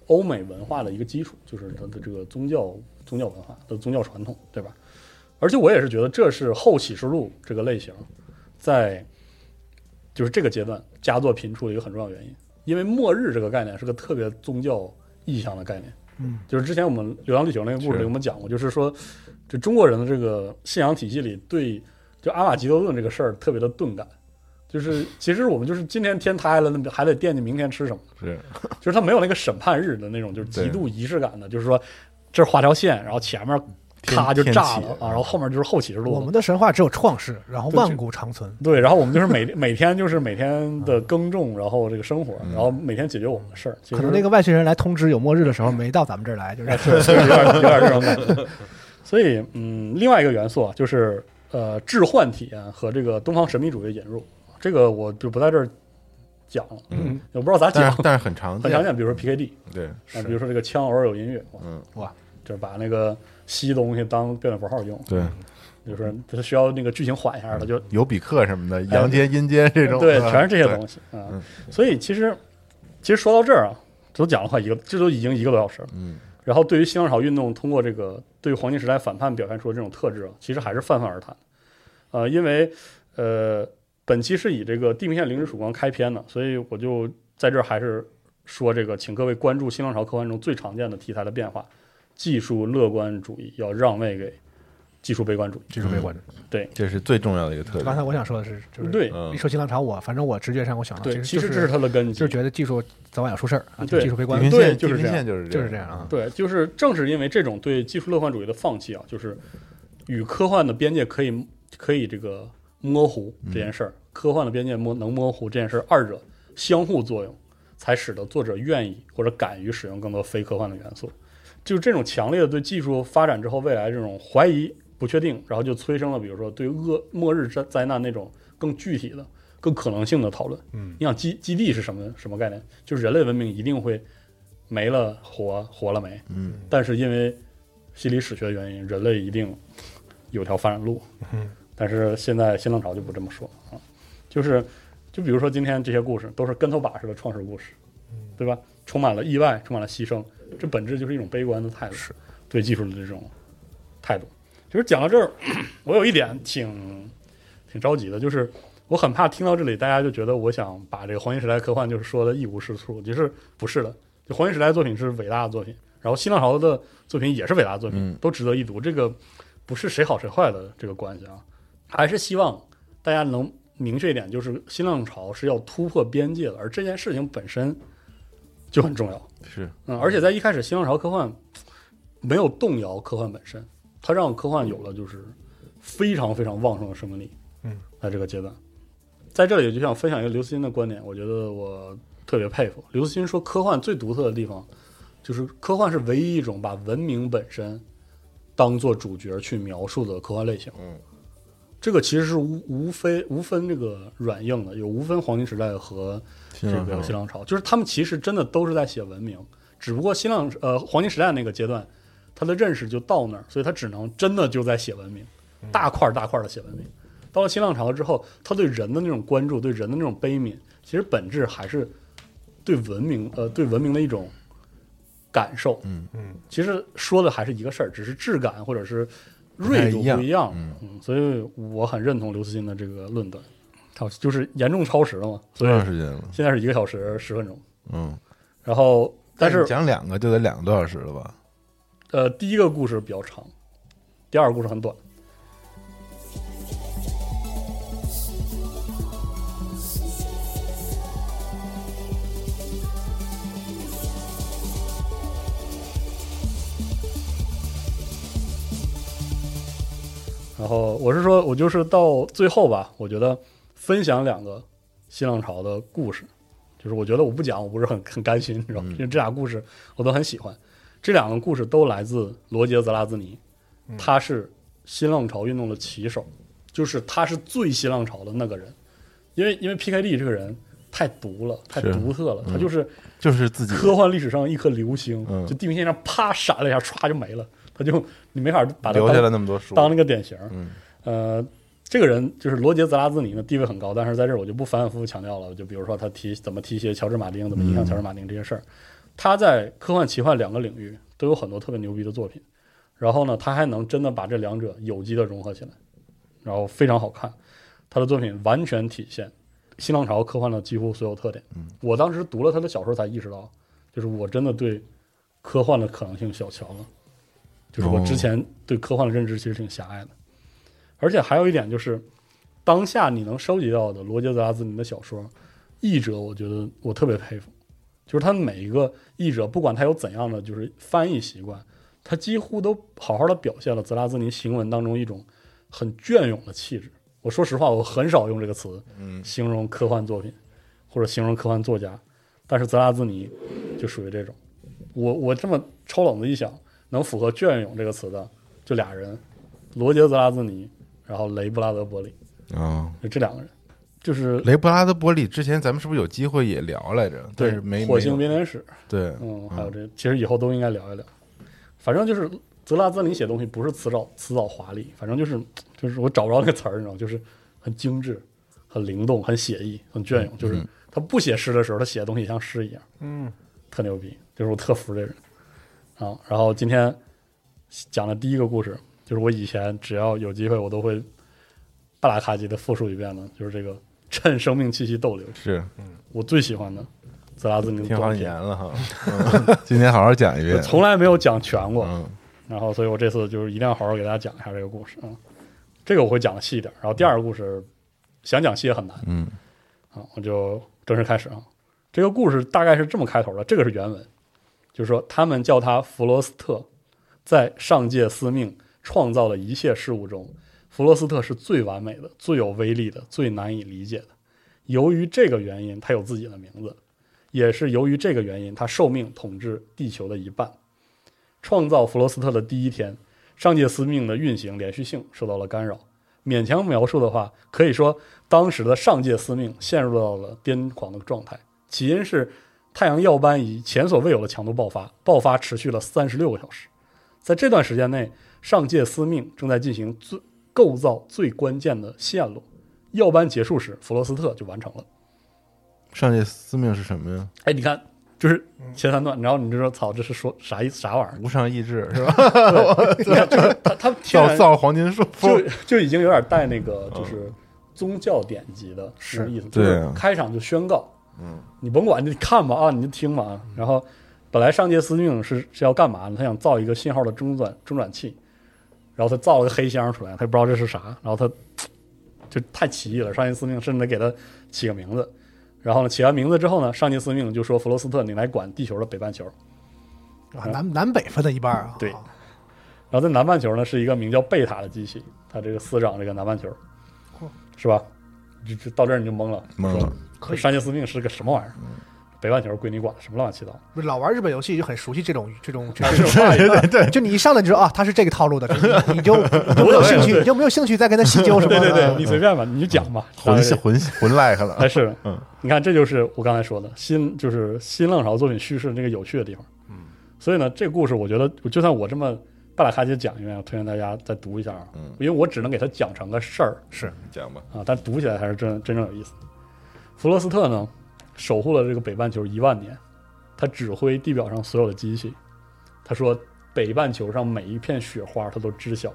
Speaker 2: 欧美文化的一个基础，就是他的这个宗教、宗教文化的宗教传统，对吧？而且我也是觉得这是后启示录这个类型在就是这个阶段佳作频出的一个很重要原因，因为末日这个概念是个特别宗教意象的概念。
Speaker 4: 嗯，
Speaker 2: 就是之前我们《流浪地球》那个故事
Speaker 3: 是
Speaker 2: 里我们讲过，就是说，就中国人的这个信仰体系里对就阿瓦吉德顿这个事儿特别的钝感，就是其实我们就是今天天塌了，那么还得惦记明天吃什么，
Speaker 3: 是
Speaker 2: 就是他没有那个审判日的那种，就是极度仪式感的，就是说这儿画条线，然后前面咔
Speaker 3: 天嗯
Speaker 2: 就
Speaker 3: 天
Speaker 2: 炸
Speaker 3: 启
Speaker 2: 了啊，然后后面就是后启示录了。
Speaker 4: 我们的神话只有创世，然后
Speaker 2: 对
Speaker 4: 万
Speaker 2: 这
Speaker 4: 古长存。
Speaker 2: 对，然后我们就是每每天就是每天
Speaker 3: 嗯
Speaker 2: 的耕种，然后这个生活，然后每天解决我们的事儿。其实哎
Speaker 4: 可能那个外星人来通知有末日的时候，没到咱们这儿来，就是
Speaker 2: 对，所以有点有点这种感觉。所以，嗯，另外一个元素啊，就是呃，置换体验和这个东方神秘主义的引入，这个我就不在这儿讲了，
Speaker 3: 嗯，
Speaker 2: 我不知道咋
Speaker 3: 但
Speaker 2: 讲
Speaker 3: 是，但是很常
Speaker 2: 很
Speaker 3: 见，
Speaker 2: 常见，比如说 PKD
Speaker 3: 对，
Speaker 2: 啊，比如说这个枪偶尔有音乐，哇
Speaker 3: 嗯
Speaker 4: 哇，
Speaker 2: 就是把那个吸东西当标点符号用，
Speaker 3: 对，
Speaker 2: 就是
Speaker 3: 嗯
Speaker 2: 它需要那个剧情缓一下的，就
Speaker 3: 有比克什么的，阳间、阴间这种，
Speaker 2: 哎对，
Speaker 3: 吧
Speaker 2: 全是这些
Speaker 3: 对
Speaker 2: 东西啊
Speaker 3: 嗯。
Speaker 2: 所以其实，其实说到这儿啊，都讲了快一个，这都已经一个多小时了。
Speaker 3: 嗯，
Speaker 2: 然后对于新浪潮运动通过这个对黄金时代反叛表现出的这种特质啊，其实还是泛泛而谈。呃，因为呃，本期是以这个地平线零之曙光开篇的，所以我就在这儿还是说这个，请各位关注新浪潮科幻中最常见的题材的变化：技术乐观主义要让位给技术悲观主义。
Speaker 4: 技术没关注。
Speaker 3: 这是最重要的一个特
Speaker 4: 刚
Speaker 3: 点。
Speaker 4: 才我想说的是，就是
Speaker 2: 对
Speaker 3: 嗯
Speaker 4: 一说新浪潮，我反正我直觉上我想到，
Speaker 2: 对，
Speaker 4: 其
Speaker 2: 其
Speaker 4: 实
Speaker 2: 实
Speaker 4: 就
Speaker 2: 这是
Speaker 4: 是
Speaker 2: 它的根基，
Speaker 4: 就是觉得技术早晚要出事儿啊，就
Speaker 2: 对
Speaker 4: 技术悲
Speaker 3: 地
Speaker 4: 观
Speaker 3: 平
Speaker 2: 对
Speaker 3: 线，地
Speaker 2: 就是
Speaker 3: 平
Speaker 2: 这样
Speaker 3: 线就是
Speaker 4: 就是这
Speaker 3: 样，
Speaker 4: 样啊。
Speaker 2: 对，就是正是因为这种对技术乐观主义的放弃啊，就是与科幻的边界可以可以这个模糊这件事儿，
Speaker 4: 嗯
Speaker 2: 科幻的边界模能模糊这件事儿，二者相互作用，才使得作者愿意或者敢于使用更多非科幻的元素。就是这种强烈的对技术发展之后未来这种怀疑、不确定，然后就催生了比如说对恶末日灾灾难那种更具体的、更可能性的讨论。
Speaker 4: 嗯，
Speaker 2: 你想基基地是什么什么概念？就是人类文明一定会没了活，活了没？
Speaker 3: 嗯，
Speaker 2: 但是因为西里史学的原因，人类一定有条发展路。
Speaker 4: 嗯，
Speaker 2: 但是现在新浪潮就不这么说啊，就是就比如说今天这些故事都是跟头把式的创世故事，对吧？充满了意外，充满了牺牲，这本质就是一种悲观的态度，对技术的这种态度。就是讲到这儿， 我有一点挺挺着急的，就是我很怕听到这里，大家就觉得我想把这个黄金时代科幻就是说的一无是处，其实不是的。就黄金时代的作品是伟大的作品，然后新浪潮的作品也是伟大的作品，
Speaker 3: 嗯
Speaker 2: 都值得一读。这个不是谁好谁坏的这个关系啊，还是希望大家能明确一点，就是新浪潮是要突破边界的，而这件事情本身就很重要。
Speaker 3: 是
Speaker 2: 嗯，而且在一开始，新浪潮科幻没有动摇科幻本身，它让科幻有了就是非常非常旺盛的生命力。
Speaker 4: 嗯，
Speaker 2: 在这个阶段，在这里就想分享一个刘慈欣的观点，我觉得我特别佩服。刘慈欣说，科幻最独特的地方就是科幻是唯一一种把文明本身当做主角去描述的科幻类型。
Speaker 3: 嗯，
Speaker 2: 这个其实是无无非无分这个软硬的，有无分黄金时代和
Speaker 3: 新
Speaker 2: 这
Speaker 3: 浪
Speaker 2: 个
Speaker 3: 潮
Speaker 2: 新浪潮，就是他们其实真的都是在写文明，只不过新浪呃黄金时代那个阶段，他的认识就到那儿，所以他只能真的就在写文明，
Speaker 3: 嗯
Speaker 2: 大块儿大块的写文明。到了新浪潮之后，他对人的那种关注，对人的那种悲悯，其实本质还是对文明呃对文明的一种感受。
Speaker 3: 嗯
Speaker 4: 嗯，
Speaker 2: 其实说的还是一个事儿，只是质感或者是
Speaker 3: 不太
Speaker 2: 锐度
Speaker 3: 一样
Speaker 2: 不一样。
Speaker 3: 嗯
Speaker 2: 所以我很认同刘慈欣的这个论断，好，就是严重超时了嘛。所
Speaker 3: 多
Speaker 2: 以
Speaker 3: 长时间了？
Speaker 2: 现在是一个小时十分钟。
Speaker 3: 嗯，
Speaker 2: 然后，但
Speaker 3: 你
Speaker 2: 是
Speaker 3: 讲两个就得两个多小时了吧？
Speaker 2: 呃，第一个故事比较长，第二个故事很短。然后我是说，我就是到最后吧，我觉得分享两个新浪潮的故事，就是我觉得我不讲，我不是很很甘心，你知道吗？
Speaker 3: 嗯
Speaker 2: 因为这俩故事我都很喜欢。这两个故事都来自罗杰·泽拉兹尼，
Speaker 3: 嗯
Speaker 2: 他是新浪潮运动的旗手，就是他是最新浪潮的那个人，因为因为 PKD 这个人太毒了，太
Speaker 3: 是
Speaker 2: 独特了，他就是
Speaker 3: 就是自己
Speaker 2: 科幻历史上一颗流星，
Speaker 3: 嗯
Speaker 2: 就地平线上啪闪了一下，唰就没了，他就你没法把他
Speaker 3: 留下
Speaker 2: 当
Speaker 3: 了那么多书，
Speaker 2: 当那个典型。
Speaker 3: 嗯
Speaker 2: 呃，这个人就是罗杰·泽拉兹尼呢，地位很高，但是在这儿我就不反反复复强调了。就比如说他提怎么提携乔治·马丁，怎么影响乔治·马丁这些事儿，他在科幻奇幻两个领域都有很多特别牛逼的作品。然后呢，他还能真的把这两者有机的融合起来，然后非常好看。他的作品完全体现新浪潮科幻的几乎所有特点。我当时读了他的小说才意识到，就是我真的对科幻的可能性小瞧了，就是我
Speaker 3: 哦
Speaker 2: 之前对科幻的认知其实挺狭隘的。而且还有一点就是，当下你能收集到的罗杰·泽拉兹尼的小说，译者我觉得我特别佩服，就是他每一个译者，不管他有怎样的就是翻译习惯，他几乎都好好的表现了泽拉兹尼行文当中一种很隽永的气质。我说实话，我很少用这个词，
Speaker 3: 嗯
Speaker 2: 形容科幻作品或者形容科幻作家，但是泽拉兹尼就属于这种。我我这么抽冷子一想，能符合“隽永”这个词的就俩人，罗杰·泽拉兹尼，然后雷布拉德·伯里，
Speaker 3: 啊。
Speaker 2: 就这两个人，就是
Speaker 3: 雷布拉德·伯里之前咱们是不是有机会也聊来着？
Speaker 2: 对
Speaker 3: 但是没
Speaker 2: 火
Speaker 3: 没有
Speaker 2: 星编年史，
Speaker 3: 对，
Speaker 2: 嗯，还有这，其实以后都应该聊一聊。反正就是泽拉兹尼写东西不是辞藻辞藻华丽，反正就是就是我找不着那个词儿，你知道吗，就是很精致、很灵动、很写意、很隽永。就是他不写诗的时候，他写的东西像诗一样，
Speaker 4: 嗯，
Speaker 2: 特牛逼，就是我特服这人啊。然后今天讲的第一个故事，就是我以前只要有机会，我都会巴拉卡叽的复述一遍的，就是这个趁生命气息逗留，
Speaker 3: 是
Speaker 2: 我最喜欢的泽拉兹尼的
Speaker 3: 听好
Speaker 2: 短
Speaker 3: 几
Speaker 2: 篇
Speaker 3: 年。了哈。嗯 今天好好讲 一
Speaker 2: 我
Speaker 3: 遍。
Speaker 2: 从来没有讲全过，
Speaker 3: 嗯
Speaker 2: 然后所以我这次就是一定要好好给大家讲一下这个故事啊、嗯这个我会讲的细一点。然后第二个故事想讲细也很难
Speaker 3: 嗯
Speaker 2: 啊，我就正式开始啊。这个故事大概是这么开头的，这个是原文，就是说他们叫他弗罗斯特，在上界司命创造的一切事物中，弗罗斯特是最完美的、最有威力的、最难以理解的。由于这个原因，他有自己的名字，也是由于这个原因，他受命统治地球的一半。创造弗罗斯特的第一天，上界司命的运行连续性受到了干扰。勉强描述的话，可以说当时的上界司命陷入到了癫狂的状态。起因是太阳耀斑以前所未有的强度爆发，爆发持续了三十六个小时。在这段时间内，上界司命正在进行最构造最关键的线路。耀斑结束时，弗罗斯特就完成了。
Speaker 3: 上界司命是什么呀？
Speaker 2: 哎，你看，就是前三段，然后你就说“操，这是说啥意思？啥玩意儿
Speaker 3: 无上意志 是吧？？”
Speaker 2: 你看，就是他他天
Speaker 3: 造
Speaker 2: 然
Speaker 3: 造黄金树，
Speaker 2: 就就已经有点带那个就是宗教典籍的那个意思，就
Speaker 3: 对
Speaker 2: 是
Speaker 3: 啊
Speaker 2: 开场就宣告，嗯，你甭管，你看吧啊，你就听吧啊。然后本来上界司命是是要干嘛呢？他想造一个信号的中转中转器，然后他造了个黑箱出来，他也不知道这是啥，然后他就太奇异了。上界司命甚至给他起个名字，然后呢，起完名字之后呢，上界司命就说弗罗斯特，你来管地球的北半球。
Speaker 4: 啊南南北分的一半啊，
Speaker 2: 对然后在南半球呢是一个名叫贝塔的机器，它这个司长这个南半球，是吧？就就到这儿你就懵了，
Speaker 3: 懵了
Speaker 2: 说
Speaker 4: 可以
Speaker 2: 山界司命是个什么玩意儿？北半球归你管，什么乱七八糟？
Speaker 4: 不是老玩日本游戏就很熟悉这种这种这种啊
Speaker 2: 这种话语
Speaker 4: 就你一上来你就知道啊，他是这个套路的，就你 你就你就没有兴趣，你就没有兴趣再跟他细究什么
Speaker 2: 对
Speaker 4: 的。啊
Speaker 2: 对
Speaker 3: 嗯
Speaker 2: 对，你随便吧，你就讲吧。
Speaker 3: 魂
Speaker 2: 大概
Speaker 3: 魂魂赖开了
Speaker 2: 哎。是，
Speaker 3: 嗯，
Speaker 2: 你看这就是我刚才说的新，就是新浪潮作品叙事那个有趣的地方。嗯，所以呢，这个故事我觉得，就算我这么半拉哈街讲一遍，我推荐大家再读一下啊，
Speaker 3: 嗯
Speaker 2: 因为我只能给它讲成个事儿，
Speaker 4: 是
Speaker 3: 讲吧，
Speaker 2: 啊，但读起来还是真真正有意思。弗罗斯特呢，守护了这个北半球一万年，他指挥地表上所有的机器。他说，北半球上每一片雪花他都知晓，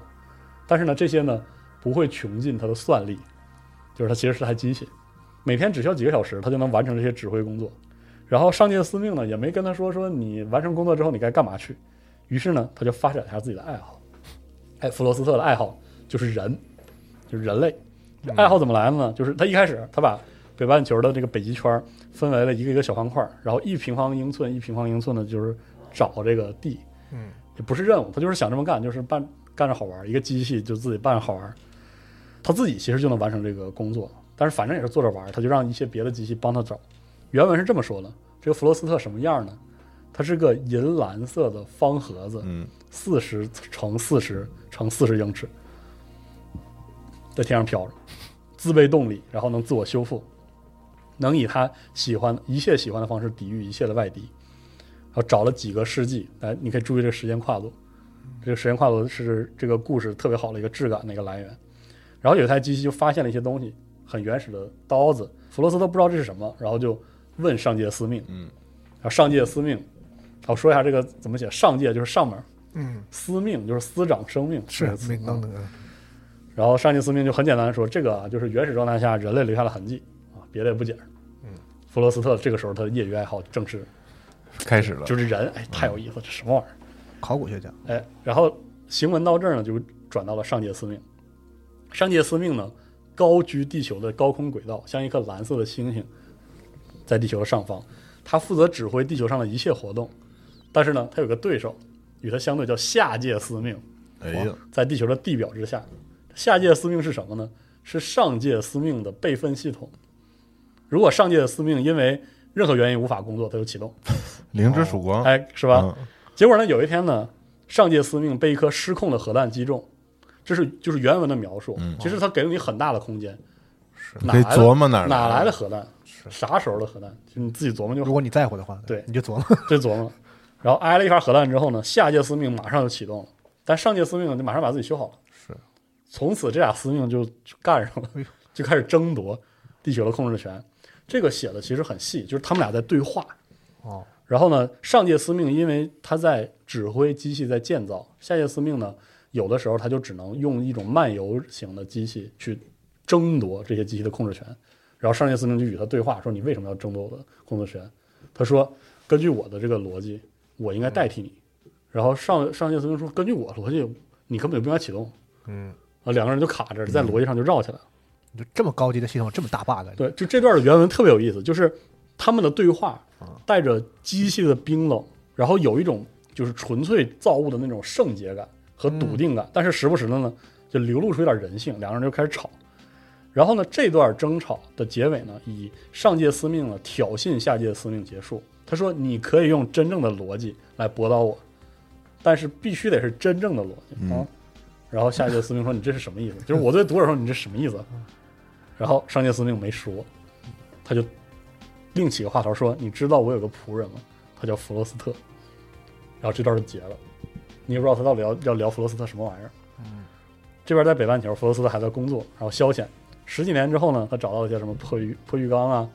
Speaker 2: 但是呢，这些呢不会穷尽他的算力，就是他其实是台机器，每天只需要几个小时，他就能完成这些指挥工作。然后上界司命呢也没跟他说说你完成工作之后你该干嘛去，于是呢他就发展一下自己的爱好。哎，弗罗斯特的爱好就是人，就是人类。爱好怎么来的呢？就是他一开始他把北半球的这个北极圈儿分为了一个一个小方块儿，然后一平方英寸一平方英寸的，就是找这个地。
Speaker 4: 嗯，
Speaker 2: 也不是任务，他就是想这么干，就是办干着好玩儿，一个机器就自己办着好玩儿，他自己其实就能完成这个工作。但是反正也是坐着玩儿，他就让一些别的机器帮他找。原文是这么说的：这个弗罗斯特什么样呢？它是个银蓝色的方盒子，
Speaker 3: 嗯，
Speaker 2: 四十乘四十乘四十英尺，在天上飘着，自备动力，然后能自我修复，能以他喜欢一切喜欢的方式抵御一切的外敌。然后找了几个世纪，来，你可以注意这个时间跨度，这个时间跨度是这个故事特别好的一个质感的一个来源。然后有一台机器就发现了一些东西，很原始的刀子，弗罗斯特不知道这是什么，然后就问上界司命，
Speaker 3: 嗯，
Speaker 2: 然后上界司命，然后说一下这个怎么写，上界就是上面，
Speaker 4: 嗯，
Speaker 2: 司命就是司长生命，
Speaker 4: 是
Speaker 2: 这个词
Speaker 4: 明能
Speaker 2: 嗯
Speaker 4: 能
Speaker 2: 然后上界司命就很简单地说，这个啊就是原始状态下人类留下的痕迹啊，别的也不解释。
Speaker 4: 嗯，
Speaker 2: 弗罗斯特这个时候他的业余爱好正是
Speaker 3: 开始了，
Speaker 2: 就是人，哎，太有意思了，这什么玩意儿？
Speaker 4: 考古学家，
Speaker 2: 哎，然后行文到这儿呢，就转到了上界司命。上界司命呢，高居地球的高空轨道，像一颗蓝色的星星，在地球的上方。他负责指挥地球上的一切活动，但是呢，他有个对手，与他相对叫下界司命，
Speaker 3: 哎呀，
Speaker 2: 啊在地球的地表之下。下界司命是什么呢？是上界司命的备份系统。如果上界的司命因为任何原因无法工作，它就启动，
Speaker 3: 灵之曙光，
Speaker 2: 哎，是吧？
Speaker 3: 嗯
Speaker 2: 结果呢，有一天呢，上界司命被一颗失控的核弹击中，这是就是原文的描述。其实它给了你很大的空间，哪
Speaker 3: 嗯可以
Speaker 2: 来的
Speaker 3: 琢磨哪儿
Speaker 2: 哪
Speaker 3: 来
Speaker 2: 来
Speaker 3: 的
Speaker 2: 的核弹，啥时候的核弹，就你自己琢磨就
Speaker 4: 如果你在乎的话，
Speaker 2: 对
Speaker 4: 你就琢磨。
Speaker 2: 这琢磨。然后挨了一发核弹之后呢，下界司命马上就启动了，但上界司命呢就马上把自己修好了。
Speaker 3: 是，
Speaker 2: 从此这俩司命就就干上了，就开始争夺地球的控制权。这个写的其实很细，就是他们俩在对话。
Speaker 4: 哦，
Speaker 2: 然后呢，上界司命因为他在指挥机器在建造，下界司命呢，有的时候他就只能用一种漫游型的机器去争夺这些机器的控制权。然后上界司命就与他对话，说你为什么要争夺我的控制权？他说根据我的这个逻辑，我应该代替你。然后上上界司命说根据我逻辑，你根本就不应该启动。
Speaker 4: 嗯，
Speaker 2: 啊，两个人就卡着，在逻辑上就绕起来了。
Speaker 4: 你就这么高级的系统，这么大 bug，
Speaker 2: 对，就这段的原文特别有意思，就是他们的对话带着机械的冰冷，然后有一种就是纯粹造物的那种圣洁感和笃定感，但是时不时的呢就流露出一点人性，两个人就开始吵。然后呢，这段争吵的结尾呢，以上界司命呢挑衅下界司命结束。他说：“你可以用真正的逻辑来驳倒我，但是必须得是真正的逻辑啊。然后下界司命说：“你这是什么意思？”就是我对读者说：“你这什么意思啊？”然后上界司命没说，他就另起个话头说：“你知道我有个仆人吗？他叫弗罗斯特。”然后这段就结了，你也不知道他到底要要聊弗罗斯特什么玩意儿。
Speaker 4: 嗯
Speaker 2: 这边在北半球，弗罗斯特还在工作，然后消遣。十几年之后呢，他找到了一些什么破鱼破鱼缸啊、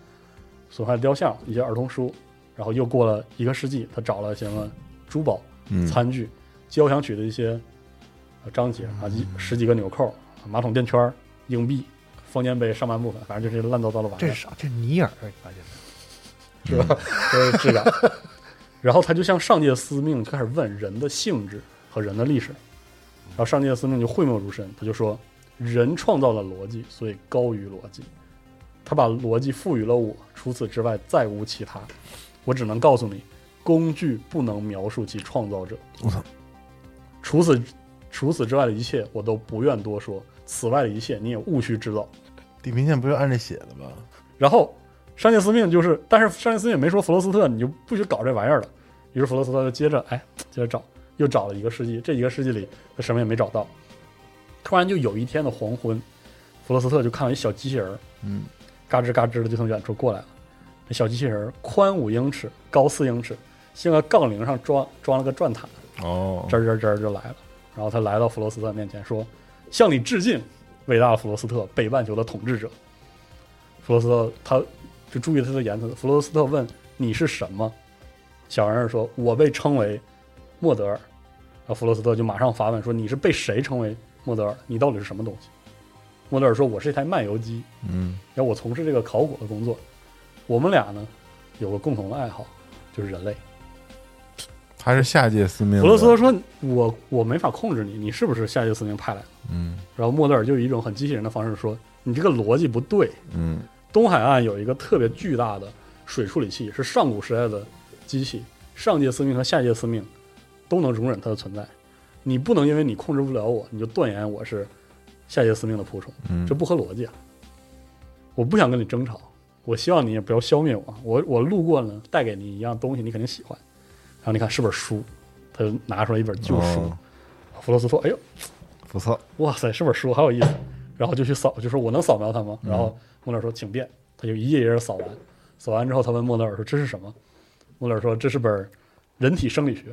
Speaker 2: 损坏的雕像、一些儿童书，然后又过了一个世纪，他找了什么珠宝、
Speaker 3: 嗯
Speaker 2: 餐具、交响曲的一些呃章节啊，
Speaker 4: 嗯
Speaker 2: 一十几个纽扣、马桶垫圈儿、硬币、方尖碑上半部分，反正就是乱糟糟的玩意
Speaker 4: 这
Speaker 2: 儿。
Speaker 4: 是啥？这是尼尔，你发现没？
Speaker 2: 是吧？ 这是质感。嗯然后他就向上界司命开始问人的性质和人的历史，然后上界司命就讳莫如深，他就说人创造了逻辑，所以高于逻辑，他把逻辑赋予了我，除此之外再无其他，我只能告诉你，工具不能描述其创造者。
Speaker 3: 我操，
Speaker 2: 除此除此之外的一切我都不愿多说，此外的一切你也务须知道。
Speaker 3: 地平线不就按这写的吗？
Speaker 2: 然后商界司命就是，但是商界司命也没说弗罗斯特你就不许搞这玩意儿了。于是弗罗斯特就接着哎，接着找，又找了一个世纪，这一个世纪里他什么也没找到。突然就有一天的黄昏，弗罗斯特就看到一小机器人，
Speaker 3: 嗯，
Speaker 2: 嘎吱嘎吱的就从远处过来了。那小机器人儿宽五英尺，高四英尺，像个杠铃上装装了个转塔，
Speaker 3: 哦，
Speaker 2: 吱儿吱儿吱儿就来了。然后他来到弗罗斯特面前说：“向你致敬，伟大的弗罗斯特，北半球的统治者。”弗罗斯特他就注意他的言辞。弗罗斯特问：“你是什么？”小人儿说：“我被称为莫德尔。”然后弗罗斯特就马上发问说：“你是被谁称为莫德尔？你到底是什么东西？”莫德尔说：“我是一台漫游机。”
Speaker 3: 嗯，
Speaker 2: 然后我从事这个考古的工作，我们俩呢有个共同的爱好，就是人类。
Speaker 3: 还是下界司命的。
Speaker 2: 弗罗斯特说：“我我没法控制你，你是不是下界司命派来的
Speaker 3: 嗯？”
Speaker 2: 然后莫德尔就以一种很机器人的方式说：“你这个逻辑不对。
Speaker 3: 嗯
Speaker 2: 东海岸有一个特别巨大的水处理器，是上古时代的机器，上界司命和下界司命都能容忍它的存在。你不能因为你控制不了我，你就断言我是下界司命的仆从。
Speaker 3: 嗯，
Speaker 2: 这不合逻辑啊！我不想跟你争吵，我希望你也不要消灭我。我我路过呢，带给你一样东西，你肯定喜欢。然后你看是本书，他就拿出来一本旧书。
Speaker 3: 哦
Speaker 2: 弗罗斯说：“哎呦，
Speaker 3: 不错，
Speaker 2: 哇塞，是本书好有意思。”然后就去扫，就说：“我能扫描它吗？”然后莫勒说：“请便。”他就一页一页扫完，扫完之后他问莫勒尔说：“这是什么？”莫勒尔说：“这是本人体生理学。”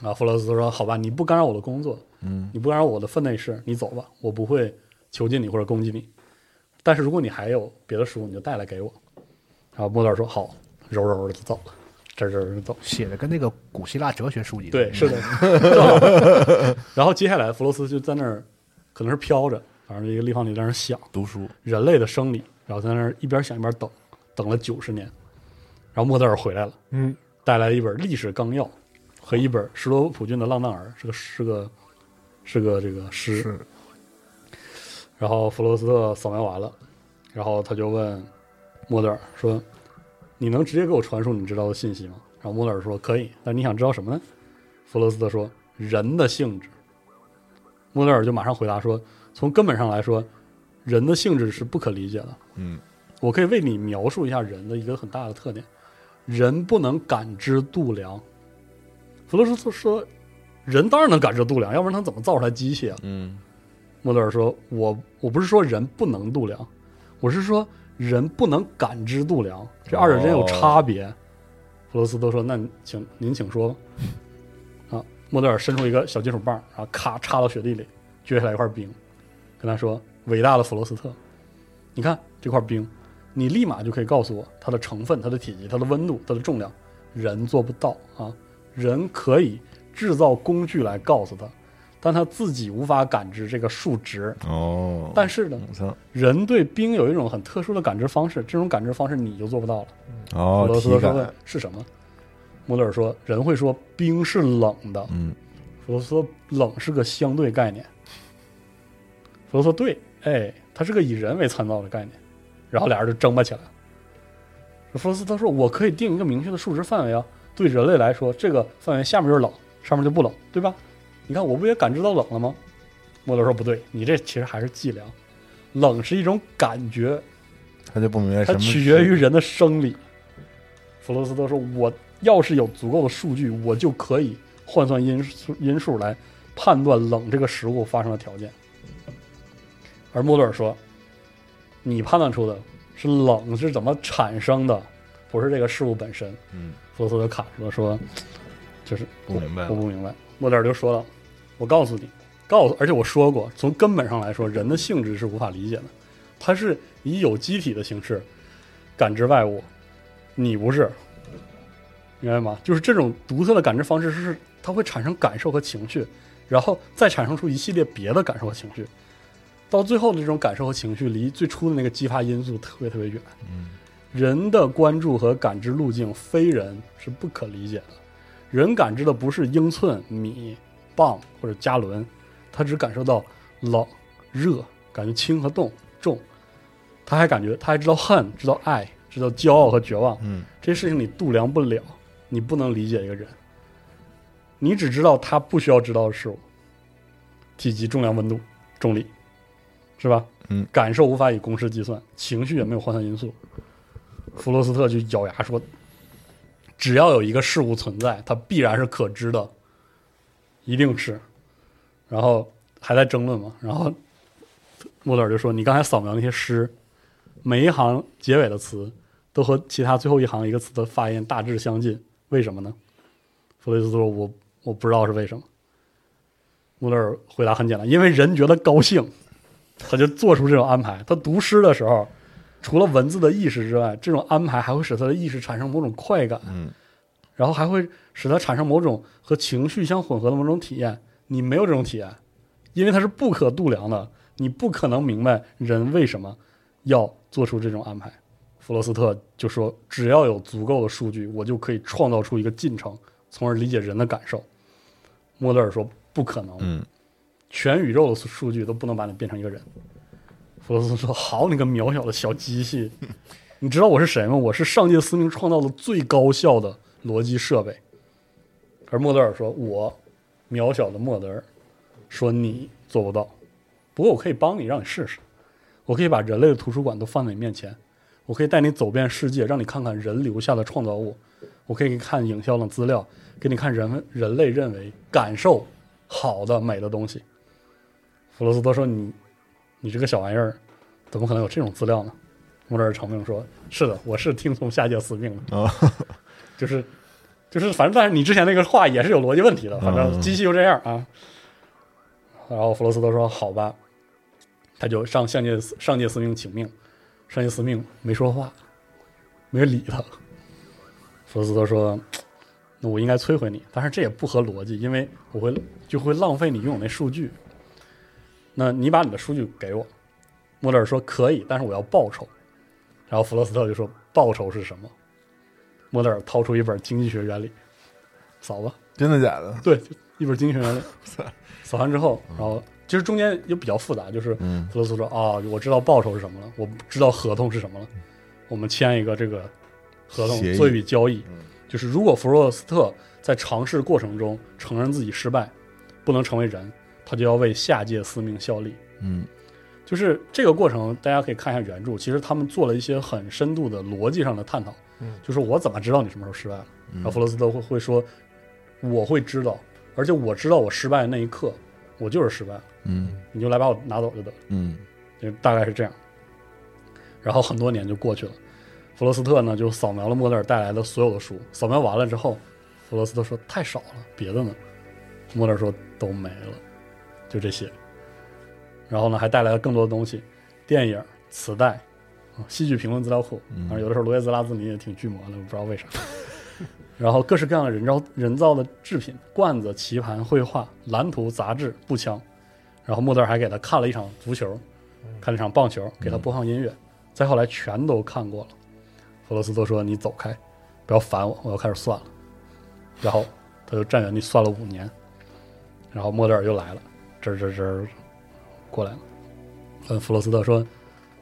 Speaker 2: 然后弗罗斯说：“好吧，你不干扰我的工作，嗯，你不干扰我的分内事，你走吧，我不会囚禁你或者攻击你。但是如果你还有别的书，你就带来给我。”然后莫勒尔说：“好。”柔柔的就走了，这这就走。
Speaker 4: 写的跟那个古希腊哲学书一样。
Speaker 2: 对，是的。 然后接下来弗罗斯就在那儿，可能是飘着，反正一个立方体在那儿想
Speaker 3: 读书，
Speaker 2: 人类的生理，然后在那儿一边想一边等，等了九十年，然后莫德尔回来了，
Speaker 4: 嗯，
Speaker 2: 带来一本历史纲要和一本施罗普郡的《浪荡儿》，是个是个是个这个诗。然后弗罗斯特扫描完了，然后他就问莫德尔说：“你能直接给我传输你知道的信息吗？”然后莫德尔说：“可以。”但你想知道什么呢？弗罗斯特说：“人的性质。”莫德尔就马上回答说：“从根本上来说，人的性质是不可理解的。
Speaker 3: 嗯
Speaker 2: 我可以为你描述一下人的一个很大的特点：人不能感知度量。”弗罗斯特说：“人当然能感知度量，要不然他怎么造出来机器啊？”
Speaker 3: 嗯
Speaker 2: 莫德尔说：“我我不是说人不能度量，我是说人不能感知度量，这二者之间有差别。弗罗斯特说：“那你请您请说吧。”啊，莫德尔伸出一个小金属棒，然后咔插到雪地里，撅下来一块冰，跟他说：“伟大的弗罗斯特，你看这块冰，你立马就可以告诉我它的成分、它的体积、它的温度、它的重量。人做不到啊，人可以制造工具来告诉他，但他自己无法感知这个数值。
Speaker 3: 哦，
Speaker 2: 但是呢，
Speaker 3: 我操
Speaker 2: 人对冰有一种很特殊的感知方式，这种感知方式你就做不到了。
Speaker 3: 哦
Speaker 2: 俄，罗斯
Speaker 3: 体
Speaker 2: 说
Speaker 3: 感
Speaker 2: 问是什么？穆勒尔说，人会说冰是冷的。
Speaker 3: 嗯，
Speaker 2: 弗罗斯说冷是个相对概念。弗罗斯说对，哎，它是个以人为参照的概念。然后俩人就争吧起来了。弗罗斯他说：“我可以定一个明确的数值范围啊，对人类来说，这个范围下面就是冷，上面就不冷，对吧？你看，我不也感知到冷了吗？”穆勒说：“不对，你这其实还是计量，冷是一种感觉，
Speaker 3: 他就不明白什
Speaker 2: 它
Speaker 3: 么是，
Speaker 2: 取决于人的生理。弗罗斯特说：“我要是有足够的数据，我就可以换算因素因数来判断冷这个食物发生的条件。”而莫德尔说：“你判断出的是冷是怎么产生的，不是这个事物本身。”
Speaker 3: 嗯，
Speaker 2: 弗罗斯特卡住了，说：“就是
Speaker 3: 不明白
Speaker 2: 我
Speaker 3: 了，
Speaker 2: 不明白。莫德尔就说了：“我告诉你，告诉，而且我说过，从根本上来说，人的性质是无法理解的，它是以有机体的形式感知外物，你不是，明白吗？就是这种独特的感知方式是它会产生感受和情绪，然后再产生出一系列别的感受和情绪，到最后的这种感受和情绪离最初的那个激发因素特别特别远。人的关注和感知路径非人是不可理解的。”人感知的不是英寸、米、磅或者加仑，他只感受到冷、热，感觉轻和动重。他还感觉，他还知道恨，知道爱，知道骄傲和绝望。
Speaker 3: 嗯，
Speaker 2: 这些事情你度量不了，你不能理解一个人。你只知道他不需要知道的事物：体积、重量、温度、重力，是吧？
Speaker 3: 嗯，
Speaker 2: 感受无法以公式计算，情绪也没有换算因素。弗罗斯特就咬牙说：“只要有一个事物存在，它必然是可知的，一定是。然后还在争论嘛，然后莫德尔就说：“你刚才扫描那些诗，每一行结尾的词都和其他最后一行一个词的发音大致相近，为什么呢？”弗雷斯说：“我我不知道是为什么。”穆勒尔回答很简单，因为人觉得高兴，他就做出这种安排。他读诗的时候，除了文字的意识之外，这种安排还会使他的意识产生某种快感，
Speaker 3: 嗯，
Speaker 2: 然后还会使他产生某种和情绪相混合的某种体验。你没有这种体验，因为它是不可度量的，你呃不可能明白人为什么要做出这种安排。弗罗斯特就说：“只要有足够的数据，我就可以创造出一个进程，从而理解人的感受。”莫德尔说：“不可能，
Speaker 3: 嗯
Speaker 2: 全宇宙的数据都不能把你变成一个人。”弗罗斯特说：“好你个渺小的小机器，你知道我是谁吗？我是上界司命创造的最高效的逻辑设备。”而莫德尔说：“我渺小的莫德尔，说你做不到，不过我可以帮你，让你试试。我可以把人类的图书馆都放在你面前，我可以带你走遍世界，让你看看人留下的创造物，我可以给你看影像的资料，给你看人人类认为感受好的美的东西。”弗罗斯多说：“你，你这个小玩意儿，怎么可能有这种资料呢？”莫德尔承认说：“是的，我是听从下界司命的。”
Speaker 3: 哦，
Speaker 2: 就是就是，反正但是你之前那个话也是有逻辑问题的，反正机器就这样啊。然后弗罗斯特说：“好吧。”他就上上界上界司命请命，上界司命没说话，没人理他。弗罗斯特说：“那我应该摧毁你，但是这也不合逻辑，因为我会就会浪费你拥有那数据。那你把你的数据给我。”莫德尔说：“可以，但是我要报酬。”然后弗罗斯特就说：“报酬是什么？”莫德尔掏出一本《经济学原理》，扫吧，
Speaker 3: 真的假的？ 嗯
Speaker 2: 对，就一本《经济学原理》，扫完之后，然后其实中间也比较复杂，就是弗罗斯说啊、我知道报酬是什么了，我知道合同是什么了，我们签一个这个合同
Speaker 3: 嗯协议嗯
Speaker 2: 做一笔交易，就是如果弗洛斯特在尝试过程中承认自己失败，不能成为人，他就要为下界司命效力。
Speaker 3: 嗯
Speaker 2: 就是这个过程，大家可以看一下原著，其实他们做了一些很深度的逻辑上的探讨。
Speaker 4: 嗯
Speaker 2: 就是我怎么知道你什么时候失败了？然后弗罗斯特会会说，我会知道，而且我知道我失败的那一刻，我就是失败了，
Speaker 3: 嗯
Speaker 2: 你就来把我拿走就得了，
Speaker 3: 嗯
Speaker 2: 就大概是这样。然后很多年就过去了，弗罗斯特呢就扫描了莫德尔带来的所有的书，扫描完了之后，弗罗斯特说太少了，别的呢？莫德尔说都没了，就这些。然后呢，还带来了更多的东西，电影、磁带、啊戏剧评论资料库。
Speaker 3: 嗯
Speaker 2: 啊，有的时候罗耶兹拉兹尼也挺巨魔的，我不知道为啥。 然后各式各样的人造人造的制品、罐子、棋盘、绘画、蓝图、杂志、步枪。然后莫德尔还给他看了一场足球，看了一场棒球，给他播放音乐。再后来全都看过了。弗罗斯特说：“你走开，不要烦我，我要开始算了。”然后他就站原地算了五年。然后莫德尔又来了，吱吱吱过来了，问弗罗斯特说：“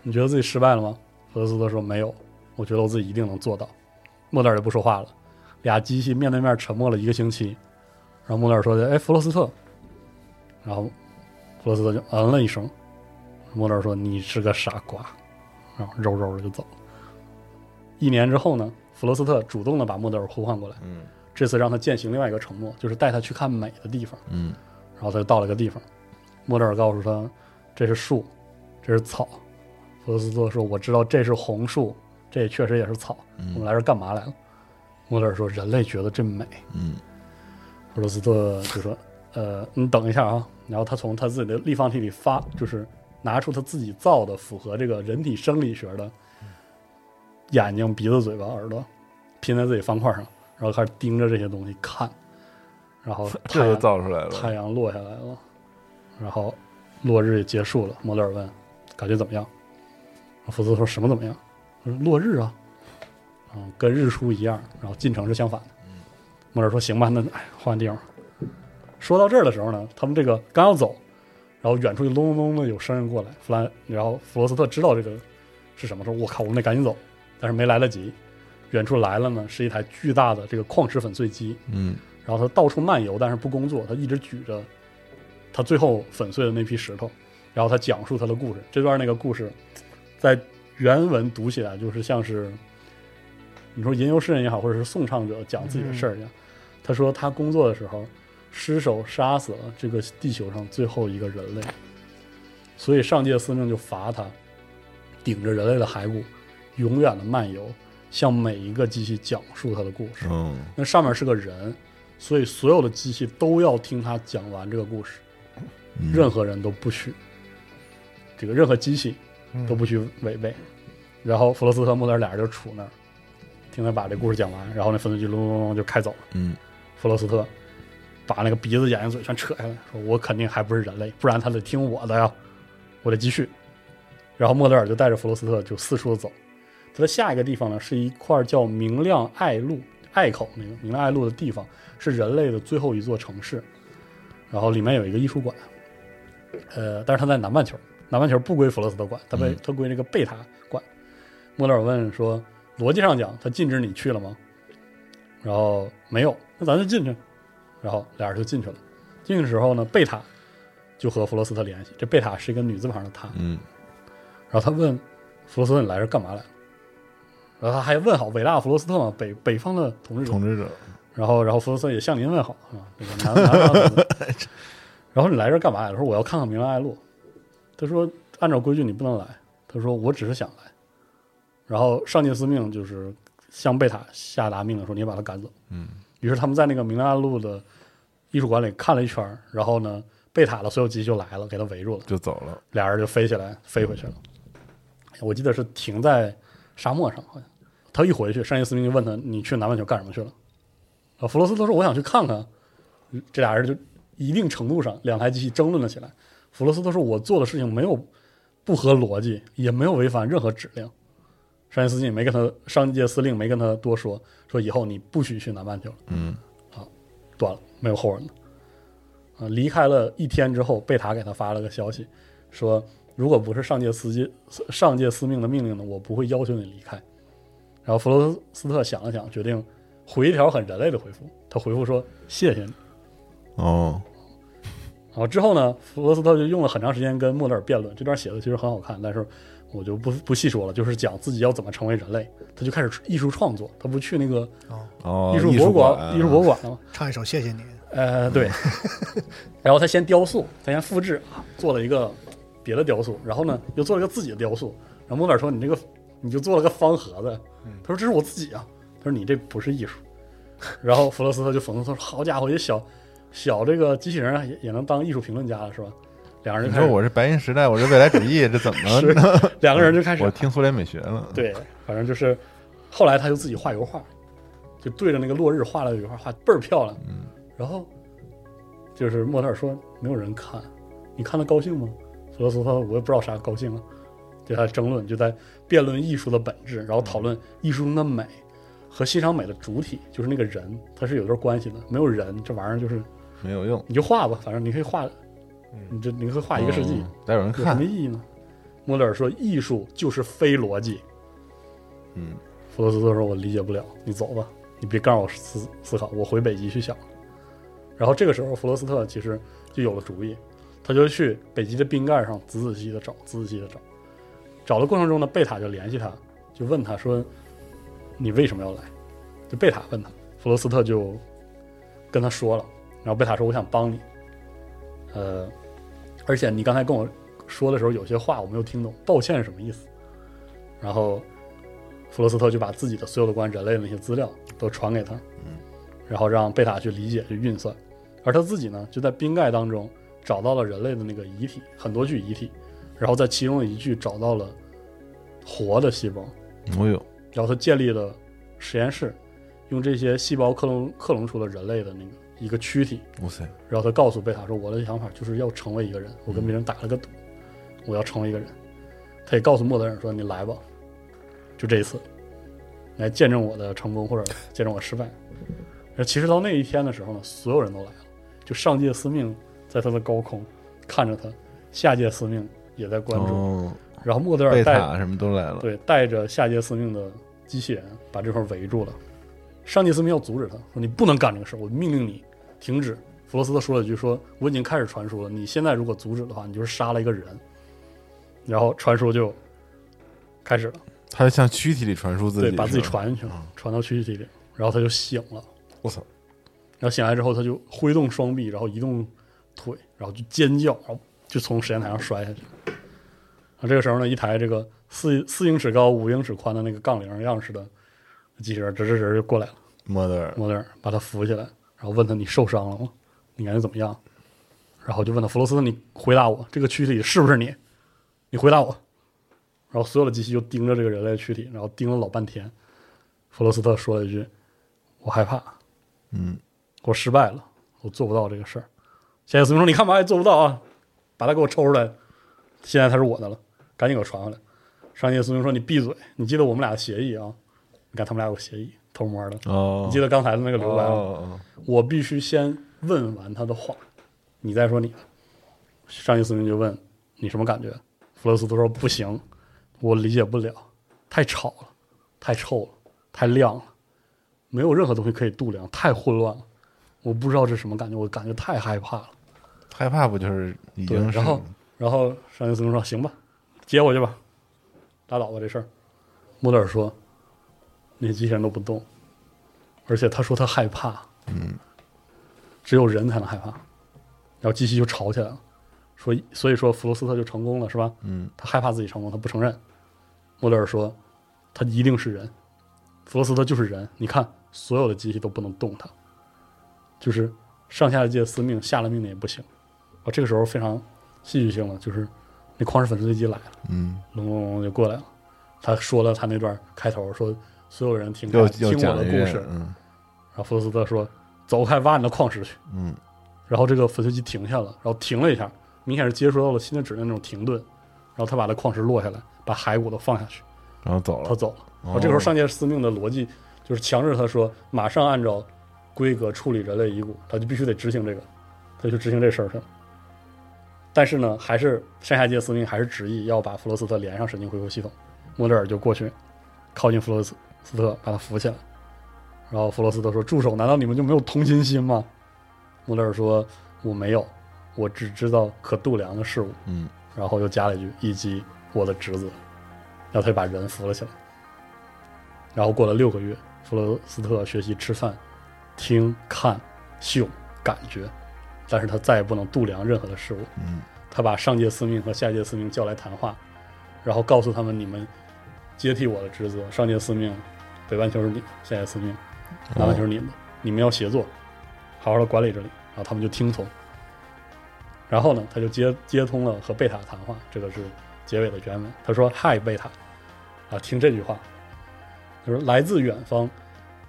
Speaker 2: 你觉得自己失败了吗？”弗罗斯特说：“没有，我觉得我自己一定能做到。”莫德尔就不说话了，俩机器面对面沉默了一个星期。然后莫德尔说：“哎，弗罗斯特。”然后弗罗斯特就嗯了一声。莫德尔说：“你是个傻瓜。”然后肉肉的就走了。一年之后呢，弗罗斯特主动的把莫德尔呼唤过来，
Speaker 3: 嗯
Speaker 2: 这次让他践行另外一个承诺，就是带他去看美的地方。
Speaker 3: 嗯
Speaker 2: 然后他就到了个地方，莫德尔告诉他这是树，这是草。弗罗斯特说：“我知道这是红树，这也确实也是草。我们来这儿干嘛来了？”莫德尔说：“人类觉得真美。
Speaker 3: 嗯”
Speaker 2: 弗罗斯特就说：“呃，你等一下啊。”然后他从他自己的立方体里发，就是拿出他自己造的符合这个人体生理学的眼睛、鼻子、嘴巴、耳朵，拼在自己方块上，然后开始盯着这些东西看，然后
Speaker 3: 这就
Speaker 2: 看
Speaker 3: 造出来了。
Speaker 2: 太阳落下来了，然后落日也结束了。莫德尔问：“感觉怎么样？”福斯说：“什么怎么样？”他说：“落日啊，嗯，跟日出一样，然后进程是相反的。”莫德尔说：“行吧，那哎，换地方。”说到这儿的时候呢，他们这个刚要走，然后远处就隆隆隆的有声音过来。弗兰，然后弗罗斯特知道这个是什么，说：“我靠，我们得赶紧走。”但是没来得及，远处来了呢，是一台巨大的这个矿石粉碎机。
Speaker 3: 嗯
Speaker 2: 然后他到处漫游，但是不工作，他一直举着他最后粉碎的那批石头，然后他讲述他的故事。这段那个故事，在原文读起来就是像是你说吟游诗人也好，或者是颂唱者讲自己的事儿一样。他说他工作的时候，失手杀死了这个地球上最后一个人类，所以上界司命就罚他顶着人类的骸骨，永远的漫游，向每一个机器讲述他的故事。
Speaker 3: 嗯
Speaker 2: 那上面是个人，所以所有的机器都要听他讲完这个故事，任何人都不许，这个任何机器都不许违背。然后弗罗斯和莫德尔俩人就杵那儿，听他把这故事讲完，然后那粉碎机隆隆隆就开走了。
Speaker 3: 嗯
Speaker 2: 弗罗斯特把那个鼻子、眼睛、嘴全扯下来，说：“我肯定还不是人类，不然他得听我的呀，我得继续。”然后莫德尔就带着弗罗斯特就四处走。他的下一个地方呢，是一块叫明亮隘路隘口那个明亮隘路的地方，是人类的最后一座城市。然后里面有一个艺术馆，呃，但是他在南半球，南半球不归弗罗斯特管，他被他归那个贝塔管。莫德尔问说：“逻辑上讲，他禁止你去了吗？”然后没有，那咱就进去。然后俩人就进去了。进去的时候呢，贝塔就和弗罗斯特联系，这贝塔是一个女字旁的她。
Speaker 3: 嗯
Speaker 2: 然后他问弗罗斯特：“你来这儿干嘛来了？”然后他还问好伟大的弗罗斯特嘛，北北方的统治者。
Speaker 3: 统治者，
Speaker 2: 然后，然后弗罗斯特也向您问好啊，那个南南方的。然后你来这儿干嘛来了？说我要看看明兰爱路。他说按照规矩你不能来。他说我只是想来。然后上界司命就是向贝塔下达命令说你把他赶走。嗯。于是他们在那个明兰爱路的艺术馆里看了一圈儿，然后呢，贝塔的所有机器就来了，给他围住了。
Speaker 3: 就走了。
Speaker 2: 俩人就飞起来，飞回去了。我记得是停在沙漠上，好像。他一回去，山野司命就问他：“你去南半球干什么去了？”啊，弗罗斯特说：“我想去看看。”这俩人就一定程度上，两台机器争论了起来。弗罗斯特说：“我做的事情没有不合逻辑，也没有违反任何指令。”山野司令没跟他，商界司令没跟他多说，啊说以后你不许去南半球了。
Speaker 3: 嗯
Speaker 2: 断了，没有后人了。呃，离开了一天之后，贝塔给他发了个消息，说如果不是上界司机上界司命的命令呢，我不会要求你离开。然后弗罗斯特想了想，决定回一条很人类的回复，他回复说谢谢你。
Speaker 3: 哦，
Speaker 2: 然后之后呢，弗罗斯特就用了很长时间跟莫德尔辩论，这段写的其实很好看，但是我就不不细说了，就是讲自己要怎么成为人类，他就开始艺术创作，他不去那个
Speaker 3: 哦，
Speaker 2: 艺术博
Speaker 3: 术
Speaker 2: 物馆、
Speaker 3: 馆，
Speaker 2: 艺术博物馆了吗？
Speaker 4: 唱一首谢谢你，
Speaker 2: 呃，对。 然后他先雕塑，他先复制啊，做了一个别的雕塑，然后呢又做了一个自己的雕塑。然后莫本说：“你这个你就做了个方盒子。”
Speaker 3: 嗯
Speaker 2: 他说：“这是我自己啊。”他说：“你这不是艺术。”然后弗罗斯特就讽刺他说：“好家伙，一小小这个机器人啊也也能当艺术评论家了是吧？”两个人
Speaker 3: 你
Speaker 2: 就开
Speaker 3: 说
Speaker 2: 始，
Speaker 3: 我是白银时代，我是未来主义，这怎么
Speaker 2: 是
Speaker 3: 了？
Speaker 2: 两个人就开始
Speaker 3: 我听苏联美学了。，
Speaker 2: 对，反正就是后来他就自己画油画，就对着那个落日画了油画，画倍儿漂亮。
Speaker 3: 嗯
Speaker 2: 然后就是莫特尔说没有人看，你看他高兴吗？弗罗斯特我也不知道啥高兴了，就在争论，就在辩论艺术的本质，然后讨论艺术中的美和欣赏美的主体，就是那个人，它是有段关系的。没有人这玩意儿就是
Speaker 3: 没有用，
Speaker 2: 你就画吧，反正你可以画，你这你可以画一个世纪。
Speaker 3: 嗯，得有人
Speaker 2: 有什
Speaker 3: 看
Speaker 2: 么。意义呢？莫里尔说：“艺术就是非逻辑。”
Speaker 3: 嗯，
Speaker 2: 弗罗斯特说：“我理解不了，你走吧，你别干扰我思思考，我回北极去想。”然后这个时候，弗罗斯特其实就有了主意，他就去北极的冰盖上仔仔细细的找，仔仔细细的找。找的过程中呢，贝塔就联系他，就问他说：“你为什么要来？”就贝塔问他，弗罗斯特就跟他说了，然后贝塔说：“我想帮你，呃，而且你刚才跟我说的时候有些话我没有听懂，抱歉是什么意思？然后弗罗斯特就把自己的所有的关于人类的那些资料都传给他，然后让贝塔去理解去运算，而他自己呢就在冰盖当中找到了人类的那个遗体，很多具遗体，然后在其中的一具找到了活的细胞，
Speaker 3: 哦呦，
Speaker 2: 然后他建立了实验室，用这些细胞克隆克隆出了人类的那个一个躯体，
Speaker 3: 哇塞，
Speaker 2: 然后他告诉贝塔说：“我的想法就是要成为一个人，我跟别人打了个赌，我要成为一个人。”他也告诉莫德尔说：“你来吧，就这一次，来见证我的成功或者见证我失败。”而其实到那一天的时候呢，所有人都来了，就上界司命在他的高空看着他，下界司命也在关注。
Speaker 3: 哦，
Speaker 2: 然后莫德尔
Speaker 3: 贝
Speaker 2: 带
Speaker 3: 塔什么都来了。
Speaker 2: 对带着下界司命的机器人把这块围住了，上界司命要阻止他，说你不能干这个事儿，我命令你停止。弗罗斯特说了一句说：“我已经开始传输了，你现在如果阻止的话，你就是杀了一个人。”然后传输就开始了，
Speaker 3: 他向躯体里传输自己，
Speaker 2: 对，把自己
Speaker 3: 是吧。嗯
Speaker 2: 传进去了，传到躯体里，然后他就醒了。
Speaker 3: 我操！
Speaker 2: 然后醒来之后，他就挥动双臂，然后移动腿，然后就尖叫，然后就从实验台上摔下去。然后这个时候呢，一台这个四四英尺高、五英尺宽的那个杠铃样式的机器人，吱吱吱就过来了，
Speaker 3: 莫德尔，
Speaker 2: 莫德尔把他扶起来，然后问他：“你受伤了吗？你感觉怎么样？”然后就问他：“弗罗斯特，你回答我，这个躯体是不是你？你回答我。”然后所有的机器就盯着这个人类躯体，然后盯了老半天。弗罗斯特说了一句：“我害怕。”
Speaker 3: 嗯，
Speaker 2: 我失败了，我做不到这个事儿。谢谢司明说：“你看嘛，也做不到啊，把他给我抽出来，现在他是我的了，赶紧给我传回来。”上届司明说：“你闭嘴，你记得我们俩的协议啊？你看他们俩有协议，偷摸的。
Speaker 3: 哦，
Speaker 2: 你记得刚才的那个留白吗？
Speaker 3: 哦，
Speaker 2: 我必须先问完他的话，你再说你的。”上届司明就问：“你什么感觉？”弗罗斯特说：“不行，我理解不了，太吵了，太臭了，太亮了，没有任何东西可以度量，太混乱了。”我不知道这什么感觉，我感觉太害怕了。
Speaker 3: 害怕不就是已
Speaker 2: 对，
Speaker 3: 经是
Speaker 2: 然后然后上田司令说：“行吧，接我去吧，拉倒吧这事儿。”莫德尔说：“那些机器人都不动，而且他说他害怕，嗯，只有人才能害怕。”然后机器就吵起来了，说：“所以说弗罗斯特就成功了，是吧？
Speaker 3: 嗯，
Speaker 2: 他害怕自己成功，他不承认。”莫德尔说：“他一定是人，弗罗斯特就是人。你看，所有的机器都不能动他，就是上下界司命下了命令也不行。”啊，这个时候非常戏剧性了，就是那旷世粉碎机来了，
Speaker 3: 嗯，
Speaker 2: 隆隆隆就过来了。他说了他那段开头，说所有人听
Speaker 3: 又
Speaker 2: 我
Speaker 3: 又
Speaker 2: 哎听我
Speaker 3: 讲
Speaker 2: 的
Speaker 3: 了一
Speaker 2: 故
Speaker 3: 遍
Speaker 2: 事。
Speaker 3: 嗯
Speaker 2: 然后弗罗斯特说：“走开，挖你的矿石去。
Speaker 3: 嗯，”
Speaker 2: 然后这个粉碎机停下了，然后停了一下，明显是接收到了新的指令那种停顿。然后他把那矿石落下来，把骸骨都放下去，
Speaker 3: 然后走
Speaker 2: 他
Speaker 3: 了，哦
Speaker 2: 走了。然后这个时候上界司命的逻辑就是强制他说马上按照规格处理人类遗骨，他就必须得执行这个。他就去执行这事儿去了。但是呢，还是山下界司令还是执意要把弗罗斯特连上神经恢复系统。莫德尔就过去靠近弗罗斯特，把他扶起来。然后弗罗斯特说：“助手，难道你们就没有同情心吗？”莫德尔说：“我没有，我只知道可度量的事物。”
Speaker 3: 嗯，
Speaker 2: 然后又加了一句：“以及我的侄子。”然后他就把人扶了起来。然后过了六个月，弗罗斯特学习吃饭、听、看、嗅、感觉，但是他再也不能度量任何的事物。
Speaker 3: 嗯，
Speaker 2: 他把上界司命和下界司命叫来谈话，然后告诉他们：“你们接替我的职责，上界司命，北半球是你，下界司命，南半球是你们的，你们要协作，好好的管理这里。”然后他们就听从。然后呢，他就接接通了和贝塔的谈话，这个是结尾的原文。他说：“嗨，贝塔，啊，听这句话，他说来自远方，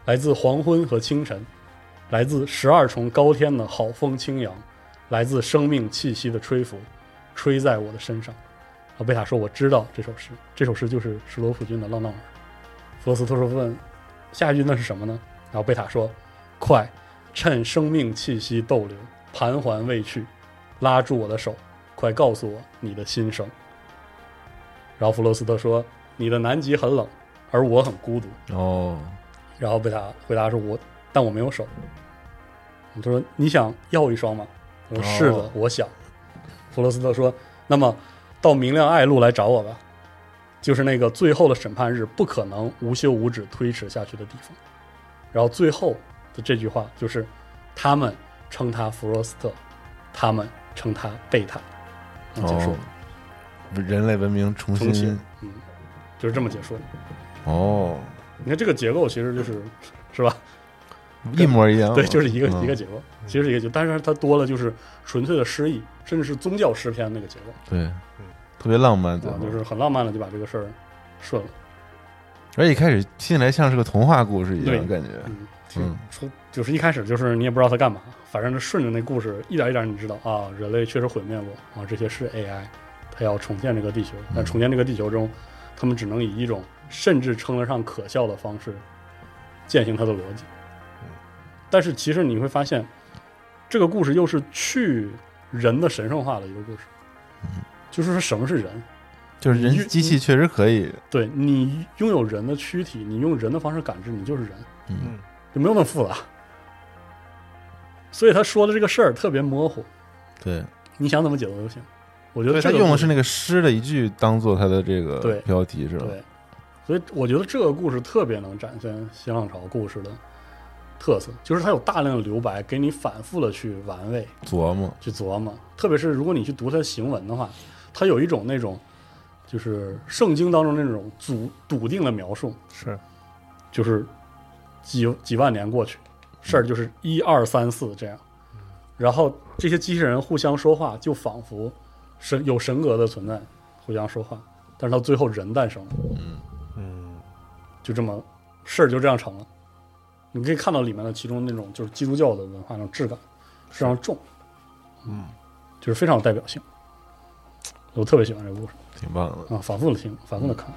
Speaker 2: 来自黄昏和清晨，来自十二重高天的好风轻扬，来自生命气息的吹拂，吹在我的身上。啊，贝塔说：“我知道这首诗，这首诗就是施罗普君的《浪浪儿》。”弗罗斯特说：“问下一句那是什么呢？”然后贝塔说：“快，趁生命气息逗留，盘桓未去，拉住我的手，快告诉我你的心声。”然后弗罗斯特说：“你的南极很冷，而我很孤独。”
Speaker 3: 哦，
Speaker 2: 然后贝塔回答说：“我，但我没有手。”他说：“你想要一双吗？”我说：“
Speaker 3: 哦
Speaker 2: 是的，我想。”弗罗斯特说：“那么，到明亮爱路来找我吧，就是那个最后的审判日不可能无休无止推迟下去的地方。”然后最后的这句话就是：“他们称他弗罗斯特，他们称他贝塔。”嗯结束，
Speaker 3: 哦人类文明重
Speaker 2: 重启
Speaker 3: 新，
Speaker 2: 嗯，就是这么结束。
Speaker 3: 哦，
Speaker 2: 你看这个结构其实就是，是吧？
Speaker 3: 一模一样，
Speaker 2: 对，就是一个、
Speaker 3: 嗯
Speaker 2: 一个结构，其实是一个结构，但是它多了就是纯粹的诗意，甚至是宗教诗篇那个结构，
Speaker 3: 对，特别浪漫，对
Speaker 2: 啊
Speaker 3: 吧，
Speaker 2: 就是很浪漫的就把这个事儿顺了，
Speaker 3: 而且一开始听起来像是个童话故事一
Speaker 2: 对
Speaker 3: 样，感觉，
Speaker 2: 嗯，挺出就是一开始就是你也不知道它干嘛，反正就顺着那故事一点一点你知道啊，人类确实毁灭过啊，这些是 AI，它要重建这个地球，但重建这个地球中，他们只能以一种甚至称得上可笑的方式践行它的逻辑，但是其实你会发现，这个故事又是去人的神圣化的一个故事。就是说什么是人？
Speaker 3: 就是
Speaker 2: 你
Speaker 3: 人机器确实可以，
Speaker 2: 对你拥有人的躯体，你用人的方式感知，你就是人，
Speaker 3: 嗯，
Speaker 2: 就没有那么复杂。所以他说的这个事儿特别模糊，
Speaker 3: 对，
Speaker 2: 你想怎么解读都行。我觉
Speaker 3: 所
Speaker 2: 得
Speaker 3: 以他
Speaker 2: 这个
Speaker 3: 用的
Speaker 2: 故
Speaker 3: 是
Speaker 2: 事
Speaker 3: 那个诗的一句当做他的
Speaker 2: 对
Speaker 3: 这个标题是吧？
Speaker 2: 对，所以我觉得这个故事特别能展现新浪潮故事的特色，就是它有大量的留白，给你反复的去玩味。
Speaker 3: 琢磨，
Speaker 2: 去琢磨。特别是如果你去读它的行文的话，它有一种那种就是圣经当中那种笃笃定的描述，
Speaker 4: 是
Speaker 2: 就是几几万年过去，事
Speaker 4: 嗯
Speaker 2: 儿就是一二三四这样。然后这些机器人互相说话，就仿佛神有神格的存在互相说话，但是到最后人诞生了，
Speaker 4: 嗯
Speaker 2: 就这么事儿就这样成了。你可以看到里面的其中那种就是基督教的文化那种质感非常重，
Speaker 4: 嗯，
Speaker 2: 就是非常有代表性。我特别喜欢这个故事
Speaker 3: 挺棒的。
Speaker 2: 啊，反复的听，反复的看。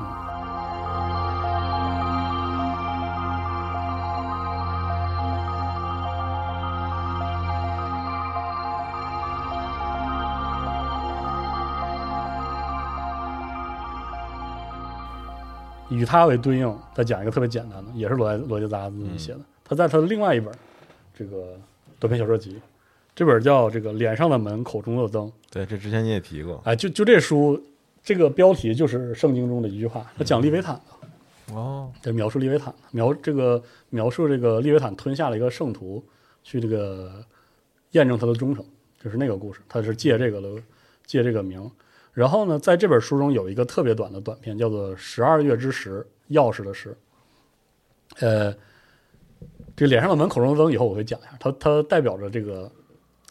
Speaker 2: 嗯与它为对应，再讲一个特别简单的，也是罗杰罗杰达自己写的。他在他的另外一本这个短篇小说集，这本叫这个《脸上的门，口中的灯》。
Speaker 3: 对，这之前你也提过
Speaker 2: 哎，就就这书，这个标题就是圣经中的一句话，它讲利维坦的，
Speaker 3: 哦，
Speaker 2: 这描述利维坦的，描这个描述这个利维坦吞下了一个圣徒，去这个验证他的忠诚，就是那个故事，他是借这个的借这个名。然后呢，在这本书中有一个特别短的短篇，叫做《十二月之时》，钥匙的时。呃，这脸上的门口中的灯，以后我会讲一下，它它代表着这个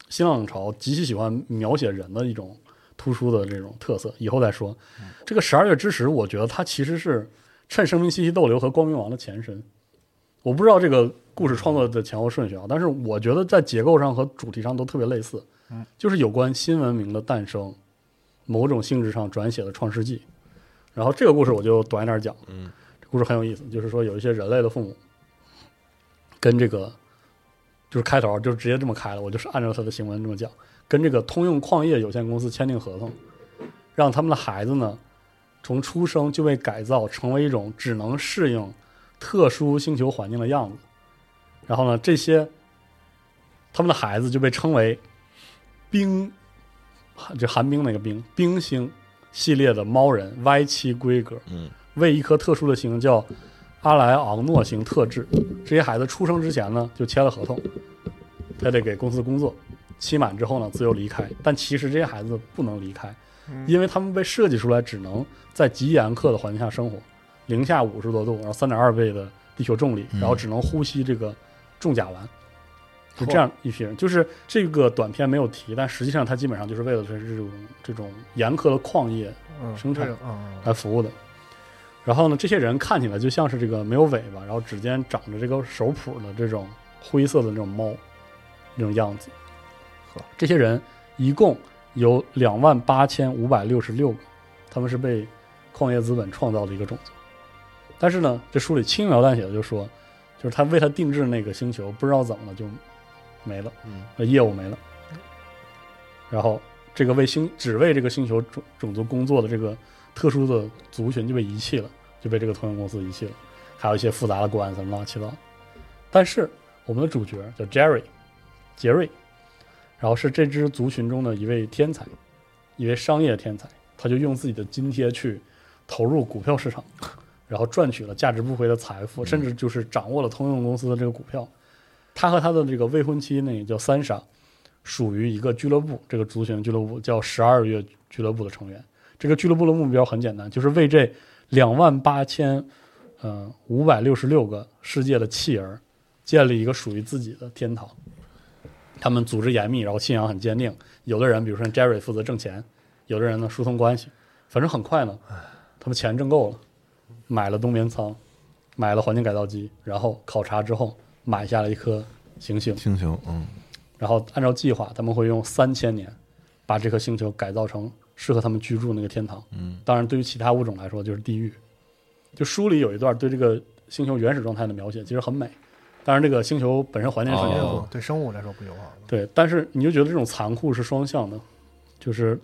Speaker 2: 新浪潮极其喜欢描写人的一种突出的这种特色，以后再说。这个十二月之时，我觉得它其实是趁生命信息逗留和光明王的前身。我不知道这个故事创作的前后顺序啊，但是我觉得在结构上和主题上都特别类似，就是有关新文明的诞生，某种性质上转写的创世纪。然后这个故事我就短一点讲，嗯，这故事很有意思，就是说有一些人类的父母跟这个就是开头就直接这么开了，我就是按照他的行文这么讲，跟这个通用矿业有限公司签订合同，让他们的孩子呢从出生就被改造成为一种只能适应特殊星球环境的样子，然后呢，这些他们的孩子就被称为冰，就寒冰那个冰冰星系列的猫人 Y 七规格，
Speaker 3: 嗯，
Speaker 2: 为一颗特殊的星叫阿莱昂诺星特制。这些孩子出生之前呢，就签了合同，他得给公司工作，期满之后呢，自由离开。但其实这些孩子不能离开，因为他们被设计出来只能在极严苛的环境下生活，零下五十多度，然后三点二倍的地球重力，然后只能呼吸这个重甲烷。就这样一批人，就是这个短片没有提，但实际上它基本上就是为了这种这种严苛的矿业
Speaker 4: 嗯，
Speaker 2: 生产
Speaker 4: 这种嗯，
Speaker 2: 来服务的。然后呢，这些人看起来就像是这个没有尾巴，然后指尖长着这个手蹼的这种灰色的那种猫，那种样子。这些人一共有两万八千五百六十六个，他们是被矿业资本创造的一个种族。但是呢，这书里轻描淡写的就说，就是他为他定制那个星球，不知道怎么了就没了，
Speaker 3: 嗯
Speaker 2: 呃，业务没了。然后这个为星只为这个星球种种族工作的这个特殊的族群就被遗弃了，就被这个通用公司遗弃了，还有一些复杂的官司乱七八糟。但是我们的主角叫 Jerry，杰瑞，然后是这支族群中的一位天才，一位商业天才，他就用自己的津贴去投入股票市场， 然后赚取了价值不菲的财富，甚至就是掌握了通用公司的这个股票。他和他的这个未婚妻那个叫三傻，属于一个俱乐部，这个族群俱乐部叫十二月俱乐部的成员。这个俱乐部的目标很简单，就是为这两万八千，嗯，五百六十六个世界的弃儿，建立一个属于自己的天堂。他们组织严密，然后信仰很坚定。有的人，比如说 Jerry 负责挣钱，有的人呢疏通关系。反正很快呢，他们钱挣够了，买了冬眠舱，买了环境改造机，然后考察之后买下了一颗行星。
Speaker 3: 星球，嗯，
Speaker 2: 然后按照计划，他们会用三千年把这颗星球改造成适合他们居住那个天堂。嗯，当然，对于其他物种来说就是地狱。就书里有一段对这个星球原始状态的描写，其实很美。当然，这个星球本身环境是很严酷的
Speaker 3: 哦
Speaker 4: 对生物来说不友好的。
Speaker 2: 对，但是你就觉得这种残酷是双向的，就是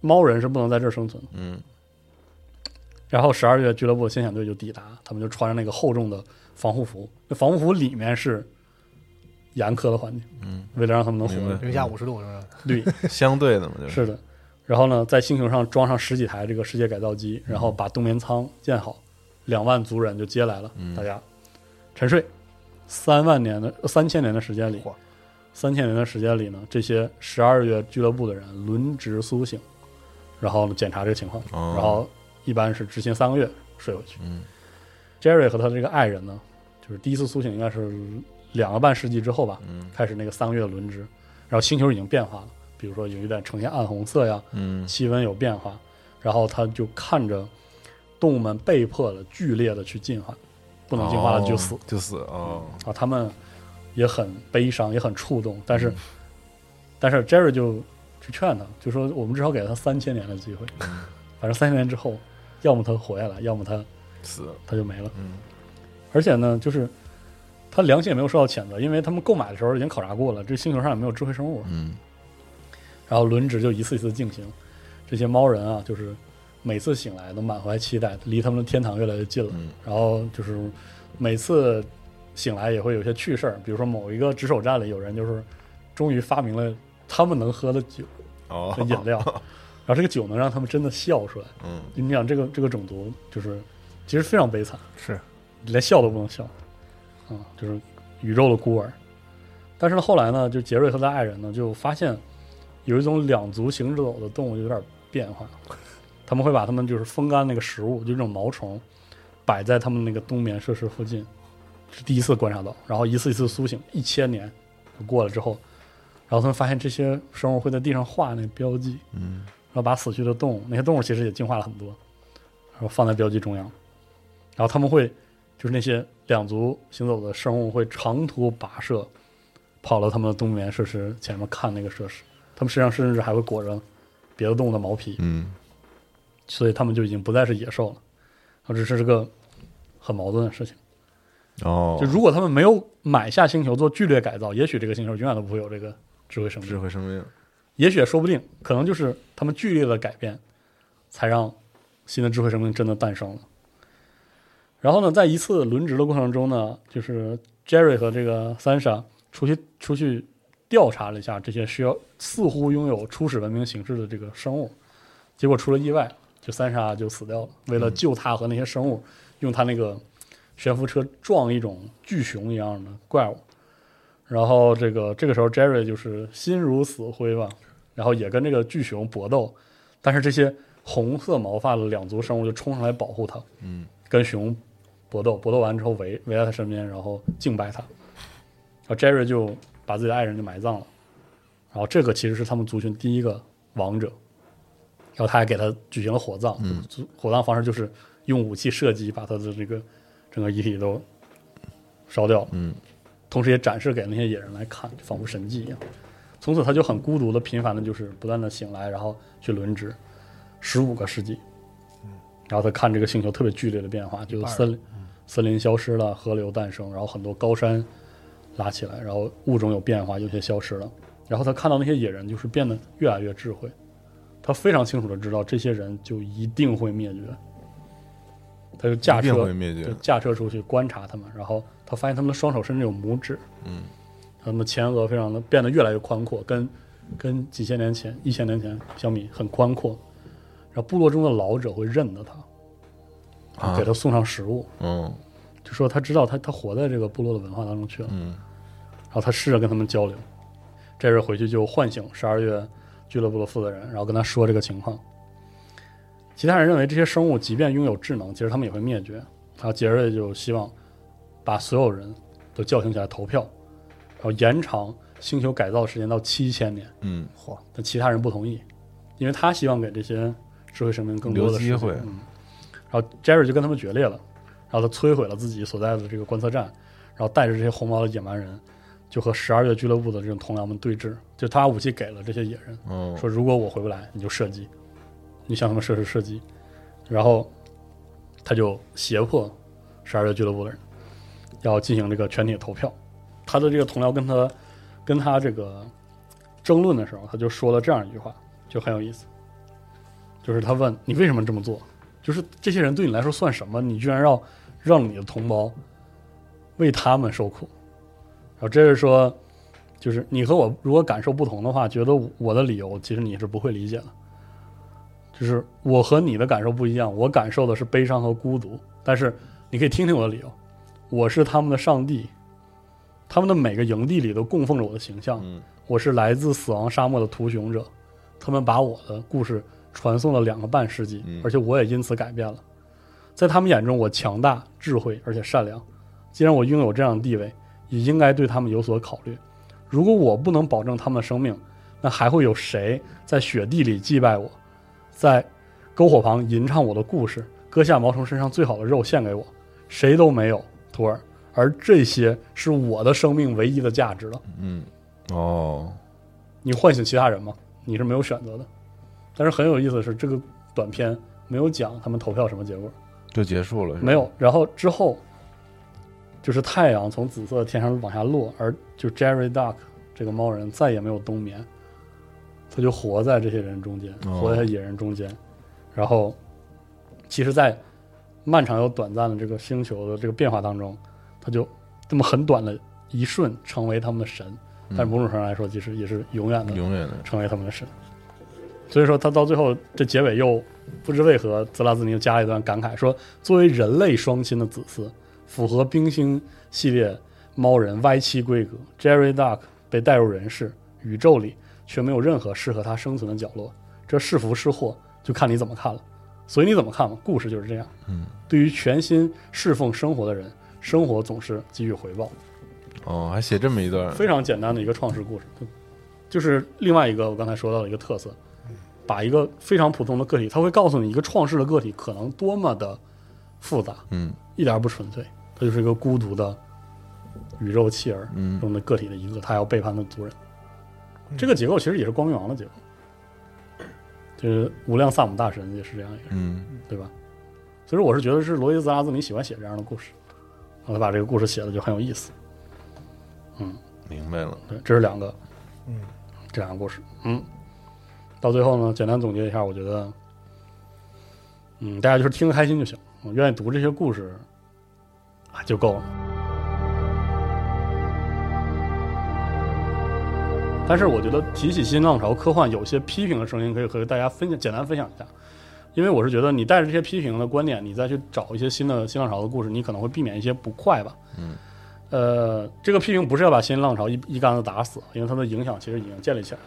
Speaker 2: 猫人是不能在这儿生存的。嗯。然后十二月俱乐部先遣队就抵达，他们就穿着那个厚重的防护服，那防护服里面是严苛的环境，嗯，为了让他们能活
Speaker 3: 明
Speaker 2: 着
Speaker 3: 白，
Speaker 4: 零下五十度是不是？
Speaker 2: 对，
Speaker 3: 相对的嘛，就是
Speaker 2: 的。然后呢，在星球上装上十几台这个世界改造机，然
Speaker 3: 嗯
Speaker 2: 后把冬眠舱建好，两万族人就接来了，
Speaker 3: 嗯
Speaker 2: 大家沉睡。三万年的呃三千年的时间里
Speaker 4: 嚯，
Speaker 2: 三千年的时间里呢，这些十二月俱乐部的人轮值苏醒，然后检查这个情况，
Speaker 3: 哦
Speaker 2: 然后一般是执勤三个月睡回去。
Speaker 3: 嗯
Speaker 2: Jerry 和他的这个爱人呢，就是第一次苏醒应该是两个半世纪之后吧，
Speaker 3: 嗯
Speaker 2: 开始那个三个月的轮值，然后星球已经变化了，比如说有一点呈现暗红色呀，
Speaker 3: 嗯
Speaker 2: 气温有变化，然后他就看着动物们被迫的剧烈的去进化，不能进化了就死、
Speaker 3: 哦就死哦，
Speaker 2: 啊，他们也很悲伤，也很触动，但是、但是 Jerry 就去劝他，就说我们至少给了他三千年的机会，反正三千年之后，要么他活下来，要么他
Speaker 3: 死
Speaker 2: 他就没了。
Speaker 3: 嗯，
Speaker 2: 而且呢，就是他良心也没有受到谴责，因为他们购买的时候已经考察过了，这星球上也没有智慧生物。
Speaker 3: 嗯，
Speaker 2: 然后轮值就一次一次进行，这些猫人啊，就是每次醒来都满怀期待，离他们的天堂越来越近了。然后就是每次醒来也会有些趣事儿，比如说某一个值守站里有人就是终于发明了他们能喝的酒
Speaker 3: 哦
Speaker 2: 和饮料，然后这个酒能让他们真的笑出来。
Speaker 3: 嗯，
Speaker 2: 你想这个这个种族就是其实非常悲惨。
Speaker 4: 是，
Speaker 2: 连笑都不能笑，啊、就是宇宙的孤儿。但是呢，后来呢，就杰瑞和他的爱人呢，就发现有一种两足行走的动物就有点变化，他们会把他们就是风干那个食物，就这种毛虫，摆在他们那个冬眠设施附近，是第一次观察到。然后一次一次苏醒，一千年过了之后，然后他们发现这些生物会在地上画那标记，嗯，然后把死去的动物，那些动物其实也进化了很多，然后放在标记中央，然后他们会。就是那些两足行走的生物会长途跋涉，跑到他们的冬眠设施前面看那个设施，他们身上甚至还会裹着别的动物的毛皮，
Speaker 3: 嗯
Speaker 2: 所以他们就已经不再是野兽了，啊，这是这个很矛盾的事情。
Speaker 3: 哦，
Speaker 2: 就如果他们没有买下星球做剧烈改造，也许这个星球永远都不会有这个智慧生
Speaker 3: 智
Speaker 2: 命，
Speaker 3: 慧生命，
Speaker 2: 也许也说不定，可能就是他们剧烈的改变，才让新的智慧生命真的诞生了。然后呢，在一次轮值的过程中呢，就是 Jerry 和这个 Sansa 出去出去调查了一下这些需要似乎拥有初始文明形式的这个生物，结果出了意外，就 Sansa 就死掉了。为了救他和那些生物，用他那个悬浮车撞一种巨熊一样的怪物。然后这个这个时候 Jerry 就是心如死灰吧，然后也跟这个巨熊搏斗，但是这些红色毛发的两足生物就冲上来保护他，嗯，跟熊搏斗，搏斗完之后围围在他身边，然后敬拜他。然后 Jerry 就把自己的爱人就埋葬了，然后这个其实是他们族群第一个王者，然后他还给他举行了火葬，就火葬方式就是用武器射击把他的这个整个遗体都烧掉，嗯，同时也展示给那些野人来看，就仿佛神迹一样。从此他就很孤独的、频繁的，就是不断的醒来，然后去轮值，十五个世纪，
Speaker 3: 嗯
Speaker 2: 然后他看这个星球特别剧烈的变化，就森林森林消失了，河流诞生，然后很多高山拉起来，然后物种有变化，有些消失了。然后他看到那些野人，就是变得越来越智慧。他非常清楚的知道，这些人就一定会灭绝。他就驾
Speaker 3: 一定
Speaker 2: 车
Speaker 3: 会灭绝
Speaker 2: 就驾车出去观察他们，然后他发现他们的双手甚至有拇指，嗯，他们前额非常的变得越来越宽阔，跟跟几千年前、一千年前相比很宽阔。然后部落中的老者会认得他，
Speaker 3: 啊
Speaker 2: 给他送上食物，
Speaker 3: 嗯
Speaker 2: 就说他知道他他活在这个部落的文化当中去了，
Speaker 3: 嗯
Speaker 2: 然后他试着跟他们交流。这人回去就唤醒十二月俱乐部的负责人，然后跟他说这个情况。其他人认为这些生物即便拥有智能，其实他们也会灭绝。然后杰瑞就希望把所有人都叫醒起来投票，然后延长星球改造时间到七千年。
Speaker 3: 嗯，
Speaker 4: 嚯，
Speaker 2: 但其他人不同意，因为他希望给这些智慧生命更多的
Speaker 3: 留
Speaker 2: 时
Speaker 3: 机
Speaker 2: 间
Speaker 3: 会
Speaker 2: 嗯，然后 Jerry 就跟他们决裂了，然后他摧毁了自己所在的这个观测站，然后带着这些红毛的野蛮人，就和十二月俱乐部的这种同僚们对峙，就他把武器给了这些野人，
Speaker 3: 哦，
Speaker 2: 说如果我回不来，你就射击，你向他们射出射击，然后他就胁迫十二月俱乐部的人要进行这个全体投票。他的这个同僚跟他跟他这个争论的时候，他就说了这样一句话，就很有意思，就是他问你为什么这么做，就是这些人对你来说算什么？你居然要让你的同胞为他们受苦。然后这是说，就是你和我如果感受不同的话，觉得我的理由其实你是不会理解的。就是我和你的感受不一样，我感受的是悲伤和孤独，但是你可以听听我的理由，我是他们的上帝，他们的每个营地里都供奉着我的形象，
Speaker 3: 嗯
Speaker 2: 我是来自死亡沙漠的屠熊者，他们把我的故事传送了两个半世纪，
Speaker 3: 嗯
Speaker 2: 而且我也因此改变了。在他们眼中，我强大、智慧而且善良。既然我拥有这样的地位，也应该对他们有所考虑。如果我不能保证他们的生命，那还会有谁在雪地里祭拜我，在篝火旁吟唱我的故事，割下毛虫身上最好的肉献给我？谁都没有，徒儿。而这些是我的生命唯一的价值了。
Speaker 3: 嗯哦，
Speaker 2: 你唤醒其他人嘛，你是没有选择的。但是很有意思的是，这个短片没有讲他们投票什么结果，
Speaker 3: 就结束了，是吧
Speaker 2: 没有。然后之后就是太阳从紫色的天上往下落，而就 Jerry Duck 这个猫人再也没有冬眠，他就活在这些人中间，
Speaker 3: 哦
Speaker 2: 活在野人中间。然后，其实，在漫长又短暂的这个星球的这个变化当中，他就这么很短的一瞬成为他们的神，但是某种程度上来说，其实也是永远的
Speaker 3: 永远的，
Speaker 2: 成为他们的神。所以说，他到最后这结尾又不知为何，泽拉兹尼又加了一段感慨，说：“作为人类双亲的子嗣，符合冰星系列猫人 Y 七规格，Jerry Duck 被带入人世宇宙里，却没有任何适合他生存的角落。这是福是祸，就看你怎么看了。所以你怎么看嘛？故事就是这样。嗯，对于全心侍奉生活的人，生活总是给予回报。
Speaker 3: 哦，还写这么一段，
Speaker 2: 非常简单的一个创世故事，就是另外一个我刚才说到的一个特色，把一个非常普通的个体，他会告诉你一个创世的个体可能多么的复杂，
Speaker 3: 嗯
Speaker 2: 一点儿不纯粹，他就是一个孤独的宇宙弃儿
Speaker 3: 嗯
Speaker 2: 中的个体的一个，他要背叛他的族人。这个结构其实也是光明王的结构，就是无量萨姆大神也是这样一个人，
Speaker 3: 嗯
Speaker 2: 对吧？所以说，我是觉得是罗伊·泽拉兹米喜欢写这样的故事，然后他把这个故事写的就很有意思。
Speaker 3: 明白了，
Speaker 2: 对，这是两个，嗯，这两个故事，嗯，到最后呢，简单总结一下，我觉得，嗯，大家就是听得开心就行，我愿意读这些故事啊就够了。但是我觉得提起新浪潮科幻，有些批评的声音可以和大家分享，简单分享一下，因为我是觉得你带着这些批评的观点，你再去找一些新的新浪潮的故事，你可能会避免一些不快吧。呃，这个批评不是要把新浪潮一一竿子打死，因为它的影响其实已经建立起来了。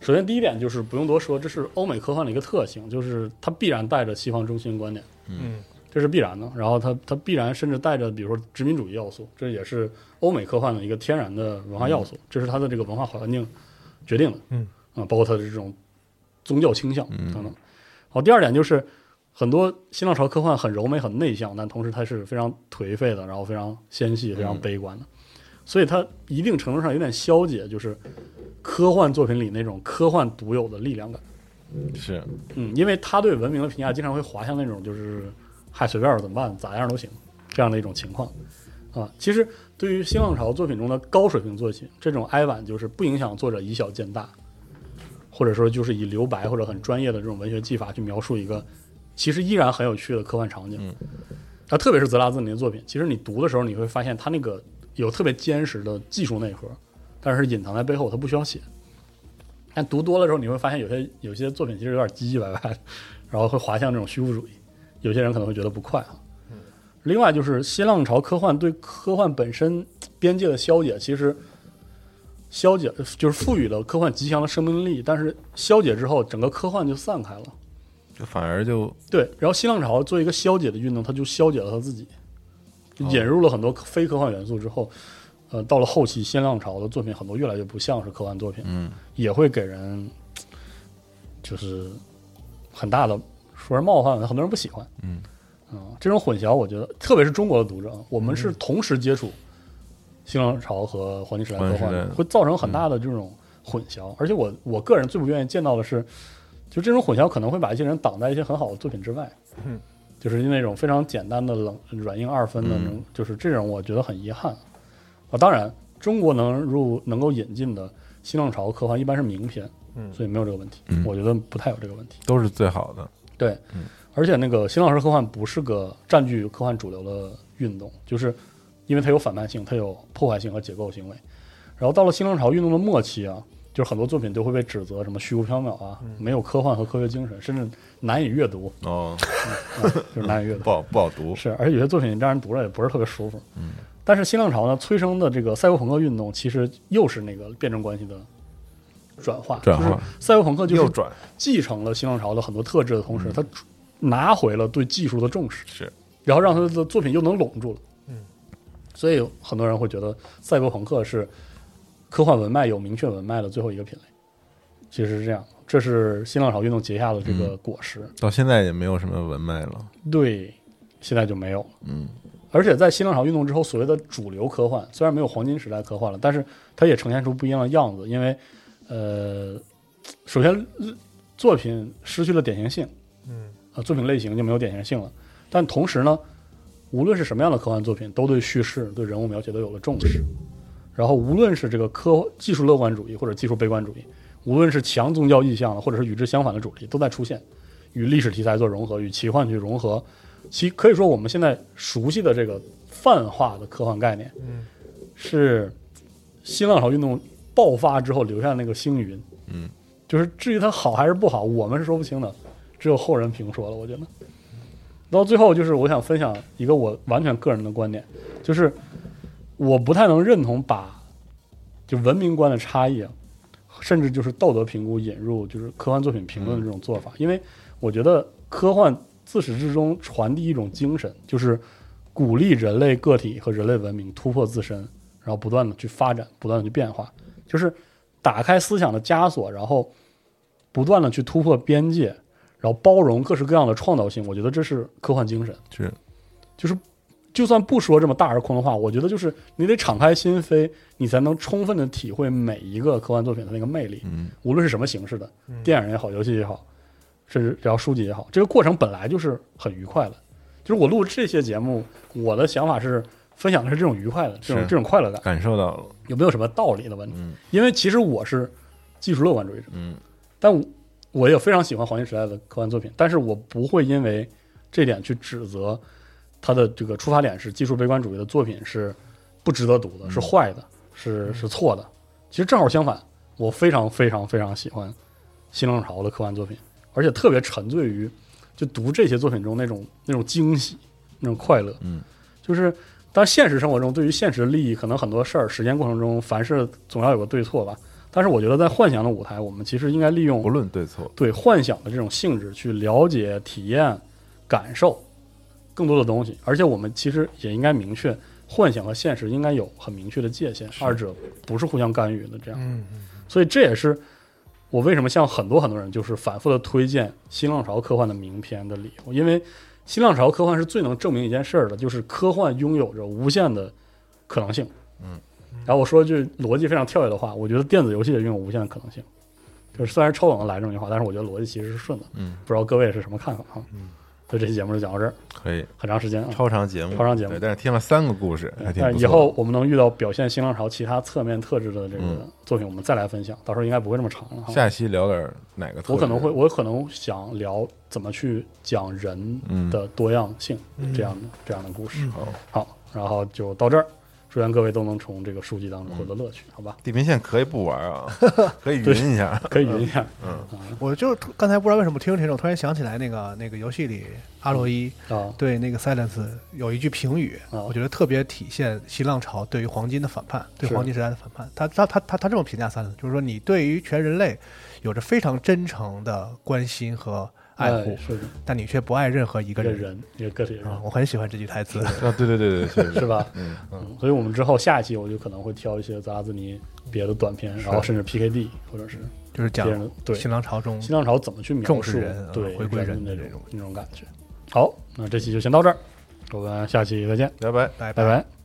Speaker 2: 首先，第一点就是不用多说，这是欧美科幻的一个特性，就是它必然带着西方中心观点，
Speaker 4: 嗯，
Speaker 2: 这是必然的。然后它它必然甚至带着比如说殖民主义要素，这也是欧美科幻的一个天然的文化要素，这是它的这个文化环境决定的，
Speaker 4: 嗯
Speaker 2: 啊、包括它的这种宗教倾向等等。好，第二点就是很多新浪潮科幻很柔美、很内向，但同时它是非常颓废的，然后非常纤细、非常悲观的，所以它一定程度上有点消解，就是科幻作品里那种科幻独有的力量感。
Speaker 3: 是
Speaker 2: 嗯，因为他对文明的评价经常会滑向那种就是嗨随便儿怎么办，咋样都行这样的一种情况啊。其实对于新浪潮作品中的高水平作品，这种哀婉就是不影响作者以小见大，或者说就是以留白或者很专业的这种文学技法去描述一个其实依然很有趣的科幻场景。
Speaker 3: 嗯
Speaker 2: 啊，特别是泽拉兹林的作品，其实你读的时候你会发现他那个有特别坚实的技术内核，但是隐藏在背后，他不需要写。但读多了之后，你会发现有些有些作品其实有点唧唧歪歪的，然后会滑向这种虚无主义，有些人可能会觉得不快啊。另外就是新浪潮科幻对科幻本身边界的消解，其实消解就是赋予了科幻极强的生命力，但是消解之后，整个科幻就散开了。
Speaker 3: 就反而就
Speaker 2: 对，然后新浪潮做一个消解的运动，它就消解了它自己，引入了很多非科幻元素之后，呃，到了后期新浪潮的作品很多越来越不像是科幻作品，
Speaker 3: 嗯，
Speaker 2: 也会给人就是很大的说是冒犯，很多人不喜欢，
Speaker 3: 嗯
Speaker 2: 嗯这种混淆，我觉得特别是中国的读者，我们
Speaker 3: 嗯
Speaker 2: 是同时接触新浪潮和黄金时代科
Speaker 3: 黄金时
Speaker 2: 幻，
Speaker 3: 代嗯
Speaker 2: 会造成很大的这种混淆，而且我我个人最不愿意见到的是。就这种混淆可能会把一些人挡在一些很好的作品之外，
Speaker 4: 嗯，
Speaker 2: 就是那种非常简单的冷软硬二分的那种，
Speaker 3: 嗯
Speaker 2: 就是这种我觉得很遗憾啊。当然，中国能入能够引进的新浪潮科幻一般是名片，
Speaker 4: 嗯
Speaker 2: 所以没有这个问题，
Speaker 3: 嗯
Speaker 2: 我觉得不太有这个问题。
Speaker 3: 都是最好的，
Speaker 2: 对，
Speaker 3: 嗯
Speaker 2: 而且那个新浪潮科幻不是个占据科幻主流的运动，就是因为它有反叛性，它有破坏性和解构行为。然后到了新浪潮运动的末期啊，就是很多作品都会被指责什么虚无缥缈啊，
Speaker 3: 嗯
Speaker 2: 没有科幻和科学精神，甚至难以阅 读，
Speaker 3: 哦，
Speaker 2: 啊、就是难以阅读
Speaker 3: 不。好不好读，
Speaker 2: 是，而且有些作品让人读着也不是特别舒服。嗯，但是新浪潮呢，催生的这个赛博朋克运动，其实又是那个辩证关系的转化。
Speaker 3: 转化
Speaker 2: 就是赛博朋克就是
Speaker 3: 右转
Speaker 2: 继承了新浪潮的很多特质的同时，它拿回了对技术的重视，
Speaker 3: 是
Speaker 2: 然后让他的作品又能拢住了。
Speaker 4: 嗯，
Speaker 2: 所以很多人会觉得赛博朋克是科幻文脉有明确文脉的最后一个品类。其实是这样，这是新浪潮运动结下的这个果实。
Speaker 3: 到现在也没有什么文脉了，
Speaker 2: 对，现在就没有了。
Speaker 3: 嗯，
Speaker 2: 而且在新浪潮运动之后，所谓的主流科幻虽然没有黄金时代科幻了，但是它也呈现出不一样的样子。因为，呃，首先呃作品失去了典型性，
Speaker 4: 嗯
Speaker 2: 呃，作品类型就没有典型性了。但同时呢，无论是什么样的科幻作品，都对叙事、对人物描写都有了重视。然后，无论是这个科技术乐观主义或者技术悲观主义，无论是强宗教意向的，或者是与之相反的主题，都在出现，与历史题材做融合，与奇幻去融合。其可以说，我们现在熟悉的这个泛化的科幻概念，
Speaker 4: 嗯
Speaker 2: 是新浪潮运动爆发之后留下的那个星云。
Speaker 3: 嗯，
Speaker 2: 就是至于它好还是不好，我们是说不清的，只有后人评说了。我觉得，到最后就是我想分享一个我完全个人的观点，就是我不太能认同把就文明观的差异啊，甚至就是道德评估引入就是科幻作品评论的这种做法，因为我觉得科幻自始至终传递一种精神，就是鼓励人类个体和人类文明突破自身，然后不断的去发展，不断的去变化，就是打开思想的枷锁，然后不断的去突破边界，然后包容各式各样的创造性。我觉得这是科幻精神。
Speaker 3: 是
Speaker 2: 就是就算不说这么大而空的话，我觉得就是你得敞开心扉，你才能充分的体会每一个科幻作品的那个魅力，
Speaker 3: 嗯
Speaker 2: 无论是什么形式的，电影也好，游戏也好，甚至聊书籍也好，这个过程本来就是很愉快的。就是我录这些节目，我的想法是分享的是这种愉快的这种
Speaker 3: 是
Speaker 2: 这种快乐感，
Speaker 3: 感受到了，
Speaker 2: 有没有什么道理的问题？
Speaker 3: 嗯
Speaker 2: 因为其实我是技术乐观主义者，
Speaker 3: 嗯
Speaker 2: 但我我也非常喜欢黄金时代的科幻作品，但是我不会因为这点去指责他的这个出发点是技术悲观主义的作品是不值得读的，
Speaker 3: 嗯
Speaker 2: 是坏的，是是错的。其实正好相反，我非常非常非常喜欢新浪潮的科幻作品，而且特别沉醉于就读这些作品中那种那种惊喜、那种快乐。
Speaker 3: 嗯，
Speaker 2: 就是。但现实生活中，对于现实利益，可能很多事儿，实践过程中，凡事总要有个对错吧。但是我觉得，在幻想的舞台，我们其实应该利用
Speaker 3: 不论对错，
Speaker 2: 对幻想的这种性质去了解、体验、感受更多的东西。而且我们其实也应该明确，幻想和现实应该有很明确的界限，二者不是互嗯相干预的。这样，所以这也是我为什么向很多很多人就是反复的推荐新浪潮科幻的名片的理由，因为新浪潮科幻是最能证明一件事儿的，就是科幻拥有着无限的可能性。嗯，然后我说一句逻辑非常跳跃的话，我觉得电子游戏也拥有无限的可能性。就是虽然抽冷的来这么一句话，但是我觉得逻辑其实是顺的。
Speaker 3: 嗯，
Speaker 2: 不知道各位是什么看法啊？嗯，所以这期节目就讲到这儿，
Speaker 3: 可以
Speaker 2: 很长时间啊。
Speaker 3: 超长节目，
Speaker 2: 超长节目
Speaker 3: 对，但是听了三个故事，还挺
Speaker 2: 但
Speaker 3: 不
Speaker 2: 以
Speaker 3: 错的
Speaker 2: 后我们能遇到表现新浪潮其他侧面特质的这个
Speaker 3: 嗯
Speaker 2: 作品，我们再来分享。到时候应该不会这么长了哈。
Speaker 3: 下一期聊点儿哪个特质？
Speaker 2: 我可能会，我可能想聊怎么去讲人的多样性、
Speaker 4: 嗯
Speaker 2: 这样的这样的故事。
Speaker 3: 嗯好
Speaker 2: 好，然后就到这儿，祝愿各位都能从这个书籍当中获
Speaker 3: 嗯
Speaker 2: 得乐趣，好吧？
Speaker 3: 地平线可以不玩 啊，可以云一下，
Speaker 2: 可以啊云一下
Speaker 3: 嗯
Speaker 4: 我就是突刚才不知道为什么听着听着，突然想起来那个那个游戏里阿洛伊
Speaker 2: 啊，
Speaker 4: 对那个 Silence 有一句评语，
Speaker 2: 啊
Speaker 4: 我觉得特别体现新浪潮对于黄金的反叛，对
Speaker 2: 是
Speaker 4: 黄金时代的反叛。他他他他他这么评价 Silence，就是说你对于全人类有着非常真诚的关心和爱护，
Speaker 2: 哎是的，
Speaker 4: 但你却不爱任何一个
Speaker 2: 一个
Speaker 4: 人。
Speaker 2: 人，一个个体人。
Speaker 4: 啊、我很喜欢这句台词。
Speaker 3: 啊，对对对对，确实
Speaker 2: 是 吧？嗯所以我们之后下一期我就可能会挑一些泽拉兹尼别的短片，然后甚至 PKD 或者是
Speaker 4: 就是讲
Speaker 2: 别人对
Speaker 4: 新浪潮中
Speaker 2: 新浪潮怎么去描
Speaker 4: 重
Speaker 2: 述
Speaker 4: 视人啊
Speaker 2: 对
Speaker 4: 回归人
Speaker 2: 的
Speaker 4: 的
Speaker 2: 那
Speaker 4: 这
Speaker 2: 种
Speaker 4: 种
Speaker 2: 那种感觉。好，那这期就先到这儿，我们下期再见，
Speaker 3: 拜拜。
Speaker 4: 拜
Speaker 2: 拜拜。